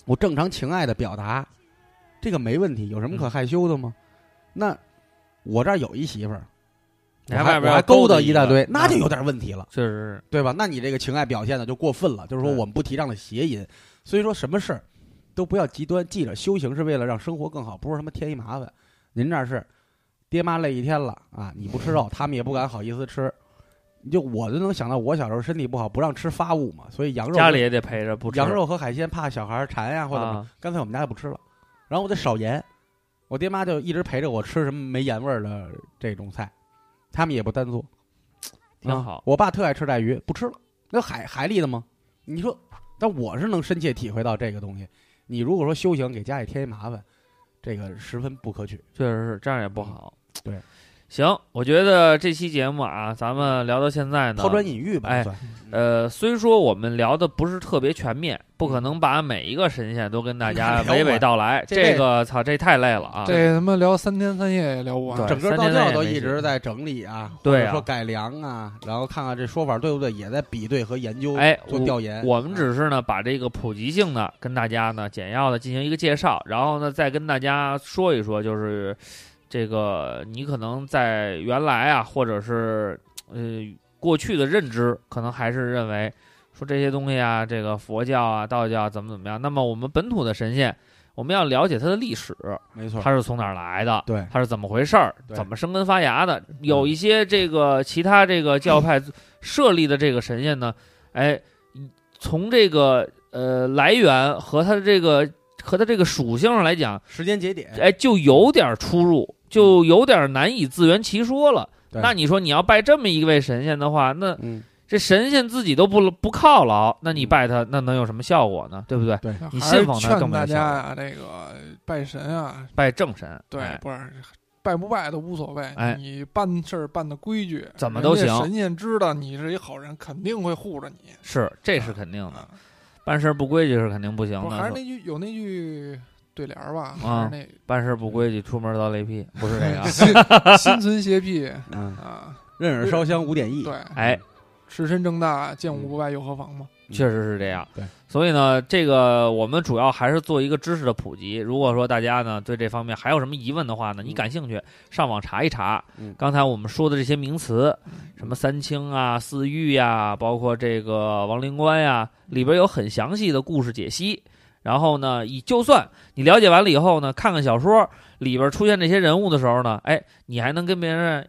Speaker 1: 我正常情爱的表达，这个没问题，有什
Speaker 3: 嗯
Speaker 1: 么可害羞的吗？那我这儿有一媳妇儿，
Speaker 3: 你
Speaker 1: 我
Speaker 3: 外边
Speaker 1: 我
Speaker 3: 要
Speaker 1: 还勾
Speaker 3: 搭嗯
Speaker 1: 搭一大堆，那就
Speaker 3: 有，
Speaker 1: 有点问题了，
Speaker 3: 确实是，
Speaker 1: 对吧？那你这个情爱表现的就过分了，就是说
Speaker 3: 对
Speaker 1: 我们不提倡的邪淫，所以说什么事儿都不要极端，记着修行是为了让生活更好，不是他妈添一麻烦。您这儿是爹妈累一天了啊，你不吃肉，他们也不敢好意思吃。就我就能想到我小时候身体不好，不让吃发物嘛，所以羊肉
Speaker 3: 家里也得陪着，不吃
Speaker 1: 羊肉和海鲜怕小孩馋呀、或者、
Speaker 3: 啊，
Speaker 1: 干脆我们家就不吃了。然后我得少盐，我爹妈就一直陪着我吃什么没盐味儿的这种菜，他们也不单做，
Speaker 3: 挺好
Speaker 1: 啊我爸特爱吃带鱼，不吃了，那海海里的吗？你说，但我是能深切体会到这个东西。你如果说修行给家里添一麻烦，这个十分不可取。
Speaker 3: 确实是这样也不好。
Speaker 1: 嗯对，
Speaker 3: 行，我觉得这期节目啊，咱们聊到现在呢，
Speaker 1: 抛砖引玉吧，
Speaker 3: 哎
Speaker 1: 算
Speaker 3: 呃，虽说我们聊的不是特别全面，不可能把每一个神仙都跟大家
Speaker 1: 嗯聊
Speaker 3: 娓
Speaker 1: 完
Speaker 3: 娓道来，
Speaker 1: 这辈
Speaker 3: 这
Speaker 1: 子
Speaker 3: 个操，这太累了啊！
Speaker 2: 这他妈聊三天三夜也聊不完
Speaker 3: 对。
Speaker 1: 整个
Speaker 3: 三
Speaker 1: 道
Speaker 3: 天内
Speaker 1: 教
Speaker 3: 也
Speaker 1: 都
Speaker 3: 没
Speaker 1: 一
Speaker 3: 学
Speaker 1: 直在整理啊，
Speaker 3: 对啊
Speaker 1: 或者说改良啊，然后看看这说法对不对，也在比对和研究，
Speaker 3: 哎
Speaker 1: 做调研。
Speaker 3: 我们
Speaker 1: 啊
Speaker 3: 只是呢把这个普及性呢跟大家呢简要的进行一个介绍，然后呢再跟大家说一说，就是这个你可能在原来啊，或者是呃过去的认知，可能还是认为说这些东西啊，这个佛教啊、道教啊怎么怎么样。那么我们本土的神仙，我们要了解它的历史，
Speaker 1: 没错，
Speaker 3: 它是从哪儿来的？
Speaker 1: 对
Speaker 3: 它是怎么回事儿，
Speaker 1: 对
Speaker 3: 怎么生根发芽的？
Speaker 2: 嗯
Speaker 3: 有一些这个其他这个教派设立的这个神仙呢，哎，从这个呃来源和它的这个和它这个属性上来讲，
Speaker 1: 时间节点，
Speaker 3: 哎，就有点出入，就
Speaker 2: 嗯
Speaker 3: 有点难以自圆其说了。
Speaker 1: 对
Speaker 3: 那你说你要拜这么一位神仙的话，那
Speaker 1: 嗯，
Speaker 3: 这神仙自己都不不犒劳，那你
Speaker 1: 嗯
Speaker 3: 拜他，那能有什么效果呢？对不对？
Speaker 1: 对，
Speaker 3: 你
Speaker 2: 还
Speaker 3: 信
Speaker 2: 是
Speaker 3: 奉它更
Speaker 2: 劝
Speaker 3: 没
Speaker 2: 大
Speaker 3: 有效果
Speaker 2: 家啊，这个拜神啊，
Speaker 3: 拜正神，
Speaker 2: 对，
Speaker 3: 哎
Speaker 2: 不是拜不拜都无所谓，
Speaker 3: 哎
Speaker 2: 你办事儿办的规矩，
Speaker 3: 怎么都行
Speaker 2: 人家神仙知道你是一好人，肯定会护着你。
Speaker 3: 是这是肯定的，
Speaker 2: 啊，
Speaker 3: 办事不规矩是肯定不行
Speaker 2: 不
Speaker 3: 的。
Speaker 2: 是还是
Speaker 3: 说
Speaker 2: 那句有那句对联儿吧？
Speaker 3: 啊
Speaker 2: 还是
Speaker 3: 办事不规矩，出门遭雷劈，不是这个
Speaker 2: 那
Speaker 3: 啊。
Speaker 2: 心心存邪僻
Speaker 1: 嗯，
Speaker 2: 啊，
Speaker 1: 任尔烧香五点一，
Speaker 2: 对，
Speaker 3: 哎，嗯
Speaker 2: 赤身正大，见无不败，又何妨嘛？
Speaker 3: 确实是这样。
Speaker 1: 对，
Speaker 3: 所以呢，这个我们主要还是做一个知识的普及。如果说大家呢对这方面还有什么疑问的话呢，你
Speaker 1: 嗯
Speaker 3: 感兴趣，上网查一查
Speaker 1: 嗯。
Speaker 3: 刚才我们说的这些名词，什么三清啊、四御呀、包括这个王灵官呀、里边有很详细的故事解析。然后呢，以就算你了解完了以后呢，看看小说里边出现这些人物的时候呢，哎，你还能跟别人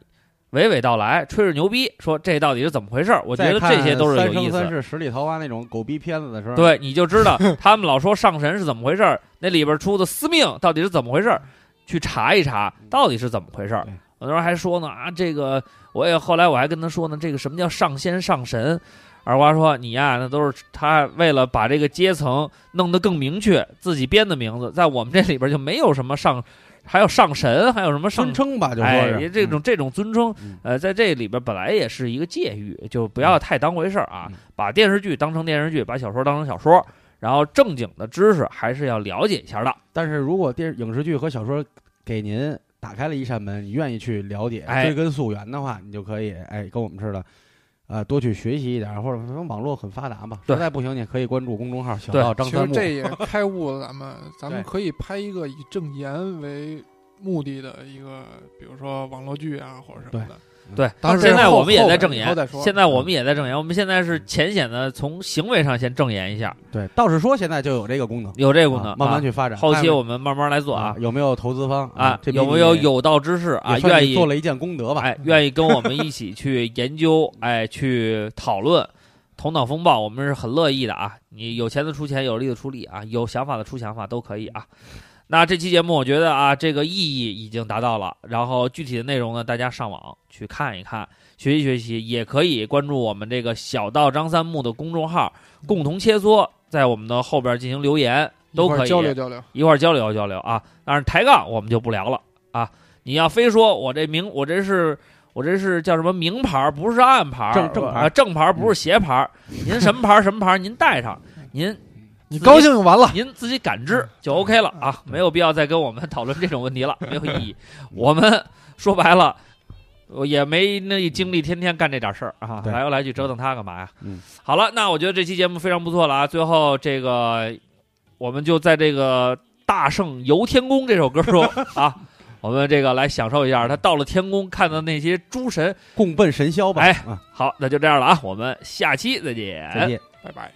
Speaker 3: 娓娓道来，吹着牛逼，说这到底是怎么回事儿？我觉得这些都是有
Speaker 1: 三
Speaker 3: 意
Speaker 1: 生
Speaker 3: 思
Speaker 1: 三。世十里桃花那种狗逼片子的时候，，
Speaker 3: 对，你就知 道他们老说上神是怎么回事儿，那里边出的司命到底是怎么回事儿，去查一查到底是怎么回事儿
Speaker 1: 嗯对。
Speaker 3: 有的人还说呢啊，这个我也后来我还跟他说呢，这个什么叫上仙上神？二瓜说你呀、那都是他为了把这个阶层弄得更明确，自己编的名字，在我们这里边就没有什么上，还有上神，还有什么上
Speaker 1: 尊称吧，就说
Speaker 3: 哎，
Speaker 1: 是
Speaker 3: 也这种这种尊称
Speaker 1: 嗯，
Speaker 3: 呃，在这里边本来也是一个界域，就不要太当回事儿啊
Speaker 1: 嗯，
Speaker 3: 把电视剧当成电视剧，把小说当成小说，然后正经的知识还是要了解一下的。
Speaker 1: 但是如果电影视剧和小说给您打开了一扇门，你愿意去了解、
Speaker 3: 哎
Speaker 1: 追根溯源的话，你就可以哎跟我们似的，呃，多去学习一点，或者说网络很发达嘛，
Speaker 3: 对
Speaker 1: 实在不行你也可以关注公众号“小
Speaker 3: 对
Speaker 1: 道张
Speaker 2: 其
Speaker 1: 三
Speaker 2: 实
Speaker 1: 木
Speaker 2: 这也开悟了咱们，咱们
Speaker 1: 对
Speaker 2: 可以拍一个以正言为目的的一个，比如说网络剧啊或者什么的。
Speaker 1: 嗯
Speaker 3: 对，
Speaker 2: 当时
Speaker 3: 现在
Speaker 2: 后
Speaker 3: 我们也
Speaker 2: 后
Speaker 3: 在
Speaker 2: 边
Speaker 3: 证
Speaker 2: 以
Speaker 3: 言
Speaker 2: 后再，说
Speaker 3: 现在我们也在证言，我们现在是浅显的从行为上先证言一下，
Speaker 1: 对，倒是说现在就有这个功能，
Speaker 3: 有这个功能
Speaker 1: 啊
Speaker 3: 啊，
Speaker 1: 慢慢去发展。
Speaker 3: 后期
Speaker 1: 看
Speaker 3: 我们慢慢来做
Speaker 1: 啊
Speaker 3: 啊，
Speaker 1: 有没有投资方
Speaker 3: 啊，
Speaker 1: 这
Speaker 3: 有
Speaker 1: 比
Speaker 3: 没有
Speaker 1: 你
Speaker 3: 有道之士啊，
Speaker 1: 也算
Speaker 3: 愿
Speaker 1: 你
Speaker 3: 意
Speaker 1: 做了一件功德吧？
Speaker 3: 哎，愿意跟我们一起去研究，哎，去讨论。头脑风暴，我们是很乐意的啊！你有钱的出钱，有力的出力啊，有想法的出想法都可以啊。那这期节目，我觉得啊，这个意义已经达到了。然后具体的内容呢，大家上网去看一看，学习学习，也可以关注我们这个“小道张三木”的公众号，共同切磋，在我们的后边进行留言，都
Speaker 2: 一块儿
Speaker 3: 可以
Speaker 2: 交流交流。
Speaker 3: 一块儿交流交流啊。但是抬杠我们就不聊了啊。你要非说我这名，我这是我这是叫什么名牌儿，不是暗牌儿，
Speaker 1: 正正牌儿嗯
Speaker 3: 啊正牌儿不是邪牌儿。您什么牌儿什么牌儿，您带上，
Speaker 1: 嗯
Speaker 3: 您
Speaker 2: 你高兴就完
Speaker 1: 啊
Speaker 2: 了，
Speaker 3: 您自己感知就 OK 了啊，
Speaker 1: 嗯
Speaker 3: 没有必要再跟我们讨论这种问 题了，没有意义。我们说白了。我也没那精力天天干这点事儿啊，
Speaker 1: 对
Speaker 3: 来又来去折腾他干嘛呀？
Speaker 1: 嗯，
Speaker 3: 好了，那我觉得这期节目非常不错了啊。最后这个，我们就在这个《大圣游天宫》这首歌中 啊，我们这个来享受一下他到了天宫看到那些诸神。
Speaker 1: 共奔神霄吧！
Speaker 3: 哎
Speaker 1: 啊，
Speaker 3: 好，那就这样了啊，我们下期再见。
Speaker 1: 再见。
Speaker 2: 拜拜。